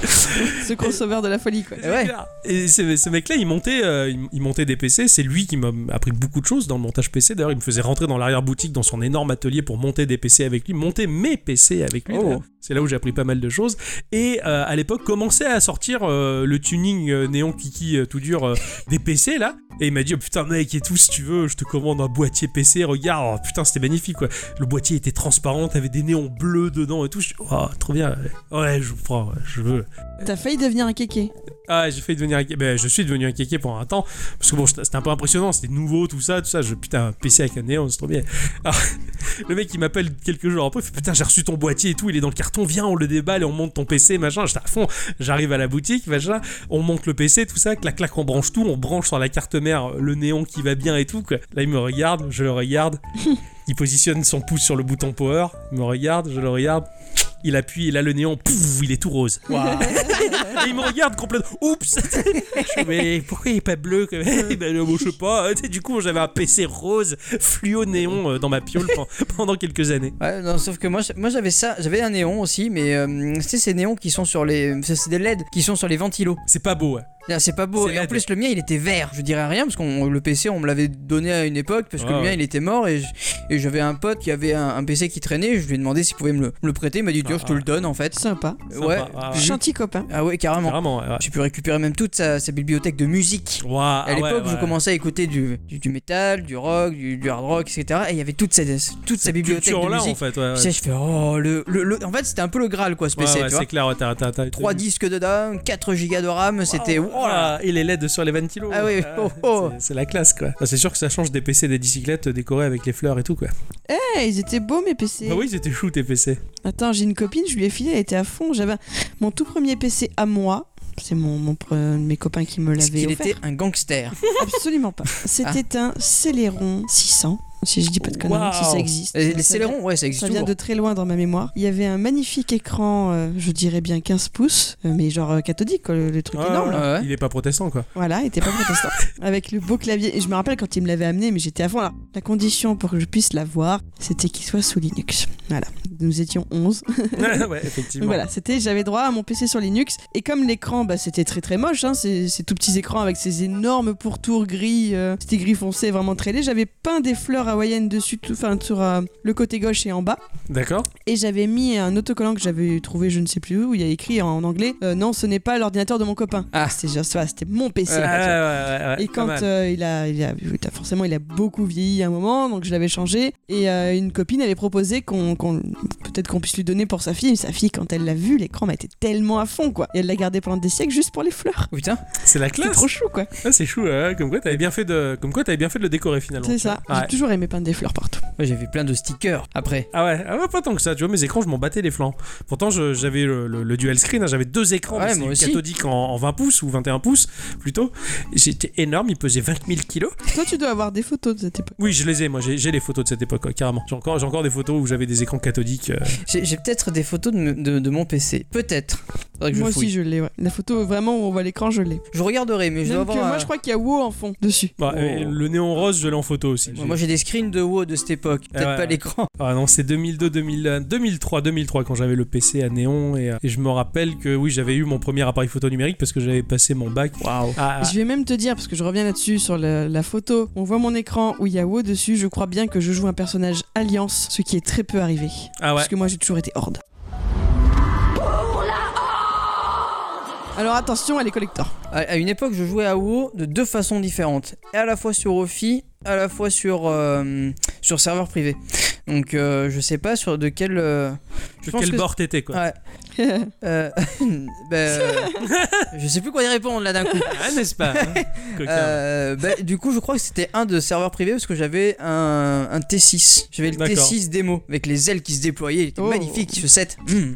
Speaker 2: Ce crossover de la folie, quoi.
Speaker 3: Et ouais.
Speaker 1: clair. Et ce, ce mec-là, il montait, euh, il, il montait des PC. C'est lui qui m'a appris beaucoup de choses dans le montage PC. D'ailleurs, il me faisait rentrer dans l'arrière-boutique, dans son énorme atelier pour monter des PC avec lui, monter mes PC avec lui.
Speaker 3: Oh.
Speaker 1: d'ailleurs. C'est là où j'ai appris pas mal de choses. Et euh, à l'époque, commençait à sortir euh, le tuning euh, néon kiki euh, tout dur euh, des PC là. Et il m'a dit oh, putain mec et tout si tu veux, je te commande un boîtier PC. Regarde, oh, putain c'était magnifique quoi. Le boîtier était transparent, t'avais des néons bleus dedans et tout. Je dis, oh, trop bien. Ouais, je prends, ouais, je veux.
Speaker 2: T'as failli devenir un kéké.
Speaker 1: Ah, j'ai failli devenir un kéké. Ben, je suis devenu un kéké pour un temps. Parce que bon, c'était c'était un peu impressionnant, c'était nouveau, tout ça, tout ça. Je, putain, un PC avec un néon, c'est trop bien. Alors, <laughs> le mec, il m'appelle quelques jours après, il fait Putain, j'ai reçu ton boîtier et tout, il est dans le carton, viens, on le déballe et on monte ton PC, machin. J'étais à fond, j'arrive à la boutique, machin, on monte le PC, tout ça, clac, clac, on branche tout, on branche sur la carte mère euh, le néon qui va bien et tout. quoi. Là, il me regarde, je le regarde, il positionne son pouce sur le bouton power, il me regarde, je le regarde. Il appuie, il a le néon, pouf, il est tout rose. Et il me regarde complètement. Oups Je fais, Mais pourquoi il est pas bleu quand même <laughs> Eh ben, bon, Je sais pas. Tu sais, Du coup, j'avais un PC rose fluo néon euh, dans ma piole pen- <laughs> pendant quelques années.
Speaker 3: Ouais, non, sauf que moi, j'- moi j'avais ça, j'avais un néon aussi, mais euh, c'est ces néons qui sont sur les, c'est c'est des LED qui sont sur les ventilos.
Speaker 1: C'est pas beau. ouais.
Speaker 3: Là, Ah, C'est pas beau.
Speaker 1: C'est
Speaker 3: Et en
Speaker 1: LED.
Speaker 3: plus le mien il était vert. Je dirais rien parce qu'on le PC on me l'avait donné à une époque parce que
Speaker 1: Ah
Speaker 3: le mien
Speaker 1: ouais.
Speaker 3: il était mort et je- et j'avais un pote qui avait un, un PC qui traînait. Je lui ai demandé s'il pouvait me le, me le prêter. Il m'a dit tiens
Speaker 1: Ah,
Speaker 3: je te le donne en fait.
Speaker 2: Sympa.
Speaker 1: Sympa.
Speaker 3: Ouais.
Speaker 1: Ah, ouais.
Speaker 3: J'ai-
Speaker 2: Gentil copain.
Speaker 3: Ah ouais carrément.
Speaker 1: Vraiment. ouais, ouais.
Speaker 3: J'ai pu récupérer même toute sa, sa bibliothèque de musique.
Speaker 1: Ouah,
Speaker 3: À
Speaker 1: ah ouais,
Speaker 3: l'époque, je
Speaker 1: ouais.
Speaker 3: commençais à écouter du, du, du métal, du rock, du, du hard rock, etc. Et il y avait toute sa, toute sa bibliothèque de
Speaker 1: Culture là,
Speaker 3: musique.
Speaker 1: en fait. ouais, ouais.
Speaker 3: Tu sais, je fais oh le, le, le- en fait c'était un peu le Graal quoi ce
Speaker 1: Ouais,
Speaker 3: PC
Speaker 1: ouais,
Speaker 3: tu vois.
Speaker 1: c'est clair. ouais, t'as- t'as- t'as-
Speaker 3: 3 disques dedans, 4 gigas de RAM, c'était
Speaker 1: Oh,
Speaker 3: oh là.
Speaker 1: là, et les LED sur les ventilos.
Speaker 3: Ah oui,
Speaker 1: Ah,
Speaker 3: oh, oh.
Speaker 1: c'est- C'est la classe quoi. Ah, C'est sûr que ça change des PC des bicyclettes euh, décorées avec les fleurs et tout quoi.
Speaker 2: Eh, ils étaient beaux mes PC.
Speaker 1: Bah oui, c'était chou tes PC.
Speaker 2: Attends, j'ai une copine, je lui ai filé, elle était à fond. J'avais un- mon tout premier PC à moi. C'est mon, mon pre- un de mes copains qui me
Speaker 3: Parce
Speaker 2: l'avait
Speaker 3: qu'il
Speaker 1: <laughs>
Speaker 2: offert.
Speaker 3: était
Speaker 2: <laughs>
Speaker 3: un gangster.
Speaker 2: Absolument pas. C'était
Speaker 1: Ah.
Speaker 2: un Celeron 600, si je dis pas de conneries,
Speaker 1: Waouh.
Speaker 2: si ça existe.
Speaker 3: Les
Speaker 2: Ça
Speaker 3: les Célérons, ouais, ça existe
Speaker 2: Ça vient
Speaker 3: toujours.
Speaker 2: de très loin dans ma mémoire. Il y avait un magnifique écran, euh, je dirais bien 15 pouces, euh, mais genre euh, cathodique, quoi, le, le truc
Speaker 1: Ouais,
Speaker 2: énorme.
Speaker 1: ouais.
Speaker 2: là.
Speaker 3: Ah ouais.
Speaker 1: Il est pas protestant quoi. <laughs>
Speaker 2: Voilà, il était pas protestant. Avec le beau clavier. Et je me rappelle quand il me l'avait amené, mais j'étais à fond. Alors, la condition pour que je puisse l'avoir, c'était qu'il soit sous Linux. Voilà. Nous étions 11.
Speaker 1: ouais,
Speaker 2: Donc
Speaker 1: effectivement.
Speaker 2: <laughs> voilà, c'était, j'avais droit à mon PC sur Linux. Et comme l'écran, bah, c'était très très moche, hein, ces, ces tout petits écrans avec ces énormes pourtours gris, euh, c'était gris foncé, vraiment très laid. J'avais peint des fleurs hawaïennes dessus, tout, enfin sur euh, le côté gauche et en bas.
Speaker 1: D'accord.
Speaker 2: Et j'avais mis un autocollant que j'avais trouvé, je ne sais plus où, où il y a écrit en, en anglais euh, Non, ce n'est pas l'ordinateur de mon copain.
Speaker 3: Ah.
Speaker 2: C'était, genre, ça, c'était mon PC.
Speaker 1: Ouais,
Speaker 2: quoi, tu vois.
Speaker 1: ouais, ouais, ouais, ouais,
Speaker 2: Et
Speaker 1: pas
Speaker 2: quand
Speaker 1: mal.
Speaker 2: euh, il, a, il a- putain, forcément, il a beaucoup vieilli à un moment, donc je l'avais changé. Et euh, une copine avait proposé qu'on, qu'on- peut-être qu'on puisse lui donner pour sa fille. Et sa fille, quand elle l'a vu, l'écran m'a été tellement à fond, quoi. Et elle l'a gardé pendant des siècles juste pour les fleurs.
Speaker 3: Oh, Putain,
Speaker 1: C'est la
Speaker 2: C'est
Speaker 1: classe.
Speaker 2: trop chou, quoi.
Speaker 1: Ah, c'est chou. ouais, Comme quoi, t'avais bien fait de, comme quoi, t'avais bien fait de le décorer finalement.
Speaker 2: C'est ça.
Speaker 1: Ouais.
Speaker 2: J'ai toujours aimé peindre des
Speaker 1: <laughs>
Speaker 2: fleurs partout.
Speaker 3: Moi, j'avais plein de stickers après.
Speaker 1: Ah ouais, ah ouais, pas tant que ça, tu vois, mes écrans, je m'en battais les flancs. Pourtant, je- j'avais le, le- le dual screen, hein, j'avais deux écrans, mais
Speaker 3: Ouais, moi
Speaker 1: c'était
Speaker 3: aussi.
Speaker 1: cathodique en, en 20 pouces ou 21 pouces plutôt. J'étais énorme, il pesait 20 000 kilos.
Speaker 2: Toi, tu dois avoir des photos de cette époque.
Speaker 1: Oui, je les ai, moi, j'ai j'ai les photos de cette époque, ouais, carrément. J'ai encore, j'ai encore des photos où j'avais des écrans cathodiques. euh.
Speaker 3: J'ai j'ai peut-être des photos de, me- de- de mon PC. Peut-être. Faudrait que je
Speaker 2: Moi
Speaker 3: fouille.
Speaker 2: aussi, je l'ai, ouais. La photo, vraiment, où on voit l'écran, je l'ai.
Speaker 3: Je regarderai, mais je dois
Speaker 2: Même que
Speaker 3: avoir.
Speaker 1: euh,
Speaker 2: moi,
Speaker 3: un-
Speaker 2: je crois qu'il y a WoW en fond dessus.
Speaker 1: Bah,
Speaker 3: Oh.
Speaker 1: euh, le néon rose, je l'ai en photo aussi.
Speaker 3: Moi, Moi j'ai des screens de WoW de cette époque. Peut-être
Speaker 1: ouais,
Speaker 3: pas
Speaker 1: ouais.
Speaker 3: l'écran.
Speaker 1: Ah non, c'est 2002, 2000, 2003, 2003 quand j'avais le PC à néon et, euh, et je me rappelle que oui, j'avais eu mon premier appareil photo numérique parce que j'avais passé mon bac.
Speaker 3: Waouh.
Speaker 1: Ah, ah,
Speaker 2: Je vais même te dire, parce que je reviens là-dessus sur la, la photo, on voit mon écran où il y a WoW dessus, je crois bien que je joue un personnage Alliance, ce qui est très peu arrivé.
Speaker 1: ah ouais.
Speaker 2: Parce que moi j'ai toujours été Horde. Alors attention, elle est collector.
Speaker 3: À, à une époque, je jouais à WoW de deux façons différentes. À la fois sur Ophi, à la fois sur, euh, sur serveur privé. Donc euh, je sais pas sur de quel. euh,
Speaker 1: Que
Speaker 3: pense
Speaker 1: quel
Speaker 3: que- Ah.
Speaker 1: bord t'étais quoi.
Speaker 3: Ouais.
Speaker 1: <laughs>
Speaker 3: Euh, <laughs> bah, euh, je sais plus quoi y répondre là d'un coup.
Speaker 1: Ah, n'est-ce pas hein,
Speaker 3: <laughs>
Speaker 1: coquin.
Speaker 3: Euh, bah, du coup, je crois que c'était un de serveur privé parce que j'avais un, un T6. J'avais le
Speaker 1: D'accord.
Speaker 3: T6 démo avec les ailes qui se déployaient. Il était
Speaker 2: Oh.
Speaker 3: magnifique ce set. Mm.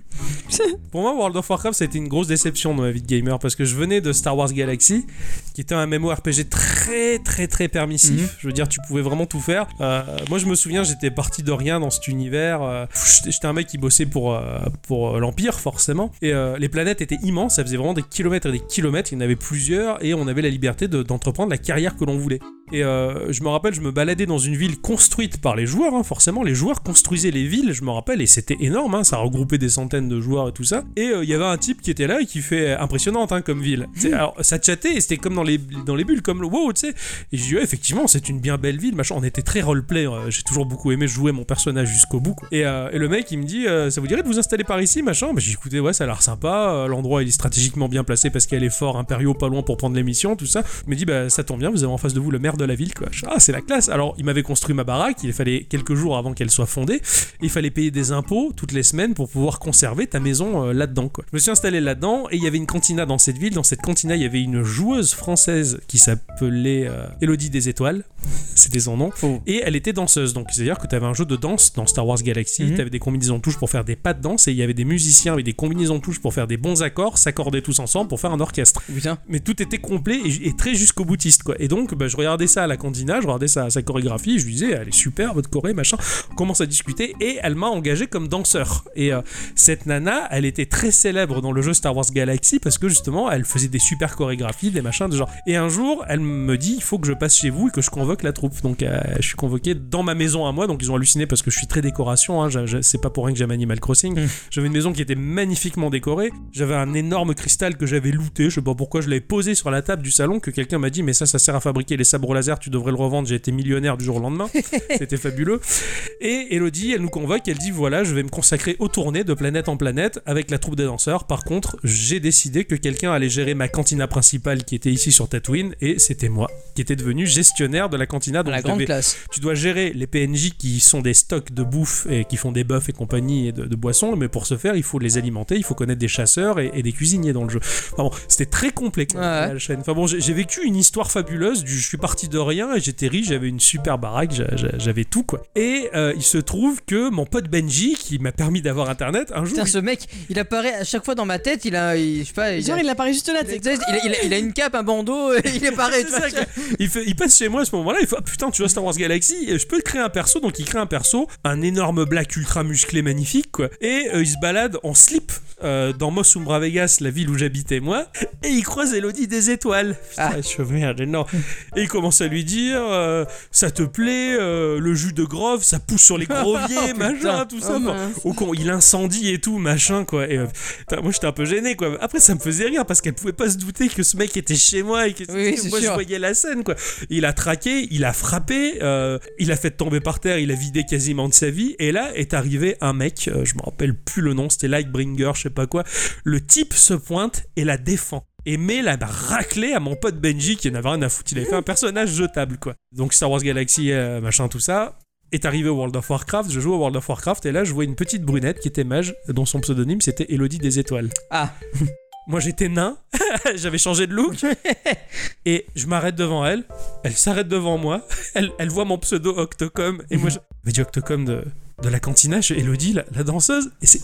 Speaker 1: Pour moi, World of Warcraft, ça a été une grosse déception dans ma vie de gamer parce que je venais de Star Wars Galaxy, qui était un MMORPG très, très, très permissif.
Speaker 3: Mhm.
Speaker 1: Je veux dire, tu pouvais vraiment tout faire. Euh, moi, je me souviens, j'étais parti de rien dans cet univers. Euh, j'étais- j'étais un mec qui bossait pour, euh, pour euh, l'Empire, forcément. Et euh, les planètes étaient immenses, ça faisait vraiment des kilomètres et des kilomètres. Il y en avait plusieurs et on avait la liberté de- d'entreprendre la carrière que l'on voulait. Et euh, je me rappelle, je me baladais dans une ville construite par les joueurs, hein, forcément. Les joueurs construisaient les villes, je me rappelle, et c'était énorme, hein, ça regroupait des centaines de joueurs et tout ça. Et euh, il y avait un type qui était là et qui fait euh, impressionnante hein, comme ville. Tu sais, Alors, ça chattait et c'était comme dans les, dans les bulles, comme le wow, tu sais. Et je dis, ouais, effectivement, c'est une bien belle ville, machin. On était très roleplay, euh, j'ai toujours beaucoup aimé jouer mon personnage jusqu'au bout. quoi. Et, euh, et le mec, il me dit, euh, ça vous dirait de vous installer par ici, machin Bah, j'ai écouté, ouais, ça a l'air sympa, euh, l'endroit il est stratégiquement bien placé parce qu'il y a les forts impériaux pas loin pour prendre l'émission, tout ça. Il me dit, bah, ça tombe bien, vous avez en face de vous le maire de la ville, quoi. Je- Ah, c'est la classe. Alors, il m'avait construit ma baraque, il fallait quelques jours avant qu'elle soit fondée, il fallait payer des impôts toutes les semaines pour pouvoir conserver ta maison euh, là-dedans, quoi. Je me suis installé là-dedans, et il y avait une cantina dans cette ville. Dans cette cantina, il y avait une joueuse française qui s'appelait euh, Elodie des Étoiles, <laughs> c'était son nom, et elle était danseuse. Donc, c'est-à-dire que tu avais un jeu de danse dans Star Wars Galaxy,
Speaker 3: Mhm.
Speaker 1: tu avais des combinaisons touches pour faire des pas de danse, et il y avait des musiciens avec des combinaisons touches pour faire des bons accords, s'accorder tous ensemble pour faire un orchestre
Speaker 3: Putain.
Speaker 1: mais tout était complet et, et très jusqu'au boutiste quoi. Et donc bah, je regardais ça à la cantina, je regardais ça à sa chorégraphie, je lui disais elle est super votre choré machin. On commence à discuter et elle m'a engagé comme danseur. Et euh, cette nana, elle était très célèbre dans le jeu Star Wars Galaxy parce que justement elle faisait des super chorégraphies, des machins de genre. Et un jour elle me dit il faut que je passe chez vous et que je convoque la troupe. Donc euh, je suis convoqué dans ma maison à moi. Donc ils ont halluciné parce que je suis très décoration. hein. Je- je- c'est pas pour rien que j'aime Animal Crossing. J'avais une maison qui était magnifiquement décorée. J'avais un énorme cristal que j'avais looté. Je sais pas pourquoi je l'avais posé sur la table du salon. Que quelqu'un m'a dit, mais ça, ça sert à fabriquer les sabres laser. Tu devrais le revendre. J'ai été millionnaire du jour au
Speaker 3: <laughs>
Speaker 1: lendemain. C'était fabuleux. Et Elodie, elle nous convoque. Elle dit, voilà, je vais me consacrer aux tournées de planète en planète avec la troupe des danseurs. Par contre, j'ai décidé que quelqu'un allait gérer ma cantina principale qui était ici sur Tatooine. Et c'était moi qui était devenu gestionnaire de la cantina.
Speaker 3: À
Speaker 1: Ah, Donc
Speaker 3: la
Speaker 1: je
Speaker 3: grande
Speaker 1: devais-
Speaker 3: classe.
Speaker 1: tu dois gérer les PNJ qui sont des stocks de bouffe et qui font des bœufs et compagnie et de, de boissons, mais pour ce faire, il faut les alimenter, il faut connaître des chasseurs et, et des cuisiniers dans le jeu. Enfin bon, c'était très complet quoi,
Speaker 3: Ouais, ouais.
Speaker 1: la chaîne. Enfin bon, j'ai j'ai vécu une histoire fabuleuse. Du, je suis parti de rien et j'étais riche, j'avais une super baraque, j'a- j'a- j'avais tout quoi. Et euh, il se trouve que mon pote Benji, qui m'a permis d'avoir internet, un jour.
Speaker 3: Putain, ce mec, il apparaît à chaque fois dans ma tête. Il a, il- je sais pas. Il
Speaker 2: Genre,
Speaker 3: <laughs> a,
Speaker 2: il apparaît juste là,
Speaker 3: il,
Speaker 2: tu sais.
Speaker 3: a- il a- il a une cape, un bandeau. <laughs> et Il apparaît. tu
Speaker 1: C'est
Speaker 3: vois.
Speaker 1: ça, quoi. il, fait- il passe chez moi à ce moment-là, il fait Ah, putain, tu vois Star Wars Galaxy, et je peux créer un perso, donc il crée un perso, un énorme black ultra musclé magnifique, quoi. Et euh, il se balade en slip euh, dans Mos Umbra Vegas, la ville où j'habitais moi, et il croise Elodie des étoiles.
Speaker 3: Ah.
Speaker 1: Putain, je suis merde, non. Et il commence à lui dire euh, Ça te plaît, euh, le jus de grove, ça pousse sur les
Speaker 3: <laughs>
Speaker 1: groviers, machin, tout ça.
Speaker 2: Oh,
Speaker 1: Bon,
Speaker 2: mince.
Speaker 1: au con, il incendie et tout, machin, quoi. Et, euh, putain, moi, j'étais un peu gêné, quoi. Après, ça me faisait rire parce qu'elle pouvait pas se douter que ce mec était chez moi et que
Speaker 3: Oui, c'est
Speaker 1: moi, je
Speaker 3: sûr.
Speaker 1: voyais la scène, quoi. Il a traqué, il a frappé, euh, il a fait tomber par terre, il a vidé quasiment de sa vie. Et là est arrivé un mec, euh, je me rappelle plus le nom, c'était Lightbringer, je sais pas quoi. Le type se pointe et la défend. Et met la raclée à mon pote Benji qui n'avait rien à foutre. Il avait fait un personnage jetable, quoi. Donc Star Wars Galaxy, euh, machin, tout ça est arrivé au World of Warcraft, je joue au World of Warcraft et là je vois une petite brunette qui était mage dont son pseudonyme c'était Elodie des étoiles.
Speaker 3: Ah.
Speaker 1: <laughs> Moi j'étais nain, <laughs> j'avais changé de look et je m'arrête devant elle, elle s'arrête devant moi, <laughs> elle, elle voit mon pseudo Octocom et moi je mais du Octocom de de la cantina chez Elodie la, la danseuse et c'est-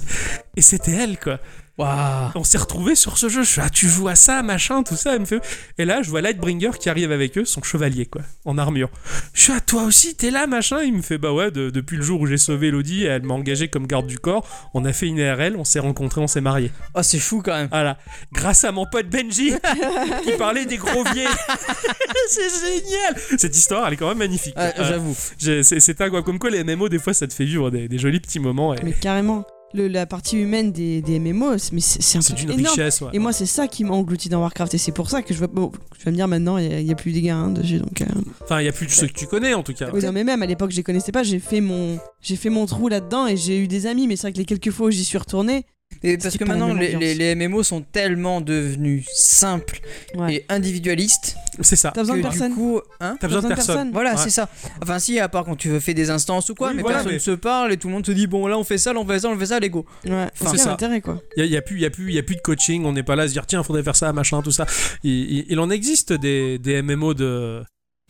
Speaker 1: et c'était elle quoi.
Speaker 3: Waouh.
Speaker 1: On s'est retrouvés sur ce jeu. Je suis, ah, tu joues à ça, machin, tout ça. Elle me fait. Et là, je vois Lightbringer qui arrive avec eux, son chevalier, quoi, en armure. Je suis, ah, toi aussi, t'es là, machin. Il me fait, bah ouais, de- depuis le jour où j'ai sauvé Elodie, elle m'a engagé comme garde du corps. On a fait une ARL, on s'est rencontrés, on s'est mariés.
Speaker 3: Oh, c'est fou quand même.
Speaker 1: Voilà. Grâce à mon pote Benji, <laughs> qui parlait des groviers. <laughs> C'est génial. Cette histoire, elle est quand même magnifique.
Speaker 3: Ah,
Speaker 1: Euh,
Speaker 3: J'avoue.
Speaker 1: j'ai- c'est c'est un quoi. Comme quoi, les MMO, des fois, ça te fait vivre des, des jolis petits moments. Et...
Speaker 2: Mais carrément. Le- la partie humaine des, des MMO, c'est- mais c'est c'est un
Speaker 1: C'est
Speaker 2: truc
Speaker 1: d'une
Speaker 2: énorme.
Speaker 1: richesse, ouais.
Speaker 2: Et moi, c'est ça qui m'a englouti dans Warcraft. Et c'est pour ça que je vois. Bon, tu vas me dire maintenant, il n'y a, plus des gars hein, dessus. Donc, euh,
Speaker 1: Enfin, il y a plus de ceux que tu connais, en tout cas.
Speaker 2: oui, non, mais même à l'époque, je les connaissais pas. J'ai fait mon, j'ai fait mon trou là-dedans et j'ai eu des amis. Mais c'est vrai que les quelques fois où j'y suis retourné,
Speaker 3: Et parce
Speaker 2: C'est
Speaker 3: que
Speaker 2: pas la
Speaker 3: maintenant,
Speaker 2: même
Speaker 3: les,
Speaker 2: ambiance.
Speaker 3: les- les MMO sont tellement devenus simples
Speaker 2: Ouais.
Speaker 3: et individualistes
Speaker 1: C'est ça.
Speaker 2: t'as besoin
Speaker 3: que
Speaker 2: de
Speaker 3: du
Speaker 2: personne.
Speaker 3: coup, hein,
Speaker 1: T'as besoin de personne.
Speaker 3: Voilà,
Speaker 1: Ouais.
Speaker 3: c'est ça. Enfin, si, à part quand tu fais des instances ou quoi,
Speaker 1: Oui,
Speaker 3: mais
Speaker 1: voilà,
Speaker 3: personne
Speaker 1: mais-
Speaker 3: se parle et tout le monde se dit bon, là on fait ça, là on fait ça, là, on fait ça, Lego.
Speaker 2: Ouais,
Speaker 3: Enfin,
Speaker 2: c'est
Speaker 1: c'est ça.
Speaker 2: l'intérêt quoi.
Speaker 1: Il n'y a, plus- y a, plus- y a plus de coaching, on n'est pas là à se dire tiens, faudrait faire ça, machin, tout ça. Il, il- il en existe des, des MMO de.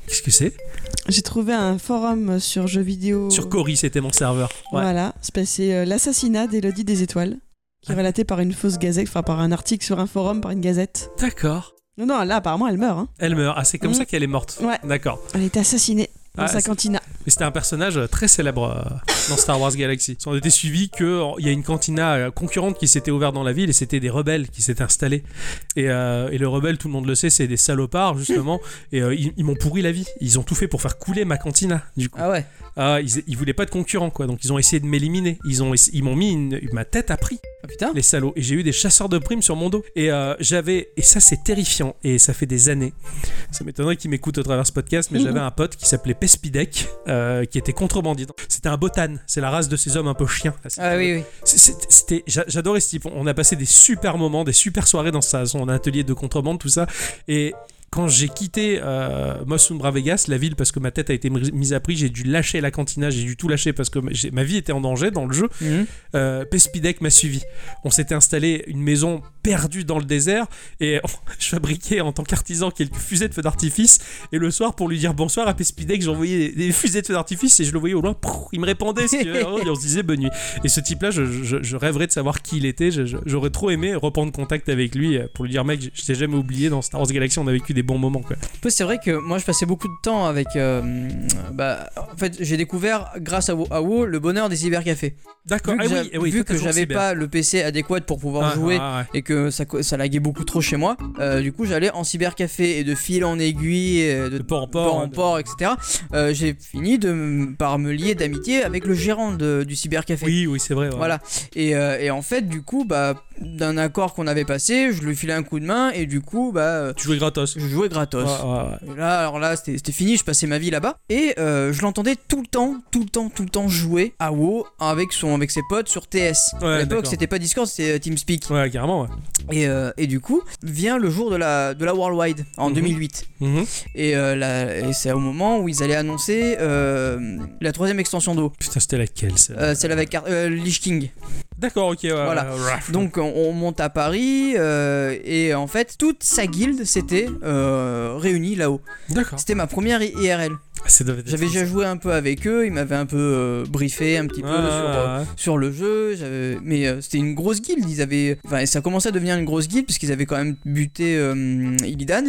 Speaker 1: Qu'est-ce que c'est
Speaker 2: J'ai trouvé un forum sur jeux vidéo.
Speaker 1: Sur Cory, c'était mon serveur. Oh. Ouais.
Speaker 2: Voilà, c'est passé euh, l'assassinat d'Elodie des Étoiles, qui est relaté par une fausse gazette, enfin par un article sur un forum, par une gazette.
Speaker 1: D'accord.
Speaker 2: Non, non, là apparemment elle meurt. hein.
Speaker 1: Elle meurt. Ah, c'est comme
Speaker 2: Mm.
Speaker 1: ça qu'elle est morte.
Speaker 2: Ouais.
Speaker 1: D'accord.
Speaker 2: Elle est assassinée dans
Speaker 1: Ah,
Speaker 2: sa
Speaker 1: c'est-
Speaker 2: cantina.
Speaker 1: Mais c'était un personnage euh, très célèbre euh, dans Star Wars Galaxy. On était suivi que en- il y a une cantina euh, concurrente qui s'était ouverte dans la ville et c'était des rebelles qui s'étaient installés. Et, euh, et le rebelle, tout le monde le sait, c'est des salopards <laughs> justement. et euh, ils, ils m'ont pourri la vie. Ils ont tout fait pour faire couler ma cantina. Du coup.
Speaker 3: Ah ouais.
Speaker 1: Ah, ils, ils voulaient pas de concurrents, quoi. Donc ils ont essayé de m'éliminer. Ils ont, essa- ils m'ont mis une- ma tête à prix,
Speaker 3: Ah putain.
Speaker 1: les salauds. Et j'ai eu des chasseurs de primes sur mon dos. Et euh, j'avais, et ça c'est terrifiant. Et ça fait des années. Ça m'étonnerait qu'ils m'écoutent au travers de ce podcast, mais
Speaker 2: Mhm.
Speaker 1: j'avais un pote qui s'appelait Pespidec, euh, qui était contrebandier. C'était un botan. C'est la race de ces hommes un peu chiens. là. C'est-
Speaker 3: Ah oui, oui.
Speaker 1: c'est- c'est- C'était, j'a- j'adorais ce type. On a passé des super moments, des super soirées dans sa, son atelier de contrebande, tout ça. Et Quand j'ai quitté euh, Mosumbra Vegas, la ville, parce que ma tête a été mis- mise à prix, j'ai dû lâcher la cantina, j'ai dû tout lâcher parce que ma- j'ai- ma vie était en danger dans le jeu.
Speaker 3: Mhm.
Speaker 1: Euh, Pespidec m'a suivi. On s'était installé une maison perdue dans le désert et on- <laughs> je fabriquais en tant qu'artisan quelques fusées de feu d'artifice. Et le soir, pour lui dire bonsoir à Pespidec, j'envoyais des, des fusées de feu d'artifice et je le voyais au loin. prrr, il me répondait, si tu
Speaker 3: <laughs>
Speaker 1: veux, et on se disait bonne nuit. Et ce type-là, je, je- je rêverais de savoir qui il était. Je- je- J'aurais trop aimé reprendre contact avec lui euh, pour lui dire, mec, je- je t'ai jamais oublié. Dans Star Wars Galaxy, on a vécu des bons moments. Quoi.
Speaker 3: Après, c'est vrai que moi, je passais beaucoup de temps avec. euh, bah, en fait, j'ai découvert, grâce à WoW, à WoW, le bonheur des cybercafés.
Speaker 1: D'accord.
Speaker 3: Vu que
Speaker 1: Ah
Speaker 3: j'a-
Speaker 1: oui, eh oui,
Speaker 3: vu
Speaker 1: toi,
Speaker 3: que
Speaker 1: t'as toujours
Speaker 3: j'avais
Speaker 1: cyber.
Speaker 3: pas le PC adéquat pour pouvoir
Speaker 1: Ah,
Speaker 3: jouer
Speaker 1: ah, ouais.
Speaker 3: et que ça, co- ça laguait beaucoup trop chez moi, euh, du coup, j'allais en cybercafé et de fil en aiguille, euh, de,
Speaker 1: De port en port,
Speaker 3: port,
Speaker 1: hein,
Speaker 3: en
Speaker 1: de-
Speaker 3: port, etc. euh, j'ai fini de, m- par me lier d'amitié avec le gérant de- du cybercafé.
Speaker 1: Oui, oui, c'est vrai. ouais.
Speaker 3: Voilà. Et, euh, et en fait, du coup, bah, d'un accord qu'on avait passé, je lui filais un coup de main et du coup, bah, euh,
Speaker 1: Tu jouais gratos.
Speaker 3: je jouais gratos.
Speaker 1: Ouais, ouais, ouais.
Speaker 3: Et là, alors là, c'était c'était fini, je passais ma vie là-bas. Et euh, je l'entendais tout le temps, tout le temps, tout le temps jouer à WoW avec, son, avec ses potes sur TS.
Speaker 1: Ouais,
Speaker 3: à l'époque,
Speaker 1: d'accord.
Speaker 3: c'était pas Discord, c'était euh, TeamSpeak.
Speaker 1: Ouais, carrément. ouais.
Speaker 3: Et, euh, et du coup, vient le jour de la, de la Worldwide en
Speaker 1: Mhm.
Speaker 3: 2008.
Speaker 1: Mhm.
Speaker 3: Et, euh, la- et c'est au moment où ils allaient annoncer euh, la troisième extension d'eau.
Speaker 1: Putain, c'était laquelle celle
Speaker 3: celle avec Car- euh, Lich King.
Speaker 1: D'accord, ok, ouais,
Speaker 3: voilà.
Speaker 1: ouais, ouais.
Speaker 3: Donc on, on monte à Paris euh, et en fait toute sa guilde s'était euh, réunie là-haut.
Speaker 1: D'accord.
Speaker 3: C'était ma première I- IRL.
Speaker 1: Ah, ça devait être-
Speaker 3: J'avais déjà joué un peu avec eux, ils m'avaient un peu euh, briefé un petit peu
Speaker 1: Ouais,
Speaker 3: sur, euh,
Speaker 1: ouais, ouais.
Speaker 3: sur le jeu, j'avais- mais euh, c'était une grosse guilde, ils avaient, enfin et ça commençait à devenir une grosse guilde puisqu'ils avaient quand même buté euh, Illidan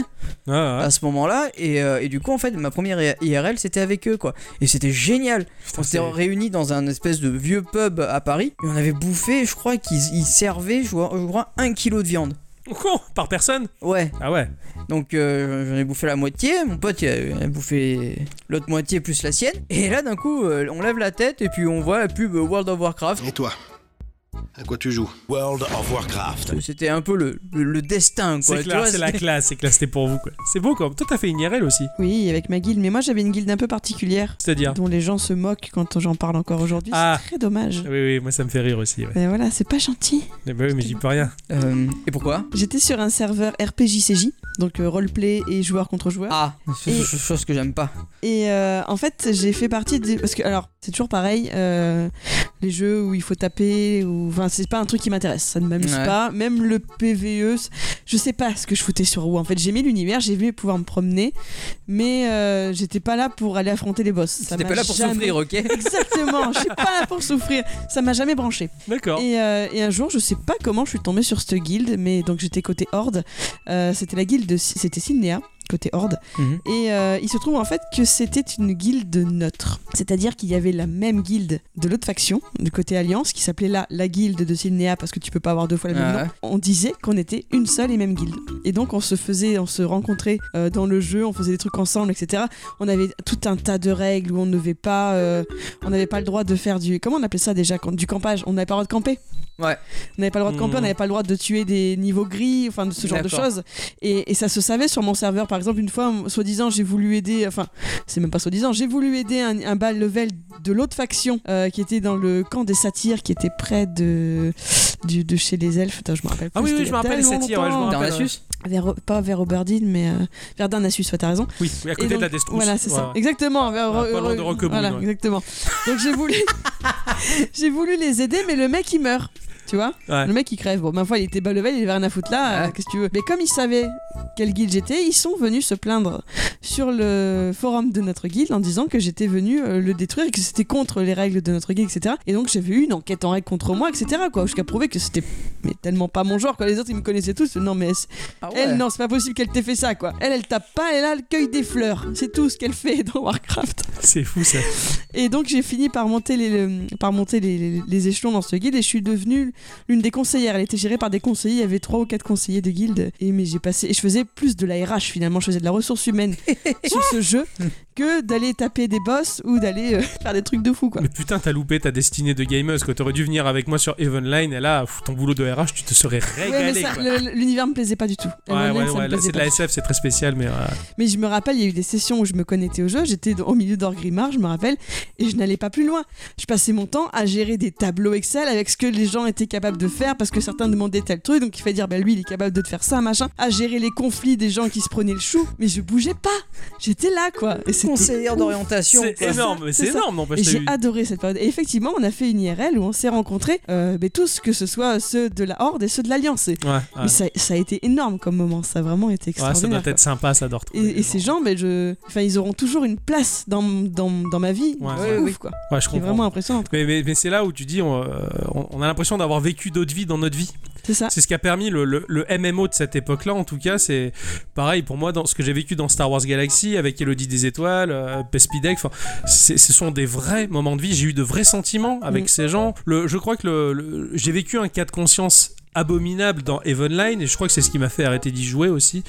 Speaker 1: Ouais, ouais.
Speaker 3: à ce moment-là et, euh, et du coup en fait ma première I- IRL c'était avec eux quoi et c'était génial.
Speaker 1: Putain,
Speaker 3: On s'était
Speaker 1: c'est-
Speaker 3: réunis dans un espèce de vieux pub à Paris et on avait bouffé, je crois qu'ils ils servaient, je crois, je crois, un kilo de viande.
Speaker 1: Quoi Par personne
Speaker 3: Ouais,
Speaker 1: Ah ouais.
Speaker 3: donc euh, j'en ai bouffé la moitié, mon pote il a, il a bouffé l'autre moitié plus la sienne. Et là d'un coup euh, on lève la tête et puis on voit la pub World of Warcraft.
Speaker 6: Et toi À quoi tu joues
Speaker 7: World of Warcraft.
Speaker 3: C'était un peu le, le- le destin quoi.
Speaker 1: C'est
Speaker 3: tu
Speaker 1: clair,
Speaker 3: vois,
Speaker 1: c'est la classe, c'est classe, c'était pour vous quoi. C'est beau quoi. Toi t'as fait une IRL aussi,
Speaker 2: Oui, avec ma guilde. Mais moi, j'avais une guilde un peu particulière
Speaker 1: c'est-à-dire.
Speaker 2: dont les gens se moquent quand j'en parle encore aujourd'hui.
Speaker 1: Ah.
Speaker 2: C'est très dommage.
Speaker 1: Oui, oui, moi ça me fait rire aussi. Ouais.
Speaker 2: Mais voilà, c'est pas gentil.
Speaker 1: Mais, bah oui, mais j'y peux rien.
Speaker 3: Euh, et pourquoi
Speaker 2: J'étais sur un serveur RPJCJ, donc euh, roleplay et joueur contre joueur.
Speaker 3: Ah, c'est-
Speaker 2: Et-
Speaker 3: c'est- chose que j'aime pas.
Speaker 2: Et euh, en fait, j'ai fait partie des. Parce que, alors, c'est toujours pareil, euh, les jeux où il faut taper, ou. Enfin, c'est pas un truc qui m'intéresse, ça ne m'amuse
Speaker 3: Ouais.
Speaker 2: pas. Même le PVE, c- je sais pas ce que je foutais sur WoW. En fait, j'aimais l'univers, j'ai vu pouvoir me promener, mais euh, j'étais pas là pour aller affronter les boss. Ça
Speaker 3: C'était
Speaker 2: m'a
Speaker 3: pas là pour
Speaker 2: jamais-
Speaker 3: souffrir,
Speaker 1: <laughs>
Speaker 3: ok
Speaker 2: Exactement, je suis pas là pour souffrir. Ça m'a jamais branché.
Speaker 1: D'accord.
Speaker 2: Et, euh, et un jour, je sais pas comment je suis tombée sur cette guilde, mais donc j'étais côté Horde. Euh, c'était la guilde, de- c'était Sydnea, côté Horde.
Speaker 3: Mhm.
Speaker 2: Et euh, il se trouve en fait que c'était une guilde neutre. C'est-à-dire qu'il y avait la même guilde de l'autre faction, du côté Alliance, qui s'appelait là la guilde de Sydnea, parce que tu peux pas avoir deux fois le même
Speaker 3: Ah ouais.
Speaker 2: nom. On disait qu'on était une seule et même guilde. Et donc on se faisait, on se rencontrait euh, dans le jeu, on faisait des trucs ensemble, etc. On avait tout un tas de règles où on ne devait pas, euh, on n'avait pas le droit de faire du, comment on appelait ça déjà, quand- du campage. On n'avait pas le droit de camper.
Speaker 3: Ouais. Hmm.
Speaker 2: On n'avait pas le droit de camper,
Speaker 1: Mhm.
Speaker 2: on n'avait pas le droit de tuer des niveaux gris, enfin de ce genre de
Speaker 3: D'accord.
Speaker 2: choses. Et, et ça se savait sur mon serveur. Par exemple, une fois, m- soi-disant, j'ai voulu aider, enfin, c'est même pas soi-disant, j'ai voulu aider un, un bas level de l'autre faction euh, qui était dans le camp des satyres, qui était près de, du- de chez les elfes. Attends, je me rappelle.
Speaker 1: Ah
Speaker 2: plus,
Speaker 1: oui, oui, je
Speaker 2: c'était il
Speaker 1: me
Speaker 2: y a
Speaker 1: rappelle les
Speaker 2: tellement
Speaker 1: satyres, ouais, je me
Speaker 2: longtemps.
Speaker 1: rappelle.
Speaker 3: Darnassus
Speaker 2: Vers- pas vers Oberdeen, mais euh, vers Darnassus, ouais, t'as raison.
Speaker 1: Oui, oui, à
Speaker 2: Et
Speaker 1: côté
Speaker 2: donc,
Speaker 1: de la Destrousse.
Speaker 2: Voilà, c'est ça.
Speaker 1: Ouais, ouais.
Speaker 2: Exactement. vers-
Speaker 1: Ah, pas loin de Roquebrune,
Speaker 2: voilà,
Speaker 1: ouais.
Speaker 2: exactement. Donc j'ai voulu, <laughs> j'ai voulu les aider, mais le mec il meurt. Tu vois
Speaker 1: Ouais.
Speaker 2: Le mec il crève. Bon, ma foi, il était bas level, il avait rien à foutre là. euh,
Speaker 3: Ouais.
Speaker 2: Qu'est-ce que tu veux Mais comme ils savaient quelle guilde j'étais, ils sont venus se plaindre sur le forum de notre guilde en disant que j'étais venu euh, le détruire et que c'était contre les règles de notre guilde, etc. Et donc j'avais eu une enquête en règle contre moi, etc. Quoi, jusqu'à prouver que c'était mais tellement pas mon genre. Quoi, les autres ils me connaissaient tous. Non mais
Speaker 3: Ah ouais.
Speaker 2: elle, non, c'est pas possible qu'elle t'ait fait ça, quoi. Elle, elle tape pas, elle a le cueil des fleurs. C'est tout ce qu'elle fait dans Warcraft.
Speaker 1: C'est fou ça.
Speaker 2: Et donc, j'ai fini par monter, les, le- par monter les, les- les échelons dans ce guild et je suis devenue l'une des conseillères. Elle était gérée par des conseillers, il y avait trois ou quatre conseillers de guild. Et mais j'ai passé, et je faisais plus de la RH finalement, je faisais de la ressource humaine sur ce jeu que d'aller taper des boss ou d'aller euh, <laughs> faire des trucs de fou, quoi.
Speaker 1: Mais putain, t'as loupé ta destinée de gameuse quoi. T'aurais dû venir avec moi sur Evenline et là, pff, ton boulot de RH, tu te serais
Speaker 2: Ouais, mais
Speaker 1: régalé.
Speaker 2: ça,
Speaker 1: quoi.
Speaker 2: le- l'univers me plaisait pas du tout.
Speaker 1: Ouais,
Speaker 2: Elden Ring,
Speaker 1: ouais,
Speaker 2: ça me
Speaker 1: ouais, là,
Speaker 2: plaisait
Speaker 1: c'est de
Speaker 2: pas
Speaker 1: la
Speaker 2: du tout.
Speaker 1: SF, c'est très spécial, mais. euh,
Speaker 2: Mais je me rappelle, il y a eu des sessions où je me connectais au jeu, j'étais au milieu d'Orgrimmar, je me rappelle, et je n'allais pas plus loin. Je passais mon temps à gérer des tableaux Excel avec ce que les gens étaient capables de faire, parce que certains demandaient tel truc, donc il fallait dire, bah lui, il est capable de te faire ça, machin, à gérer les confs conflit des gens qui se prenaient le chou, mais je bougeais pas. J'étais là, quoi. Et c'était
Speaker 3: conseillère
Speaker 2: ouf.
Speaker 3: d'orientation.
Speaker 1: C'est
Speaker 3: quoi.
Speaker 1: énorme, mais
Speaker 2: c'est
Speaker 1: c'est
Speaker 2: ça.
Speaker 1: énorme, n'empêche.
Speaker 2: Et
Speaker 1: t'as
Speaker 2: j'ai
Speaker 1: eu-
Speaker 2: adoré cette période. Et effectivement, on a fait une IRL où on s'est rencontrés, euh, mais tous, que ce soit ceux de la Horde et ceux de l'Alliance. Et-
Speaker 1: Ouais, ouais.
Speaker 2: Mais ça, ça a été énorme comme moment, ça a vraiment
Speaker 1: Ah.
Speaker 2: été
Speaker 1: Ouais, ça
Speaker 2: extraordinaire.
Speaker 1: doit être sympa, ça doit
Speaker 2: quoi. et, et ces gens, mais je... enfin, ils auront toujours une place dans, dans, dans ma vie.
Speaker 1: Ouais,
Speaker 2: C'est
Speaker 3: ouais.
Speaker 2: ouf,
Speaker 3: Oui, oui.
Speaker 2: quoi.
Speaker 1: Ouais, je
Speaker 2: C'est
Speaker 1: comprends.
Speaker 2: vraiment impressionnant.
Speaker 1: Mais, mais- mais c'est là où tu dis, on, euh, on- on a l'impression d'avoir vécu d'autres vies dans notre vie.
Speaker 2: C'est ça.
Speaker 1: C'est ce qui a permis le, le- le MMO de cette époque-là, en tout cas. C'est pareil pour moi, dans ce que j'ai vécu dans Star Wars Galaxy, avec Elodie des Étoiles, euh, Pespidec, enfin, c'est- ce sont des vrais moments de vie. J'ai eu de vrais sentiments avec
Speaker 2: Mm.
Speaker 1: ces gens. Le, je crois que le- le- j'ai vécu un cas de conscience abominable dans Evenline et je crois que c'est ce qui m'a fait arrêter d'y jouer aussi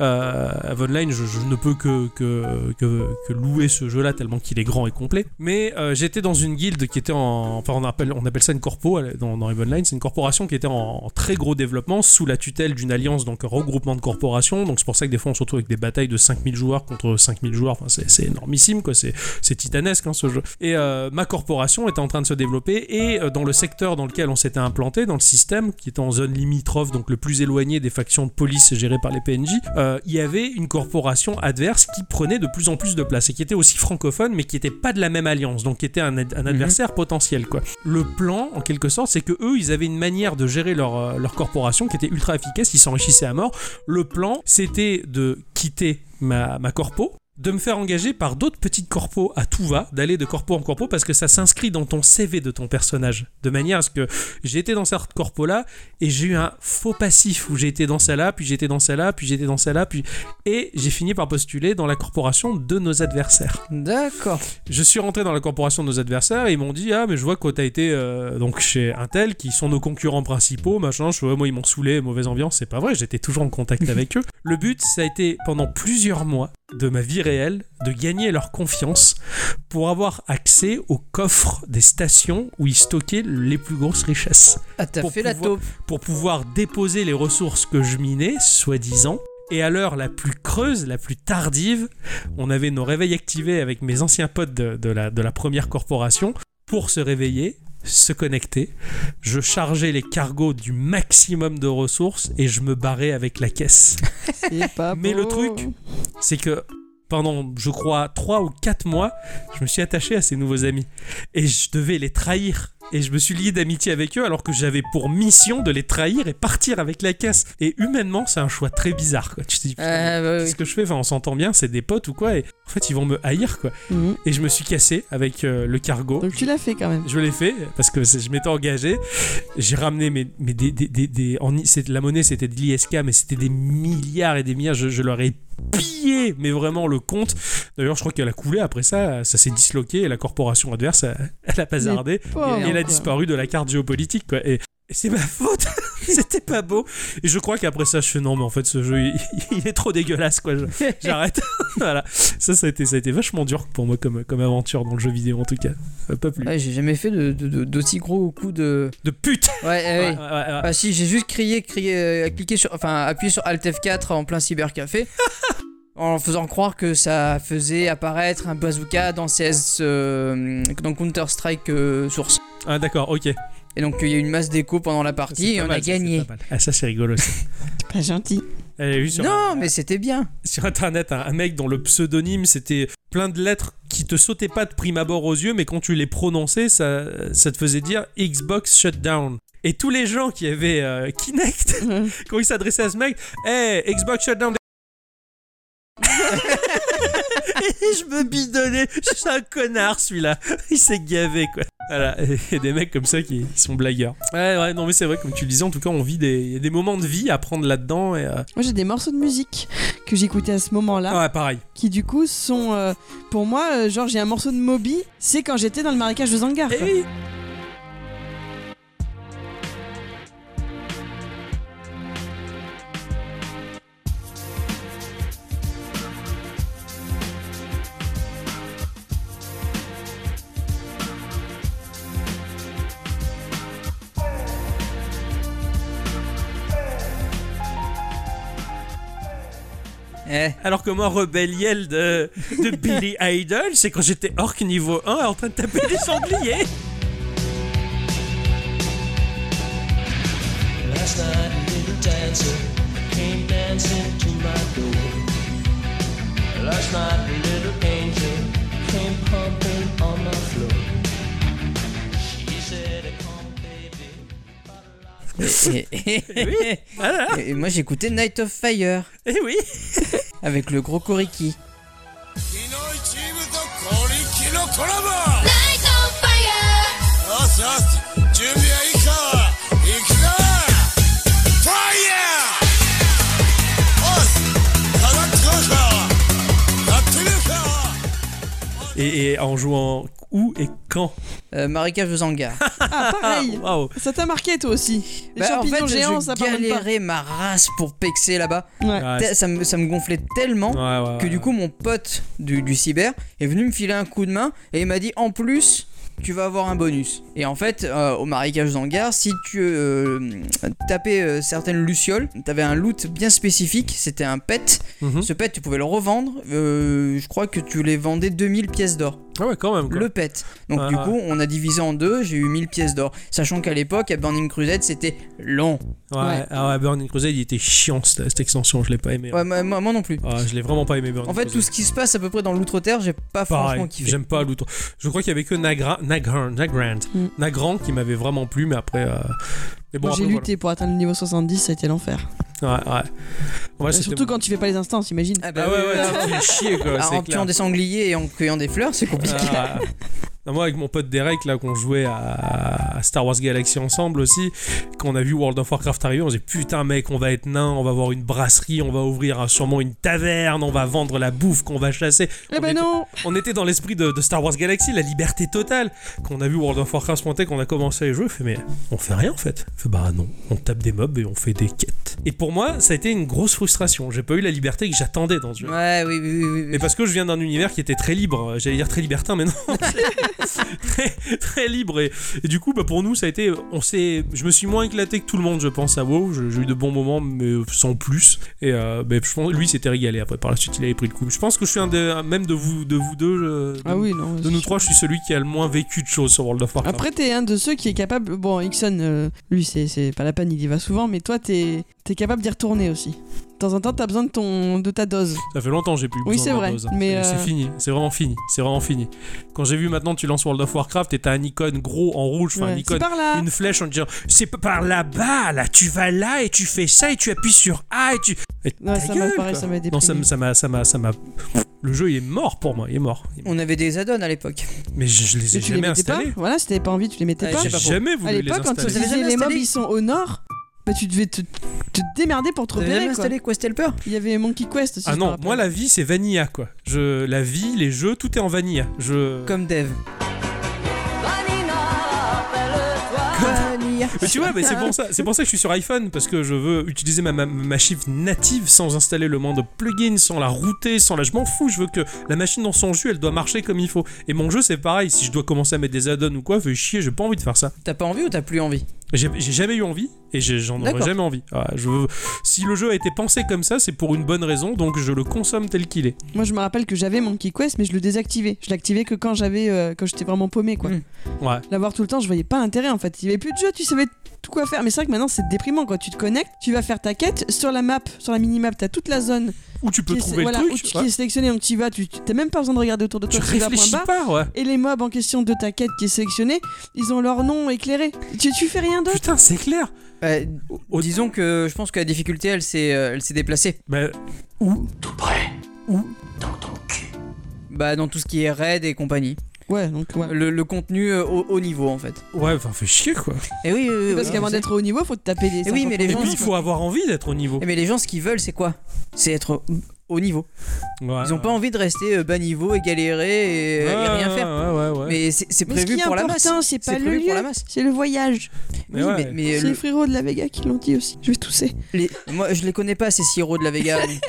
Speaker 1: euh, Evenline je, je ne peux que, que, que, que louer ce jeu là tellement qu'il est grand et complet mais euh, j'étais dans une guilde qui était en enfin on appelle, on appelle ça une corpo elle, dans, dans Evenline c'est une corporation qui était en, en très gros développement sous la tutelle d'une alliance donc un regroupement de corporations donc c'est pour ça que des fois on se retrouve avec des batailles de 5000 joueurs contre 5000 joueurs enfin, c'est c'est énormissime quoi c'est c'est titanesque hein, ce jeu. Et euh, ma corporation était en train de se développer et euh, dans le secteur dans lequel on s'était implanté, dans le système qui était en zone limitrophe, donc le plus éloigné des factions de police gérées par les PNJ, euh, il y avait une corporation adverse qui prenait de plus en plus de place et qui était aussi francophone mais qui n'était pas de la même alliance, donc qui était un, ad- un adversaire potentiel quoi. Le plan en quelque sorte, c'est que eux ils avaient une manière de gérer leur, euh, leur corporation qui était ultra efficace, ils s'enrichissaient à mort. Le plan c'était de quitter ma, ma corpo de me faire engager par d'autres petites corpos à tout va, d'aller de corpo en corpo parce que ça s'inscrit dans ton CV de ton personnage. De manière à ce que j'ai été dans cette corpo là et j'ai eu un faux passif où j'ai été dans celle-là, puis j'ai été dans celle-là, puis j'ai été dans celle-là, puis et j'ai fini par postuler dans la corporation de nos adversaires.
Speaker 3: D'accord.
Speaker 1: Je suis rentré dans la corporation de nos adversaires et ils m'ont dit ah mais je vois que t'as été euh, donc chez Intel qui sont nos concurrents principaux machin je vois moi ils m'ont saoulé mauvaise ambiance c'est pas vrai j'étais toujours en contact avec eux le but ça a été pendant plusieurs mois de ma vie réelle de gagner leur confiance pour avoir accès aux coffres des stations où ils stockaient les plus grosses richesses
Speaker 3: Ah, t'as
Speaker 1: Pour
Speaker 3: fait la
Speaker 1: pouvoir-
Speaker 3: taupe.
Speaker 1: pour pouvoir déposer les ressources que je minais, soi-disant. Et à l'heure la plus creuse, la plus tardive, on avait nos réveils activés avec mes anciens potes de, de la, de la première corporation pour se réveiller, se connecter. Je chargeais les cargos du maximum de ressources et je me barrais avec la caisse.
Speaker 2: Et pas
Speaker 1: Mais le
Speaker 2: beau.
Speaker 1: truc- C'est que pendant, je crois, 3 ou 4 mois, je me suis attaché à ces nouveaux amis. Et je devais les trahir. Et je me suis lié d'amitié avec eux alors que j'avais pour mission de les trahir et partir avec la caisse. Et humainement, c'est un choix très bizarre. Quoi. Tu te dis, putain,
Speaker 3: Ah, bah, oui.
Speaker 1: qu'est-ce que je fais Enfin, on s'entend bien, c'est des potes ou quoi Et en fait, ils vont me haïr, quoi.
Speaker 2: Mhm.
Speaker 1: Et je me suis cassé avec euh, le cargo.
Speaker 2: Donc tu l'as fait quand même.
Speaker 1: Je l'ai fait parce que c'est- je m'étais engagé. J'ai ramené mes, mes- des, des- des- des- en- c'est- la monnaie, c'était de l'ISK, mais c'était des milliards et des milliards. Je, je leur ai pillé, mais vraiment le compte. D'ailleurs, je crois qu'elle a coulé après ça. Ça s'est disloqué et la corporation adverse, elle, elle a bazardé
Speaker 2: Pauvre,
Speaker 1: et elle a
Speaker 2: quoi.
Speaker 1: disparu de la carte géopolitique. Quoi. Et, et c'est ma faute. <laughs> c'était pas beau. Et je crois qu'après ça, je fais non, mais en fait, ce jeu, il, il est trop dégueulasse. quoi. Je- J'arrête. <laughs> voilà. Ça, ça a, été, ça a été vachement dur pour moi comme, comme aventure dans le jeu vidéo, en tout cas. Euh, Pas plus.
Speaker 3: Ouais, j'ai jamais fait de- de- de- d'aussi gros coup de.
Speaker 1: De pute!
Speaker 3: Ouais, ouais, ouais.
Speaker 1: Ouais, ouais, ouais, ouais.
Speaker 3: Ah si, j'ai juste crié, crié, euh, cliqué sur, enfin appuyé sur Alt F4 en plein
Speaker 1: <laughs>
Speaker 3: cybercafé. En faisant croire que ça faisait apparaître un bazooka dans CS, euh, dans Counter Strike euh, Source.
Speaker 1: Ah, d'accord, ok.
Speaker 3: Et donc il y a eu une masse d'écho pendant la
Speaker 1: C'est
Speaker 3: partie et
Speaker 1: pas
Speaker 3: on
Speaker 1: mal,
Speaker 3: a
Speaker 1: ça, c'est
Speaker 3: gagné.
Speaker 1: pas mal. Ah, ça, c'est rigolo. ça.
Speaker 2: T'es pas gentil.
Speaker 1: J'ai vu sur,
Speaker 3: Non, mais c'était bien.
Speaker 1: sur internet un, un mec dont le pseudonyme c'était plein de lettres qui te sautaient pas de prime abord aux yeux, mais quand tu les prononçais, ça, ça te faisait dire Xbox Shutdown. Et tous les gens qui avaient euh, Kinect, <laughs> quand ils s'adressaient à ce mec, hey, Xbox Shutdown. <laughs> Et je me bidonnais, je suis un connard celui-là. Il s'est gavé quoi. Voilà, et et des mecs comme ça qui qui sont blagueurs. Ouais, ouais, non, mais c'est vrai, comme tu le disais, en tout cas, on vit des, il y a des moments de vie à prendre là-dedans. Et, euh, Ah
Speaker 2: Moi j'ai des morceaux de musique que j'écoutais à ce moment-là.
Speaker 1: Ouais, pareil.
Speaker 2: qui du coup sont euh, pour moi euh, genre j'ai un morceau de Moby c'est quand j'étais dans le marécage de Zangar
Speaker 1: Eh
Speaker 2: quoi.
Speaker 1: oui.
Speaker 3: Eh.
Speaker 1: Alors que moi, Rebelliel de, de <laughs> Billy Idol, c'est quand j'étais orc niveau 1 en train de taper des sangliers.
Speaker 7: Last night a little dancer came dancing to my
Speaker 3: Et, et-
Speaker 2: <laughs>
Speaker 1: Oui. Voilà.
Speaker 3: et moi j'écoutais Night of Fire
Speaker 1: Eh oui.
Speaker 3: <laughs> avec le gros Koriki.
Speaker 1: Et, et en jouant où et quand
Speaker 3: Euh, Marika Vozanga.
Speaker 2: Ah,
Speaker 1: Ah, <laughs>
Speaker 2: pareil
Speaker 1: waouh.
Speaker 2: Ça t'a marqué toi aussi <laughs> Les
Speaker 3: Bah, en
Speaker 2: champignons
Speaker 3: fait,
Speaker 2: géants,
Speaker 3: je
Speaker 2: ça parle pas. Ah,
Speaker 3: galérais ma race pour pexer là-bas.
Speaker 2: Ouais.
Speaker 1: Ouais,
Speaker 3: Tel- Ça me, ça me gonflait tellement
Speaker 1: ouais, ouais,
Speaker 3: que du
Speaker 1: ouais.
Speaker 3: coup mon pote du, du cyber est venu me filer un coup de main et il m'a dit en plus tu vas avoir un bonus. Et en fait, euh, au marécage d'Angar, si tu euh, tapais euh, certaines lucioles, t'avais un loot bien spécifique, c'était un pet.
Speaker 1: Mhm.
Speaker 3: Ce pet, tu pouvais le revendre. euh, je crois que tu les vendais 2000 pièces d'or.
Speaker 1: Ah ouais, quand même. quoi.
Speaker 3: Le pet. Donc
Speaker 1: Ouais,
Speaker 3: du
Speaker 1: ouais.
Speaker 3: coup, on a divisé en deux, j'ai eu 1000 pièces d'or. Sachant qu'à l'époque, à Burning Crusade, c'était long.
Speaker 1: Ouais,
Speaker 2: Ouais.
Speaker 1: Ah ouais, Burning Crusade, il était chiant cette, cette extension, je l'ai pas aimé.
Speaker 3: Ouais, moi, moi- moi non plus.
Speaker 1: Ah, je l'ai vraiment pas aimé Burning
Speaker 3: En fait, tout
Speaker 1: Crusade.
Speaker 3: ce qui se passe à peu près dans l'outre-terre, j'ai pas
Speaker 1: Pareil,
Speaker 3: franchement kiffé.
Speaker 1: j'aime pas l'outre. Je crois qu'il y avait que Nagra, Nagrand, Nagrand,
Speaker 2: Mm.
Speaker 1: Nagrand qui m'avait vraiment plu, mais après. euh, Mais bon,
Speaker 2: Moi, J'ai
Speaker 1: après,
Speaker 2: lutté pour atteindre le niveau 70, ça a été l'enfer.
Speaker 1: voilà. Ouais, ouais. Ouais, c'était-
Speaker 2: Surtout quand tu fais pas les instances, imagine.
Speaker 3: Ah bah
Speaker 1: Ah ouais, ouais,
Speaker 3: oui, <laughs>
Speaker 1: tu
Speaker 3: oui,
Speaker 1: te fais chier quoi.
Speaker 3: Ah,
Speaker 1: c'est
Speaker 3: en
Speaker 1: clair.
Speaker 3: tuant des sangliers et en cueillant des fleurs, c'est compliqué.
Speaker 1: Ah. Non, moi, avec mon pote Derek, là, qu'on jouait à à Star Wars Galaxy ensemble aussi, qu'on a vu World of Warcraft arriver, on s'est dit putain, mec, on va être nain, on va avoir une brasserie, on va ouvrir euh, sûrement une taverne, on va vendre la bouffe qu'on va chasser.
Speaker 2: Eh
Speaker 1: on,
Speaker 2: ben
Speaker 1: était,
Speaker 2: non
Speaker 1: on était dans l'esprit de, de Star Wars Galaxy, la liberté totale. Qu'on a vu World of Warcraft se monter, qu'on a commencé à y jouer, on fait mais on fait rien en fait. On fait bah non, on tape des mobs et on fait des quêtes. Et pour moi, ça a été une grosse frustration. J'ai pas eu la liberté que j'attendais dans ce jeu.
Speaker 3: Ouais, oui, oui, oui, oui.
Speaker 1: Mais parce que je viens d'un univers qui était très libre, euh, j'allais dire très libertin, mais non, très, très libre. Et, et du coup, bah, pour nous, ça a été, on s'est, je me suis moins éclaté que tout le monde, je pense à WoW. Je- J'ai eu de bons moments, mais sans plus. Et euh, bah, je pense, lui, s'était régalé. Après, par la suite, il avait pris le coup. Je pense que je suis un des, même de vous, de vous deux, euh, de,
Speaker 2: Ah oui, non.
Speaker 1: de
Speaker 2: c'est
Speaker 1: nous
Speaker 2: sûr.
Speaker 1: trois, je suis celui qui a le moins vécu de choses sur World of Warcraft.
Speaker 2: Après, t'es un de ceux qui est capable. Bon, Ixon, euh, lui, c'est- c'est pas la peine, il y va souvent, mais toi, t'es es capable d'y retourner aussi. De temps en temps, t'as besoin de, ton... de ta dose.
Speaker 1: Ça fait longtemps que j'ai plus eu
Speaker 2: Oui,
Speaker 1: besoin
Speaker 2: c'est
Speaker 1: de la
Speaker 2: vrai,
Speaker 1: dose.
Speaker 2: mais,
Speaker 1: Et C'est
Speaker 2: euh,
Speaker 1: fini, c'est vraiment fini, c'est vraiment fini. Quand j'ai vu maintenant, tu lances World of Warcraft et t'as un icône gros en rouge, enfin
Speaker 2: Ouais.
Speaker 1: un
Speaker 2: C'est
Speaker 1: icône
Speaker 2: par là
Speaker 1: une flèche en disant c'est pas par là-bas là tu vas là et tu fais ça et tu appuies sur A et tu Et
Speaker 2: Ouais,
Speaker 1: ta
Speaker 2: ça m'a
Speaker 1: gueule,
Speaker 2: pareil,
Speaker 1: quoi.
Speaker 2: ça m'a
Speaker 1: non ça
Speaker 2: déprimé.
Speaker 1: m- ça m'a ça m'a ça m'a le jeu il est mort pour moi il est mort
Speaker 3: On avait des addons à l'époque.
Speaker 1: mais je, je les ai
Speaker 2: Mais tu les
Speaker 1: jamais
Speaker 2: mettais pas
Speaker 1: installés
Speaker 2: Voilà, si t'avais pas envie, tu les mettais
Speaker 3: Ah,
Speaker 2: pas.
Speaker 3: je sais
Speaker 1: j'ai
Speaker 3: pas
Speaker 1: jamais voulu
Speaker 2: À
Speaker 1: les
Speaker 2: l'époques, quand tu
Speaker 1: installer
Speaker 3: Vous avez
Speaker 2: disais
Speaker 3: jamais
Speaker 2: les mobs,
Speaker 3: installé
Speaker 2: ils sont au nord, bah, tu devais te, te démerder pour te
Speaker 3: Vous avez
Speaker 2: repérer.
Speaker 3: même
Speaker 2: quoi.
Speaker 3: installé Quest Helper
Speaker 2: Il y avait Monkey Quest aussi.
Speaker 1: ah
Speaker 2: je me
Speaker 1: non
Speaker 2: rappelle.
Speaker 1: moi la vie c'est vanilla quoi je la vie les jeux tout est en vanilla je
Speaker 3: Comme Dev. Vanilla.
Speaker 1: Mais tu vois, mais c'est pour ça, c'est pour ça que je suis sur iPhone parce que je veux utiliser ma, ma, ma chiffre native sans installer le moins de plugins, sans la router, sans la. Je m'en fous. Je veux que la machine dans son jus, elle doit marcher comme il faut. Et mon jeu, c'est pareil. Si je dois commencer à mettre des add-ons ou quoi, fais chier. J'ai pas envie de faire ça.
Speaker 3: T'as pas envie ou t'as plus envie
Speaker 1: J'ai j'ai jamais eu envie et j'ai- j'en aurais
Speaker 3: D'accord.
Speaker 1: jamais envie. Ah, je veux- Si le jeu a été pensé comme ça, c'est pour une bonne raison. Donc je le consomme tel qu'il est.
Speaker 2: Moi, je me rappelle que j'avais Monkey Quest, mais je le désactivais. Je l'activais que quand j'avais, euh, quand j'étais vraiment paumé, quoi.
Speaker 3: Mm.
Speaker 1: Ouais.
Speaker 2: L'avoir tout le temps, je voyais pas l'intérêt, en fait. Il y avait plus de jeu, tu savais tout quoi faire. Mais c'est vrai que maintenant, c'est déprimant, quoi. Tu te connectes, tu vas faire ta quête sur la map, sur la minimap, t'as toute la zone
Speaker 1: Où tu peux
Speaker 2: qui, est,
Speaker 1: trouver
Speaker 2: voilà,
Speaker 1: le
Speaker 2: où
Speaker 1: truc.
Speaker 2: tu-
Speaker 1: ouais.
Speaker 2: qui est sélectionnée, donc tu y vas, tu tu- t'as même pas besoin de regarder autour de
Speaker 1: Tu
Speaker 2: toi. y vas point
Speaker 1: réfléchis
Speaker 2: barre.
Speaker 1: pas, ouais.
Speaker 2: Et les mobs en question de ta quête qui est sélectionnée, ils ont leur nom éclairé. Tu, tu fais rien d'autre.
Speaker 1: Putain, c'est clair.
Speaker 3: Euh,
Speaker 1: Au-
Speaker 3: Disons que je pense que la difficulté, elle s'est euh, elle s'est déplacée.
Speaker 1: Bah,
Speaker 5: Tout près.
Speaker 3: Bah, dans tout ce qui est raid et compagnie.
Speaker 2: Ouais, donc ouais.
Speaker 3: Le, le contenu euh, haut, haut niveau, en fait.
Speaker 1: ouais, enfin, fais chier quoi.
Speaker 3: Et Eh oui, oui, oui,
Speaker 2: Parce
Speaker 3: oui,
Speaker 2: qu'avant
Speaker 3: je sais.
Speaker 2: d'être au haut niveau, faut te taper des.
Speaker 3: Eh oui, mais les
Speaker 1: Et
Speaker 3: gens-
Speaker 1: puis il faut avoir envie d'être au niveau.
Speaker 3: Eh, Mais les gens, ce qu'ils veulent, c'est quoi C'est être haut niveau.
Speaker 1: Ouais,
Speaker 3: Ils ont pas envie de rester euh, bas niveau et galérer et,
Speaker 1: ouais,
Speaker 3: et Euh, rien
Speaker 1: Ah, ouais,
Speaker 3: faire.
Speaker 1: ouais, ouais, ouais.
Speaker 3: Mais c'est c'est
Speaker 2: Mais ce
Speaker 3: prévu
Speaker 2: qui est
Speaker 3: pour la masse.
Speaker 2: important, c'est pas
Speaker 3: C'est
Speaker 2: le
Speaker 3: prévu
Speaker 2: lieu,
Speaker 3: pour la masse.
Speaker 2: c'est le voyage.
Speaker 1: Mais
Speaker 3: oui,
Speaker 1: ouais.
Speaker 3: mais, mais euh,
Speaker 2: C'est
Speaker 3: le-
Speaker 2: les frérots de la Vega qui l'ont dit aussi. Je vais tousser.
Speaker 3: les- moi je les connais pas ces sirops de la Vega. mais-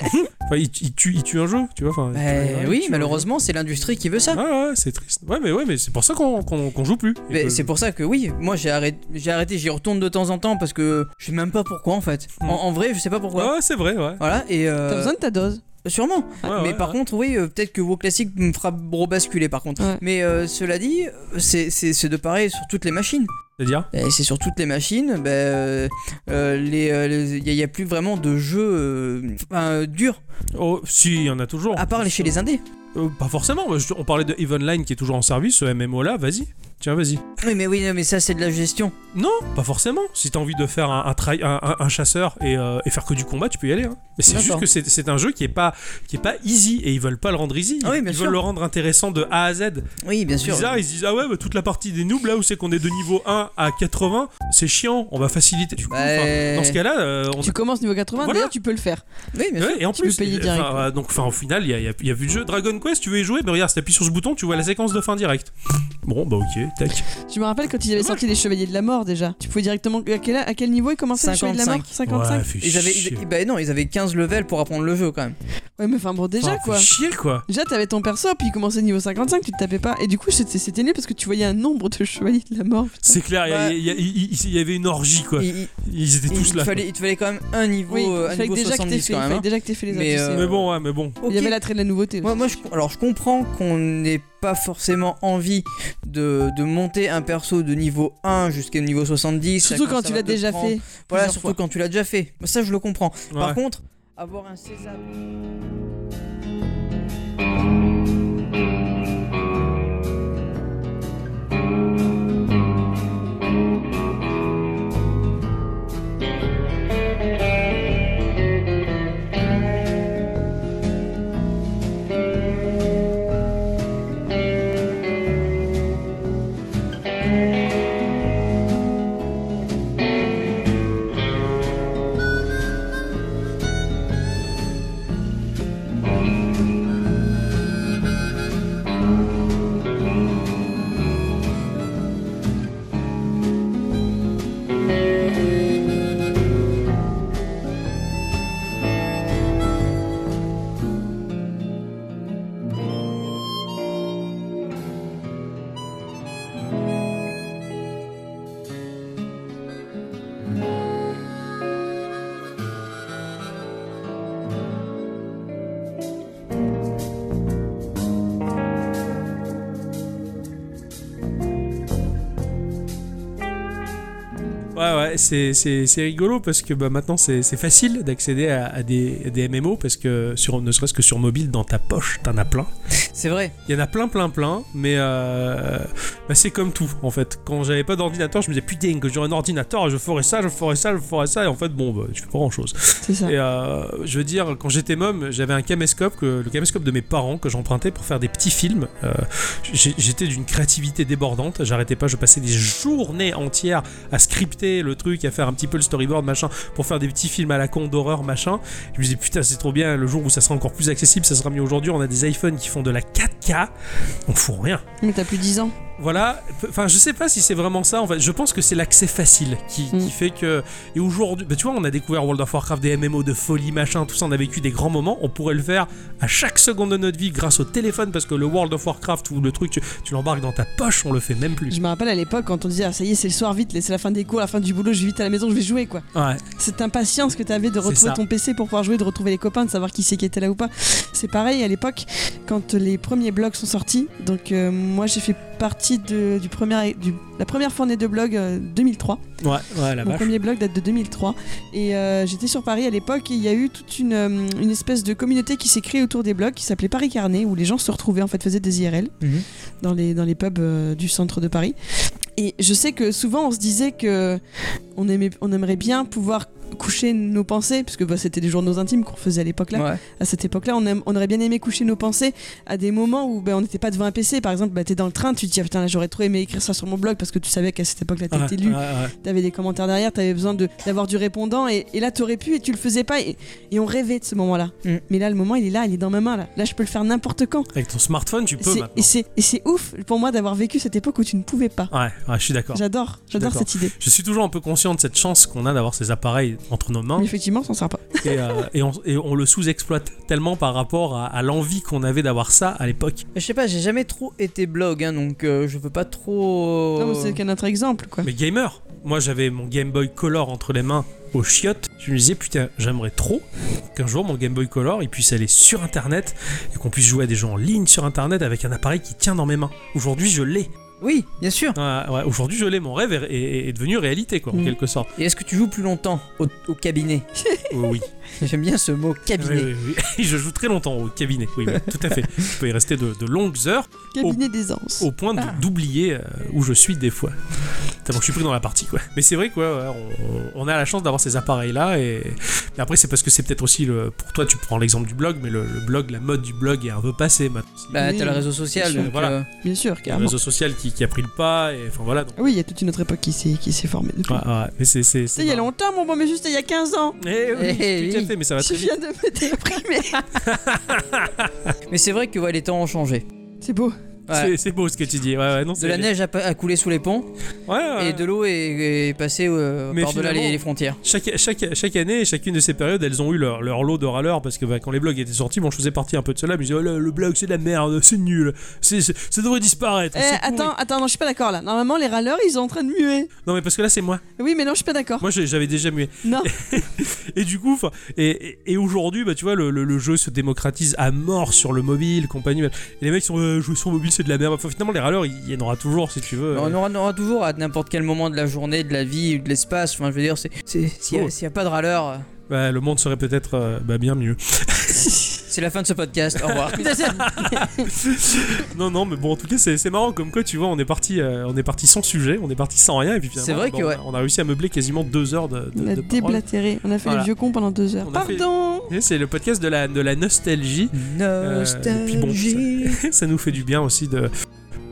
Speaker 1: Enfin, il, il tue, il tue un jeu, tu vois. Enfin, il tue un
Speaker 3: Bah,
Speaker 1: jeu, il
Speaker 3: oui,
Speaker 1: tue un
Speaker 3: malheureusement c'est l'industrie qui veut
Speaker 1: jeu.
Speaker 3: ça.
Speaker 1: Ouais, ouais, c'est triste. Ouais, mais ouais, mais c'est pour ça qu'on qu'on- qu'on joue plus. Et
Speaker 3: Mais
Speaker 1: que-
Speaker 3: c'est pour ça que oui, moi j'ai arrêté, j'ai arrêté, j'y retourne de temps en temps parce que je sais même pas pourquoi en fait. En,
Speaker 1: Hmm.
Speaker 3: en vrai, je sais pas pourquoi.
Speaker 1: Ouais, c'est vrai, ouais.
Speaker 3: Voilà et euh,
Speaker 2: T'as besoin de ta dose.
Speaker 3: sûrement.
Speaker 1: Ouais,
Speaker 3: mais
Speaker 1: ouais,
Speaker 3: par
Speaker 1: ouais.
Speaker 3: contre, oui, euh, peut-être que WoW classique me fera rebasculer par contre.
Speaker 2: Ouais.
Speaker 3: Mais euh, cela dit, c'est- c'est c'est de pareil sur toutes les machines.
Speaker 1: C'est-à-dire
Speaker 3: Et c'est sur toutes les machines, ben, euh, euh, les, euh, les- y a, y a plus vraiment de jeux euh, enfin, euh, durs,
Speaker 1: Oh, si, il y en a toujours.
Speaker 3: à part les chez les indés.
Speaker 1: Euh, pas forcément, je- on parlait de Evenline qui est toujours en service, euh, ce MMO là, vas-y. Tiens, vas-y.
Speaker 3: Oui, mais oui, mais ça, c'est de la gestion.
Speaker 1: Non, pas forcément. Si t'as envie de faire un, un try- un- un- un chasseur et, euh, et faire que du combat, tu peux y aller. hein. Mais c'est
Speaker 3: D'accord.
Speaker 1: juste que c'est c'est un jeu qui est, pas, qui est pas easy et ils veulent pas le rendre easy.
Speaker 3: Ah oui, bien
Speaker 1: ils
Speaker 3: sûr.
Speaker 1: veulent le rendre intéressant de A à Z.
Speaker 3: Oui, bien sûr.
Speaker 1: bizarre, ils se disent ah ouais bah, toute la partie des noobs là où c'est qu'on est de niveau 1 à 80, c'est chiant, on va faciliter. Du coup,
Speaker 3: Ouais.
Speaker 1: enfin, dans ce cas-là, euh, on
Speaker 2: Tu commences niveau 80,
Speaker 1: Voilà.
Speaker 2: d'ailleurs tu peux le faire.
Speaker 3: Oui, bien
Speaker 1: Ouais,
Speaker 3: sûr.
Speaker 1: et en
Speaker 2: tu
Speaker 1: plus,
Speaker 2: peux payer
Speaker 1: euh,
Speaker 2: direct,
Speaker 1: enfin, euh, donc enfin au final, il y a, il y a- il y a plus de jeu Dragon Quest, tu veux y jouer, mais regarde, si t'appuies sur ce bouton, tu vois la séquence de fin direct. Bon bah ok, tac.
Speaker 2: Je me rappelle quand ils avaient
Speaker 1: Dommage.
Speaker 2: sorti les Chevaliers de la Mort déjà. Tu pouvais directement. À quel, à quel niveau ils commençaient les Chevaliers de la Mort 55
Speaker 1: ouais, fais
Speaker 3: Ils avaient,
Speaker 1: chier.
Speaker 3: ils- bah non, ils avaient 15 levels pour apprendre le jeu quand même.
Speaker 2: Ouais, mais enfin bon, déjà
Speaker 1: Enfin, fais
Speaker 2: quoi.
Speaker 1: chier quoi.
Speaker 2: Déjà, t'avais ton perso, puis il commençait niveau 55, tu te tapais pas. Et du coup, c'était c'était nul parce que tu voyais un nombre de chevaliers de la mort. putain.
Speaker 1: C'est clair, il y a- il y, a- il- il- il y avait une orgie quoi.
Speaker 3: Il, il-
Speaker 1: Ils étaient
Speaker 3: il
Speaker 1: tous là.
Speaker 3: fallait, il te fallait quand même un niveau,
Speaker 2: Oui,
Speaker 3: euh, un
Speaker 2: il fallait
Speaker 3: niveau
Speaker 2: déjà que t'aies
Speaker 3: 70
Speaker 2: fait,
Speaker 3: quand
Speaker 2: il
Speaker 3: même. hein.
Speaker 2: fallait déjà que t'aies fait les autres.
Speaker 3: Mais,
Speaker 2: tu sais.
Speaker 3: euh,
Speaker 1: Mais bon, ouais, mais bon.
Speaker 3: Ok.
Speaker 2: Il y avait l'attrait de la nouveauté.
Speaker 3: Moi, moi, je, alors je comprends qu'on n'ait pas forcément envie de, de monter un perso de niveau 1 jusqu'à niveau 70.
Speaker 2: Surtout
Speaker 3: ça-
Speaker 2: quand
Speaker 3: ça
Speaker 2: tu
Speaker 3: va
Speaker 2: l'as
Speaker 3: te
Speaker 2: déjà
Speaker 3: prendre-
Speaker 2: fait.
Speaker 3: Voilà,
Speaker 2: plusieurs
Speaker 3: surtout
Speaker 2: fois.
Speaker 3: quand tu l'as déjà fait. Bah, Ça, je le comprends. Par
Speaker 1: Ouais.
Speaker 3: contre, avoir un César.
Speaker 1: Ouais, ouais, c'est, c'est, c'est rigolo parce que bah, maintenant c'est, c'est facile d'accéder à, à des, à des MMO parce que sur, ne serait-ce que sur mobile, dans ta poche, t'en as plein.
Speaker 3: C'est vrai.
Speaker 1: Il y en a plein, plein, plein, mais euh, bah, c'est comme tout en fait. Quand j'avais pas d'ordinateur, je me disais putain, que j'aurais un ordinateur, je ferais ça, je ferais ça, je ferais ça, et en fait, bon, bah, tu fais pas grand-chose.
Speaker 2: C'est ça.
Speaker 1: Et euh, je veux dire, quand j'étais môme, j'avais un caméscope, que, le caméscope de mes parents que j'empruntais pour faire des petits films. Euh, j'ai- j'étais d'une créativité débordante, j'arrêtais pas, je passais des journées entières à scripter le truc, à faire un petit peu le storyboard, machin, pour faire des petits films à la con d'horreur, machin. Je me disais, putain, c'est trop bien, le jour où ça sera encore plus accessible, ça sera mieux aujourd'hui, on a des iPhones qui font de la 4K, on fout rien.
Speaker 2: Mais t'as plus 10 ans.
Speaker 1: Voilà, P- enfin je sais pas si c'est vraiment ça en fait, je pense que c'est l'accès facile qui, qui
Speaker 2: Mm.
Speaker 1: fait que... Et aujourd'hui, bah, tu vois, on a découvert World of Warcraft, des MMO de folie, machin, tout ça, on a vécu des grands moments, on pourrait le faire à chaque seconde de notre vie grâce au téléphone parce que le World of Warcraft ou le truc, tu, tu l'embarques dans ta poche, on le fait même plus.
Speaker 2: Je me rappelle à l'époque quand on disait ah, ça y est, c'est le soir vite, c'est la fin des cours, la fin du boulot, je vais vite à la maison, je vais jouer quoi.
Speaker 1: Ouais,
Speaker 2: Cette impatience que t'avais de
Speaker 1: C'est
Speaker 2: retrouver
Speaker 1: ça.
Speaker 2: ton PC pour pouvoir jouer, de retrouver les copains, de savoir qui c'est qui était là ou pas. C'est pareil à l'époque quand les premiers blogs sont sortis. Donc euh, moi j'ai fait partie de du premier, du- la première fournée de blog euh, 2003.
Speaker 1: ouais, ouais, la
Speaker 2: Mon
Speaker 1: vache.
Speaker 2: premier blog date de 2003 et euh, j'étais sur Paris à l'époque et il y a eu toute une, euh, une espèce de communauté qui s'est créée autour des blogs qui s'appelait Paris Carnet où les gens se retrouvaient en fait faisaient des IRL
Speaker 3: Mhm.
Speaker 2: dans, les, dans les pubs euh, du centre de Paris et je sais que souvent on se disait que on, aimait, on aimerait bien pouvoir coucher nos pensées parce que bah, c'était des journaux intimes qu'on faisait à l'époque là
Speaker 3: Ouais.
Speaker 2: à cette époque-là, on, aime- on aurait bien aimé coucher nos pensées à des moments où ben, on n'était pas devant un PC. Par exemple, ben, t'es dans le train, tu te dis ah, putain, là j'aurais trop aimé écrire ça sur mon blog parce que tu savais qu'à cette époque-là
Speaker 1: Ouais,
Speaker 2: t'étais lu,
Speaker 1: ouais, ouais.
Speaker 2: t'avais des commentaires derrière, t'avais besoin de- d'avoir du répondant et, et là t'aurais pu et tu le faisais pas et, et on rêvait de ce moment-là.
Speaker 3: Mm.
Speaker 2: Mais là, le moment il est là, il est dans ma main là. Là, je peux le faire n'importe quand.
Speaker 1: Avec ton smartphone, tu peux
Speaker 2: C'est- et
Speaker 1: maintenant.
Speaker 2: c'est et c'est ouf pour moi d'avoir vécu cette époque où tu ne pouvais pas.
Speaker 1: Ouais, ouais, je suis Ah, d'accord.
Speaker 2: J'adore, j'adore
Speaker 1: D'accord.
Speaker 2: cette idée.
Speaker 1: Je suis toujours un peu conscient de cette chance qu'on a d'avoir ces appareils entre nos
Speaker 2: <laughs>
Speaker 1: mains.
Speaker 2: Mais effectivement, ça sert pas.
Speaker 1: et, euh, et on, et on le sous-exploite tellement par rapport à, à l'envie qu'on avait d'avoir ça à l'époque.
Speaker 3: Je sais pas, j'ai jamais trop été blog, hein, donc euh, je veux pas trop. euh,
Speaker 2: Non, mais c'est qu'un autre exemple quoi.
Speaker 1: Oh. Mais gamer, moi j'avais mon Game Boy Color entre les mains aux chiottes. Je me disais putain, j'aimerais trop qu'un jour mon Game Boy Color il puisse aller sur internet et qu'on puisse jouer à des jeux en ligne sur internet avec un appareil qui tient dans mes mains. Aujourd'hui je l'ai. Ah,
Speaker 3: Oui, bien sûr.
Speaker 1: Ouais, ouais, Aujourd'hui, je l'ai, mon rêve est, est- est devenu réalité, quoi, en
Speaker 3: Mm.
Speaker 1: quelque sorte.
Speaker 3: Et est-ce que tu joues plus longtemps au, au cabinet <laughs>
Speaker 1: Oui,
Speaker 3: J'aime bien ce mot cabinet.
Speaker 1: Oui, oui, oui. <laughs> je joue très longtemps au cabinet, oui, oui, tout à fait. Je peux y rester de, de longues heures
Speaker 2: Cabinet des anses.
Speaker 1: au point de-
Speaker 3: Ah.
Speaker 1: d'oublier euh, où je suis des fois. Tellement que je suis pris dans la partie, quoi. Mais c'est vrai, quoi, on, on a la chance d'avoir ces appareils-là. Et... Mais après, c'est parce que c'est peut-être aussi, le... pour toi, tu prends l'exemple du blog, mais le, le blog, la mode du blog est un peu passée maintenant.
Speaker 3: Bah,
Speaker 2: Oui,
Speaker 3: t'as le réseau social,
Speaker 2: bien sûr.
Speaker 3: donc,
Speaker 1: Voilà.
Speaker 3: euh,
Speaker 2: Bien sûr,
Speaker 1: Le
Speaker 2: carrément.
Speaker 1: réseau social qui, qui a pris le pas, et enfin voilà. Donc...
Speaker 2: Ah Oui, il y a toute une autre époque qui s'est qui s'est formée depuis.
Speaker 3: Ah,
Speaker 1: Ouais, ouais, mais c'est. c'est-
Speaker 2: C'était
Speaker 1: c'est
Speaker 2: il y a
Speaker 1: marrant.
Speaker 2: longtemps, mon bon, mais juste il y a 15 ans.
Speaker 1: Eh oui,
Speaker 3: Eh
Speaker 1: tout à
Speaker 3: oui.
Speaker 1: fait, mais ça va
Speaker 2: Je
Speaker 1: très vite.
Speaker 2: viens de
Speaker 1: <laughs>
Speaker 2: me déprimer.
Speaker 3: Mais c'est vrai que ouais, les temps ont changé.
Speaker 2: C'est beau.
Speaker 3: Ouais.
Speaker 1: C'est- C'est beau ce que tu dis. Ouais, ouais, non,
Speaker 3: De
Speaker 1: c'est-
Speaker 3: la neige a, pa- a coulé sous les ponts
Speaker 1: Ouais, ouais.
Speaker 3: et de l'eau est, est passée euh,
Speaker 1: Mais
Speaker 3: par-delà
Speaker 1: finalement-
Speaker 3: les, les frontières.
Speaker 1: Chaque, chaque, chaque année, chacune de ces périodes, elles ont eu leur, leur lot de râleurs parce que bah, quand les blogs étaient sortis, bon, je faisais partie un peu de cela, mais je disais, oh là, le blog c'est de la merde, c'est nul, c'est c'est- ça devrait disparaître.
Speaker 2: Eh,
Speaker 1: c'est
Speaker 2: attends, attends, non, je suis pas d'accord là. Normalement, les râleurs, ils sont en train de muer.
Speaker 1: pourri. Non, mais parce que là, c'est moi.
Speaker 2: Oui, mais non, je suis pas d'accord.
Speaker 1: Moi, j'ai- j'avais déjà mué. <laughs>
Speaker 2: Non.
Speaker 1: Et du coup, 'fin, et, et- et aujourd'hui, bah, tu vois, le, le- le jeu se démocratise à mort sur le mobile, compagnie. bah, Et les mecs sont euh, jouer sur mobile, c'est de la merde. Enfin, finalement, les râleurs, il y en aura toujours si tu veux.
Speaker 3: On aura, on aura toujours à n'importe quel moment de la journée, de la vie ou de l'espace. Enfin, je veux dire, c'est- c'est- s'il n'y
Speaker 1: Oh.
Speaker 3: a, s'il y a pas de râleur, euh,
Speaker 1: Bah, le monde serait peut-être euh, bah, bien mieux.
Speaker 3: c'est la fin de ce podcast. Au <laughs> revoir.
Speaker 1: <laughs> Non, non, mais bon, en tout cas, c'est c'est marrant comme quoi, tu vois, on est parti, euh, on est parti sans sujet, on est parti sans rien, et puis finalement,
Speaker 3: C'est vrai
Speaker 1: bah,
Speaker 3: que
Speaker 1: on, a-
Speaker 3: ouais.
Speaker 1: on a réussi à meubler quasiment deux heures de, de,
Speaker 2: On
Speaker 1: de
Speaker 2: a
Speaker 1: paroles.
Speaker 2: déblatéré. On a fait
Speaker 1: Voilà.
Speaker 2: les vieux cons pendant deux heures.
Speaker 1: On a fait-
Speaker 2: Pardon.
Speaker 1: Et C'est le podcast de la, de la nostalgie. <laughs>
Speaker 3: Euh,
Speaker 1: puis bon,
Speaker 3: Nostalgie.
Speaker 1: ça nous fait du bien aussi de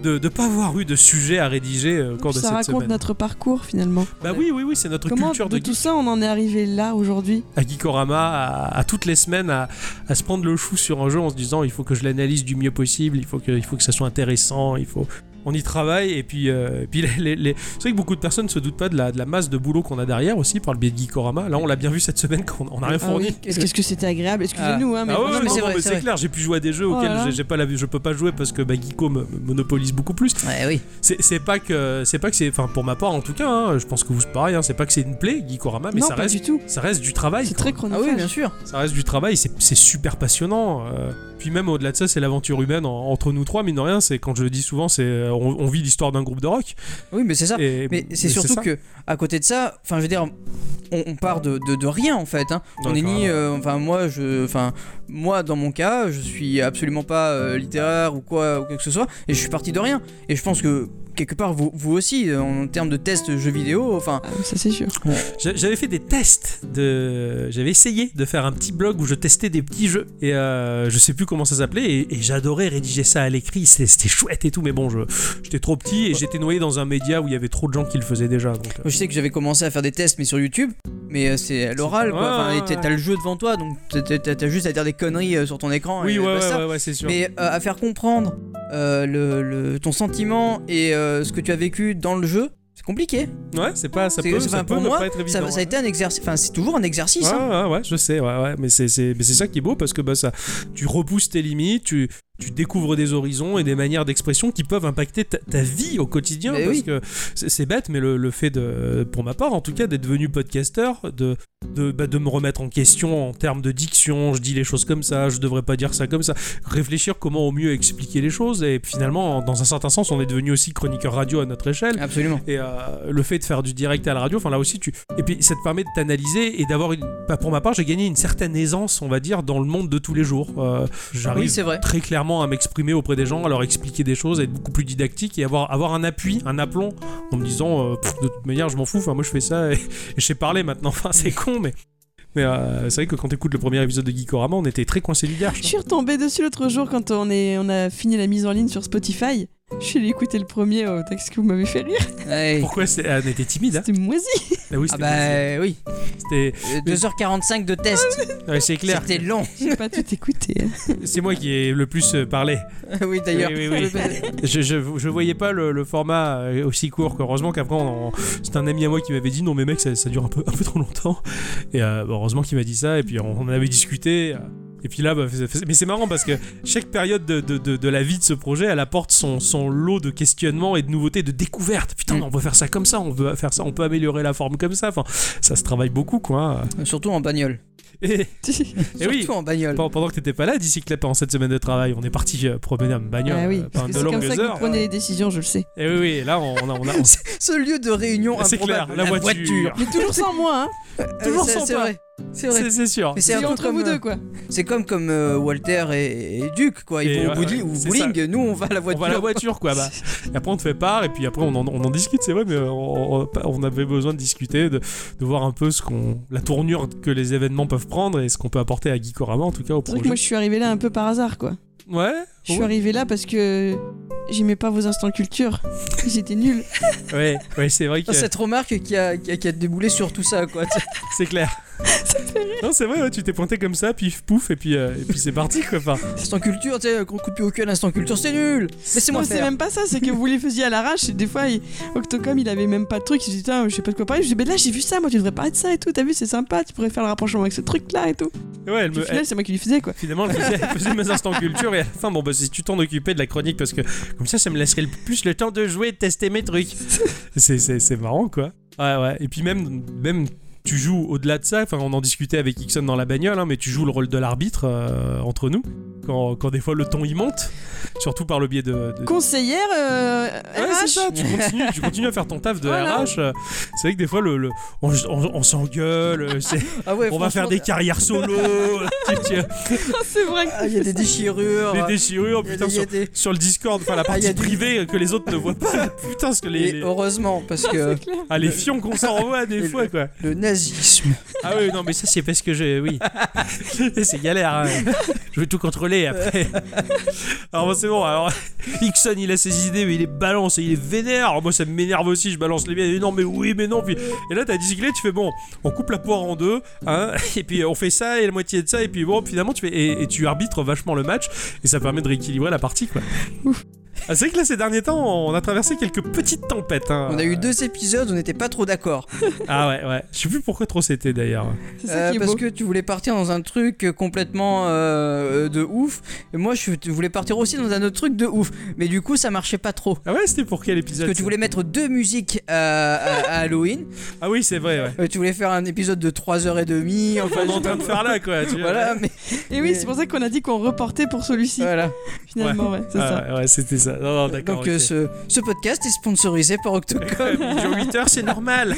Speaker 1: de ne pas avoir eu de sujet à rédiger euh, au cours de
Speaker 2: ça
Speaker 1: cette
Speaker 2: raconte
Speaker 1: semaine.
Speaker 2: notre parcours finalement.
Speaker 1: Bah oui, oui, oui, c'est notre
Speaker 2: Comment
Speaker 1: culture
Speaker 2: de
Speaker 1: de,
Speaker 2: tout ça on en est arrivé là aujourd'hui
Speaker 1: à Geekorama, à, à toutes les semaines, à, à se prendre le chou sur un jeu en se disant il faut que je l'analyse du mieux possible, il faut que, il faut que ça soit intéressant, il faut. On y travaille et puis, euh, et puis les, les- les- c'est vrai que beaucoup de personnes se doutent pas de la, de la masse de boulot qu'on a derrière aussi par le biais de Geekorama. Là, on l'a bien vu cette semaine qu'on on a rien
Speaker 2: Ah oui.
Speaker 1: fourni.
Speaker 2: Est-ce que- est-ce que c'était agréable Excusez-nous, hein, mais
Speaker 1: Ah ouais,
Speaker 2: franchement,
Speaker 1: ouais,
Speaker 3: c'est
Speaker 1: non, mais
Speaker 3: vrai, c'est
Speaker 1: c'est
Speaker 3: vrai.
Speaker 1: clair, j'ai pu jouer à des jeux
Speaker 2: Oh
Speaker 1: auxquels
Speaker 2: là là.
Speaker 1: j'ai- j'ai pas la, je peux pas jouer parce que bah, Geeko me me monopolise beaucoup plus.
Speaker 3: Ouais, oui.
Speaker 1: C'est c'est pas que c'est pas que c'est, enfin pour ma part en tout cas, hein, je pense que vous c'est pareil, hein, c'est pas que c'est une plaie Geekorama, mais
Speaker 2: non,
Speaker 1: ça
Speaker 2: pas
Speaker 1: reste, Ah
Speaker 2: du tout.
Speaker 1: ça reste du travail.
Speaker 2: C'est
Speaker 1: quoi.
Speaker 2: très
Speaker 3: Ah
Speaker 2: chronophage.
Speaker 3: oui, bien sûr.
Speaker 1: ça reste du travail, c'est c'est super passionnant. euh. Puis même au-delà de ça, c'est l'aventure humaine en- entre nous trois, mine de rien. C'est quand je le dis souvent, c'est euh, on, on vit l'histoire d'un groupe de rock.
Speaker 3: Oui, mais c'est ça.
Speaker 1: Et-
Speaker 3: Mais c'est surtout
Speaker 1: ça.
Speaker 3: que, à côté de ça, enfin, je veux dire, on, on part de, de- de rien en fait. hein.
Speaker 1: Ouais,
Speaker 3: on est ni,
Speaker 1: carrément.
Speaker 3: euh, enfin, moi, je, enfin, moi, dans mon cas, je suis absolument pas euh, littéraire ou quoi, ou quoi que ce soit, et je suis parti de rien. Et je pense que quelque part, vous, vous aussi, euh, en termes de tests jeux vidéo, enfin,
Speaker 2: Ah, ça c'est sûr.
Speaker 1: J'a- j'avais fait des tests de, j'avais essayé de faire un petit blog où je testais des petits jeux et euh, je sais plus comment ça s'appelait et, et j'adorais rédiger ça à l'écrit. c'est- C'était chouette et tout, mais bon, je, j'étais trop petit et j'étais noyé dans un média où il y avait trop de gens qui le faisaient déjà. Donc, euh,
Speaker 3: je sais que j'avais commencé à faire des tests, mais sur YouTube, mais euh, c'est à l'oral, quoi.
Speaker 1: Ouais,
Speaker 3: Enfin,
Speaker 1: ouais,
Speaker 3: et t'as-
Speaker 1: ouais.
Speaker 3: t'as le jeu devant toi, donc t'as- t'as t'as juste à dire des conneries euh, sur ton écran.
Speaker 1: oui,
Speaker 3: et
Speaker 1: ouais,
Speaker 3: basta.
Speaker 1: ouais, ouais, ouais, c'est sûr.
Speaker 3: Mais euh, à faire comprendre euh, le, le- ton sentiment et euh, ce que tu as vécu dans le jeu, c'est compliqué.
Speaker 1: Ouais, c'est pas, ça
Speaker 3: C'est-
Speaker 1: peut,
Speaker 3: c'est-
Speaker 1: ça
Speaker 3: enfin,
Speaker 1: peut
Speaker 3: pour
Speaker 1: ne
Speaker 3: moi,
Speaker 1: pas être évident.
Speaker 3: ça, ça a
Speaker 1: ouais.
Speaker 3: été un exercice, enfin c'est toujours un exercice.
Speaker 1: Ouais,
Speaker 3: hein.
Speaker 1: ouais, ouais, je sais, ouais, ouais, mais c'est, c'est, mais c'est ça qui est beau parce que bah, ça, tu repousses tes limites, tu, tu découvres des horizons et des manières d'expression qui peuvent impacter ta, ta vie au quotidien.
Speaker 3: Mais
Speaker 1: parce
Speaker 3: oui.
Speaker 1: que c'est, c'est bête, mais le, le fait de, pour ma part en tout cas, d'être devenu podcasteur, de, de, bah, de me remettre en question en termes de diction, je dis les choses comme ça, je devrais pas dire ça comme ça, réfléchir comment au mieux expliquer les choses et finalement, dans un certain sens, on est devenu aussi chroniqueur radio à notre échelle.
Speaker 3: Absolument.
Speaker 1: Et euh, le fait de faire du direct à la radio, enfin là aussi, tu. Et puis ça te permet de t'analyser et d'avoir une. bah, pour ma part, j'ai gagné une certaine aisance, on va dire, dans le monde de tous les jours. Euh,
Speaker 3: Oui,
Speaker 1: J'arrive
Speaker 3: c'est vrai.
Speaker 1: très clairement à m'exprimer auprès des gens, à leur expliquer des choses, à être beaucoup plus didactique et avoir, avoir un appui, un aplomb, en me disant, euh, Pff, de toute manière, je m'en fous, enfin moi je fais ça et, et je sais parler maintenant. Enfin, c'est con, mais. Mais euh, c'est vrai que quand t'écoutes le premier épisode de Geekorama, on était très coincé du
Speaker 2: Je suis retombée dessus l'autre jour quand on, est, on a fini la mise en ligne sur Spotify. Je suis allée écouter le premier au texte que vous m'avez fait rire.
Speaker 3: Ouais.
Speaker 1: Pourquoi c'est- ah, on était timide hein
Speaker 2: C'était moisi. <laughs>
Speaker 1: Ah oui,
Speaker 3: Ah
Speaker 1: c'était-
Speaker 3: bah oui,
Speaker 1: c'était.
Speaker 3: Euh, 2h45 de test,
Speaker 1: ouais, c'est clair.
Speaker 3: c'était long. <laughs>
Speaker 2: J'ai pas tout écouté. hein.
Speaker 1: <laughs> C'est moi qui ai le plus euh, parlé.
Speaker 3: oui d'ailleurs.
Speaker 1: Oui, oui,
Speaker 2: <laughs>
Speaker 1: Je, je, je voyais pas le, le format euh, aussi court. Quoi. Heureusement qu'après, on- on- c'est un ami à moi qui m'avait dit non, mais mec, ça, ça dure un peu, un peu trop longtemps. Et euh, bon, heureusement qu'il m'a dit ça. Et puis on, en avait discuté. euh, Et puis là, bah, c'est- c'est- mais c'est marrant parce que chaque période de, de- de- de la vie de ce projet, elle apporte son, son lot de questionnements et de nouveautés, de découvertes. Putain,
Speaker 3: Mm.
Speaker 1: on peut faire ça comme ça, on peut faire ça, on peut améliorer la forme comme ça. Enfin, ça se travaille beaucoup, quoi. hein.
Speaker 3: Surtout en bagnole.
Speaker 1: Et,
Speaker 3: Surtout
Speaker 1: oui.
Speaker 3: en bagnole.
Speaker 1: Pendant pendant que t'étais pas là, d'ici que là, pendant cette semaine de travail, on est parti euh, promener en bagnole
Speaker 2: Ah oui,
Speaker 1: euh, pendant
Speaker 2: parce
Speaker 1: de
Speaker 2: que c'est comme ça
Speaker 1: longues
Speaker 2: que vous
Speaker 1: heures.
Speaker 2: prenez les décisions, je le sais.
Speaker 1: Et Eh oui, oui, et là, on a, on a, on-
Speaker 3: Ce lieu de réunion
Speaker 1: Ah, C'est
Speaker 3: improbable.
Speaker 1: clair, la voiture.
Speaker 2: Mais toujours
Speaker 1: <laughs>
Speaker 2: sans moi, hein.
Speaker 3: Euh,
Speaker 1: Toujours
Speaker 3: c'est-
Speaker 1: sans
Speaker 3: c'est
Speaker 1: toi.
Speaker 3: vrai. C'est vrai.
Speaker 1: c'est c'est sûr.
Speaker 3: Mais c'est un
Speaker 2: C'est
Speaker 3: peu
Speaker 2: entre
Speaker 3: comme,
Speaker 2: vous deux,
Speaker 3: euh,
Speaker 2: quoi.
Speaker 3: C'est comme comme euh, Walter et, et Duke quoi. Ils
Speaker 1: Et
Speaker 3: vont
Speaker 1: ouais,
Speaker 3: au bouli-
Speaker 1: ouais,
Speaker 3: au
Speaker 1: c'est
Speaker 3: bowling. Nous on va à la voiture.
Speaker 1: On va à la voiture, quoi. Bah. Et après, on te fait part, et puis après, on en, on en discute. C'est vrai, mais on, on- on avait besoin de discuter, de, de voir un peu ce qu'on, la tournure que les événements peuvent prendre et ce qu'on peut apporter à Guy Corama, en tout cas, au
Speaker 2: C'est vrai que
Speaker 1: projet.
Speaker 2: moi, je suis arrivé là un peu par hasard, quoi.
Speaker 1: Ouais,
Speaker 2: Je suis
Speaker 1: ouais.
Speaker 2: arrivé là parce que j'aimais pas vos instants culture. J'étais
Speaker 1: <laughs>
Speaker 2: nulle.
Speaker 1: ouais, ouais, c'est vrai que
Speaker 3: Ah, Cette remarque qui a, qui, a, qui a déboulé sur tout ça quoi. <laughs>
Speaker 1: c'est clair. Non, c'est vrai, ouais, tu t'es pointé comme ça, pif, pouf, et puis, euh, et puis c'est parti, quoi. Enfin,
Speaker 3: Instant culture, tu sais, gros coup de pied au cul à l'instant culture, c'est nul Laissez-moi
Speaker 2: Non, c'est
Speaker 3: faire
Speaker 2: même pas ça, c'est que vous les faisiez à l'arrache. et Des fois, il- Octocom, il avait même pas de truc. Il se dit, Putain, je sais pas de quoi parler. Je dis, mais là, j'ai vu ça, moi, tu devrais parler de ça et tout. T'as vu, c'est sympa, tu pourrais faire le rapprochement avec ce truc-là et tout.
Speaker 1: ouais, elle
Speaker 2: Puis, au
Speaker 1: me,
Speaker 2: final, c'est moi qui lui faisais, quoi.
Speaker 1: Finalement, elle faisait, elle faisait mes instants culture et à la fin, bon, bah, si tu t'en occupais de la chronique, parce que comme ça, ça me laisserait le plus le temps de jouer et de tester mes trucs. C'est, c'est, c'est marrant, quoi. Ouais, ouais. Et puis, même, même tu joues au-delà de ça, enfin, on en discutait avec Ixon dans la bagnole, hein, mais tu joues le rôle de l'arbitre euh, entre nous, quand, quand des fois le ton y monte, surtout par le biais de. de-
Speaker 2: Conseillère, euh,
Speaker 1: Ouais, c'est
Speaker 2: RH.
Speaker 1: ça,
Speaker 2: <laughs>
Speaker 1: tu continues, tu continues à faire ton taf de
Speaker 2: Voilà.
Speaker 1: RH. euh, C'est vrai que des fois, le, le- on, on- on s'engueule, euh, c'est-
Speaker 3: ah ouais,
Speaker 1: on va faire des
Speaker 3: franchement,
Speaker 1: carrières solo, euh, tu- tu-
Speaker 2: Ah, c'est vrai. que-
Speaker 3: ah, Il y a des
Speaker 1: <laughs>
Speaker 3: déchirures
Speaker 1: des déchirures,
Speaker 3: il y a
Speaker 1: putain,
Speaker 3: des- il y
Speaker 1: sur,
Speaker 3: a des-
Speaker 1: sur le Discord, enfin la
Speaker 3: Ah, y
Speaker 1: partie
Speaker 3: a du-
Speaker 1: privée que les autres ne voient
Speaker 3: <laughs>
Speaker 1: pas. Putain, ce que les,
Speaker 3: Et
Speaker 1: les-
Speaker 3: heureusement, parce que
Speaker 1: ah, les fions qu'on s'envoie des
Speaker 3: <laughs> Et
Speaker 1: fois,
Speaker 3: le-
Speaker 1: quoi.
Speaker 3: le nazisme.
Speaker 1: Ah oui, non, mais ça c'est parce que j'ai, oui, <laughs> c'est galère. hein. Je veux tout contrôler après. Alors bon, c'est bon. Alors Ixon, il a ses idées, mais il les balance et il est vénère. Alors, moi, ça m'énerve aussi. Je balance les miennes. Et Non, mais oui, mais non. Puis et là, t'as bicyclette, tu fais bon, on coupe la poire en deux, hein, <laughs> et puis on fait ça et la moitié de ça, et puis bon, finalement, tu fais et, et tu arbitres vachement le match, et ça permet de rééquilibrer la partie, quoi. Ah, c'est vrai que là, ces derniers temps, on a traversé quelques petites tempêtes. hein.
Speaker 3: On a eu deux épisodes, on n'était pas trop d'accord.
Speaker 1: Ah ouais, ouais. Je sais plus pourquoi trop c'était d'ailleurs.
Speaker 2: C'est
Speaker 3: Euh,
Speaker 2: ça qui est
Speaker 3: parce
Speaker 2: beau.
Speaker 3: que tu voulais partir dans un truc complètement euh, de ouf, et moi je tu voulais partir aussi dans un autre truc de ouf, mais du coup ça marchait pas trop.
Speaker 1: Ah ouais, c'était pour quel épisode
Speaker 3: Parce que tu
Speaker 1: ça
Speaker 3: voulais mettre deux musiques euh, à, à- à Halloween,
Speaker 1: Ah oui, c'est vrai, ouais.
Speaker 3: euh, tu voulais faire un épisode de 3h30, enfin
Speaker 1: <laughs> On est en train de faire là, quoi. tu vois.
Speaker 3: voilà, mais
Speaker 2: Et oui, c'est pour ça qu'on a dit qu'on reportait pour celui-ci.
Speaker 3: voilà.
Speaker 2: Finalement, ouais, c'est
Speaker 1: Ah
Speaker 2: ça.
Speaker 1: ouais, ouais, c'était ça. Non, non, d'accord.
Speaker 3: Donc euh,
Speaker 1: ok. <laughs>
Speaker 3: ce, ce podcast est sponsorisé par Octocom.
Speaker 1: Il dure 8 heures, c'est
Speaker 2: <laughs>
Speaker 1: normal.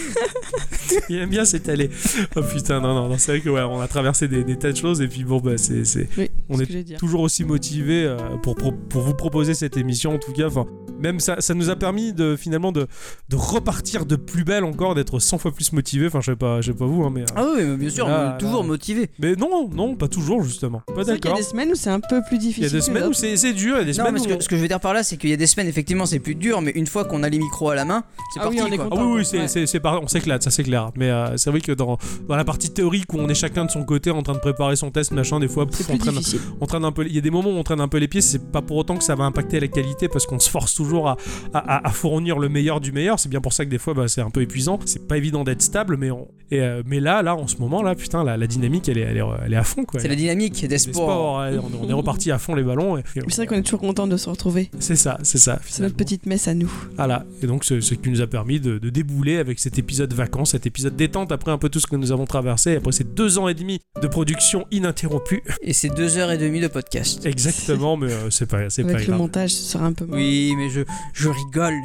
Speaker 1: Il aime bien s'étaler. Oh putain, non, non, non, c'est vrai que ouais, on a traversé des, des tas de choses et puis bon, bah, c'est, c'est
Speaker 2: Oui,
Speaker 1: On
Speaker 2: c'est
Speaker 1: est
Speaker 2: ce que j'allais dire.
Speaker 1: toujours aussi motivé euh, pour, pro- pour vous proposer cette émission en tout cas. Enfin, même ça, ça nous a permis de finalement de, de repartir de plus belle encore, d'être 100 fois plus motivé. Enfin, je sais pas, je sais pas vous, hein, mais. euh,
Speaker 3: Ah oui, mais bien sûr,
Speaker 1: Là,
Speaker 3: on est toujours
Speaker 1: là.
Speaker 3: motivé.
Speaker 1: Mais non, non, pas toujours justement. Pas
Speaker 2: C'est vrai qu'il y a
Speaker 1: d'accord.
Speaker 2: des semaines où c'est un peu plus
Speaker 1: Il y
Speaker 2: difficile.
Speaker 1: a des
Speaker 2: que
Speaker 1: semaines où
Speaker 2: d'autres.
Speaker 1: c'est, c'est dur, il y a des
Speaker 3: Non,
Speaker 1: semaines
Speaker 3: mais
Speaker 1: où.
Speaker 3: ce que, ce que je veux dire par là, c'est qu'il y a des semaines, effectivement, c'est plus dur, mais une fois qu'on a les micros à la main, c'est
Speaker 2: Ah
Speaker 3: parti.
Speaker 2: oui, on est
Speaker 3: quoi.
Speaker 2: content.
Speaker 1: Ah oui, oui,
Speaker 2: Ouais.
Speaker 1: c'est, c'est, c'est par- on s'éclate, ça c'est clair. Mais euh, c'est vrai que dans, dans la partie théorique où on est chacun de son côté en train de préparer son test, machin, des fois, pff,
Speaker 2: C'est
Speaker 1: on,
Speaker 2: plus
Speaker 1: traîne,
Speaker 2: difficile.
Speaker 1: on traîne un peu. Il y a des moments où on traîne un peu les pieds, c'est pas pour autant que ça va impacter la qualité parce qu'on se force toujours à, à- à- à fournir le meilleur du meilleur. C'est bien pour ça que des fois, bah, c'est un peu épuisant. C'est pas évident d'être stable, mais, on, et, euh, mais là, là, en ce moment, là, putain, la, la dynamique, elle est, elle, est, elle est à fond, quoi.
Speaker 3: C'est la dynamique des
Speaker 1: Des
Speaker 3: sports.
Speaker 1: sports, ouais, on, on est reparti à fond les ballons. et-
Speaker 2: Mais C'est vrai qu'on est toujours content de se retrouver.
Speaker 1: c'est ça, c'est ça.
Speaker 2: C'est
Speaker 1: finalement.
Speaker 2: notre petite messe à nous.
Speaker 1: Voilà, et donc ce, ce qui nous a permis de, de débouler avec cet épisode vacances, cet épisode détente après un peu tout ce que nous avons traversé, après ces deux ans et demi de production
Speaker 3: <laughs>
Speaker 1: ininterrompue.
Speaker 3: Et c'est deux heures et demie de podcast.
Speaker 1: Exactement, mais euh, c'est pas, c'est pas
Speaker 2: Avec le
Speaker 1: grave.
Speaker 2: montage, ce sera un peu moins.
Speaker 3: Oui, mais je, je rigole.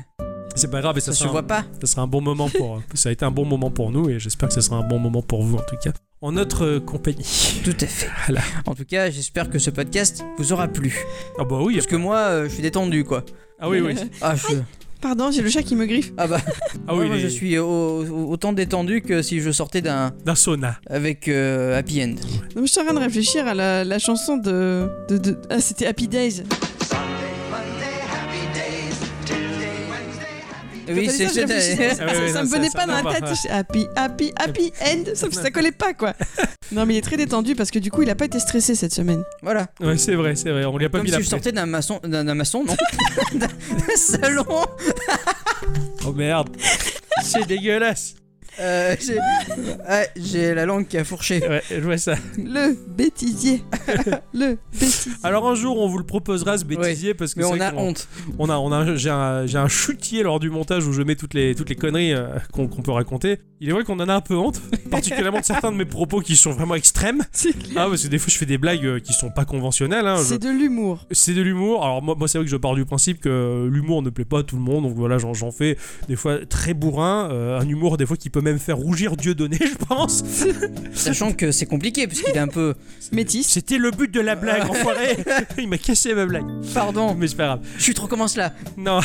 Speaker 1: C'est pas grave, et ça,
Speaker 3: Ça se
Speaker 1: sera un-
Speaker 3: voit pas.
Speaker 1: ça sera un bon moment pour. euh, ça a été un bon moment pour nous, et j'espère que ça sera un bon moment pour vous en tout cas. En notre euh, compagnie.
Speaker 3: Tout à fait.
Speaker 1: Voilà.
Speaker 3: En tout cas, j'espère que ce podcast vous aura plu.
Speaker 1: Ah bah oui.
Speaker 3: Parce que moi, euh, je suis détendu, quoi.
Speaker 1: Ah oui,
Speaker 3: <laughs>
Speaker 1: oui.
Speaker 3: Ah, je...
Speaker 2: <laughs> Pardon, j'ai le chat qui me griffe.
Speaker 3: ah bah,
Speaker 1: Ah oui,
Speaker 3: moi,
Speaker 1: les-
Speaker 3: je suis au- au- autant détendu que si je sortais d'un
Speaker 1: d'un sauna.
Speaker 3: avec euh, Happy End.
Speaker 2: Non, mais je suis en train de réfléchir à la, la chanson de, de- de- Ah, c'était Happy Days. Quand t'as
Speaker 3: Oui,
Speaker 2: dit
Speaker 3: c'est
Speaker 2: ça, je réfléchissais.
Speaker 1: Ah oui, oui,
Speaker 2: Ça
Speaker 1: non,
Speaker 2: me
Speaker 1: ça-
Speaker 2: venait
Speaker 1: ça-
Speaker 2: pas dans
Speaker 1: non,
Speaker 2: la
Speaker 1: pas-
Speaker 2: tête. Je- Happy, happy, happy end. Sauf que ça collait
Speaker 1: <laughs>
Speaker 2: pas, quoi. Non, mais il est très détendu parce que du coup, il a pas été stressé cette semaine.
Speaker 3: Voilà.
Speaker 1: Ouais, c'est vrai, c'est vrai. On lui a pas
Speaker 3: Comme
Speaker 1: mis
Speaker 3: si
Speaker 1: la
Speaker 3: je sortais d'un maçon, d'un d'un maçon, non <laughs> D'un d'un salon. <laughs>
Speaker 1: Oh merde. c'est dégueulasse.
Speaker 3: Euh, j'ai ouais, j'ai la langue qui a fourché.
Speaker 1: Ouais, je vois ça.
Speaker 2: Le
Speaker 1: <laughs>
Speaker 2: bêtisier. le bêtisier.
Speaker 1: Alors un jour, on vous le proposera ce bêtisier parce que
Speaker 3: Mais
Speaker 1: c'est
Speaker 3: on
Speaker 1: vrai
Speaker 3: a
Speaker 1: qu'on-
Speaker 3: honte.
Speaker 1: On a, on a, j'ai un, j'ai un chutier lors du montage où je mets toutes les, toutes les conneries euh, qu'on qu'on peut raconter. Il est vrai qu'on en a un peu
Speaker 2: <laughs>
Speaker 1: honte, particulièrement de certains de mes propos qui sont vraiment extrêmes.
Speaker 2: C'est clair.
Speaker 1: Ah, parce que des fois je fais des blagues euh, qui sont pas conventionnelles. hein. Je-
Speaker 2: C'est de l'humour.
Speaker 1: C'est de l'humour. Alors moi, moi, c'est vrai que je pars du principe que euh, l'humour ne plaît pas à tout le monde, donc voilà, j'en, j'en fais des fois très bourrin, euh, un humour des fois qui peut même faire rougir Dieu donné, <laughs> je pense.
Speaker 3: Sachant que c'est compliqué, puisqu'il est un peu.
Speaker 2: Métis.
Speaker 1: C'était le but de la
Speaker 2: <laughs>
Speaker 1: blague, enfoiré. Il m'a cassé ma blague.
Speaker 3: Pardon,
Speaker 1: Mais c'est pas grave.
Speaker 3: chut, recommence là.
Speaker 1: <laughs> Non,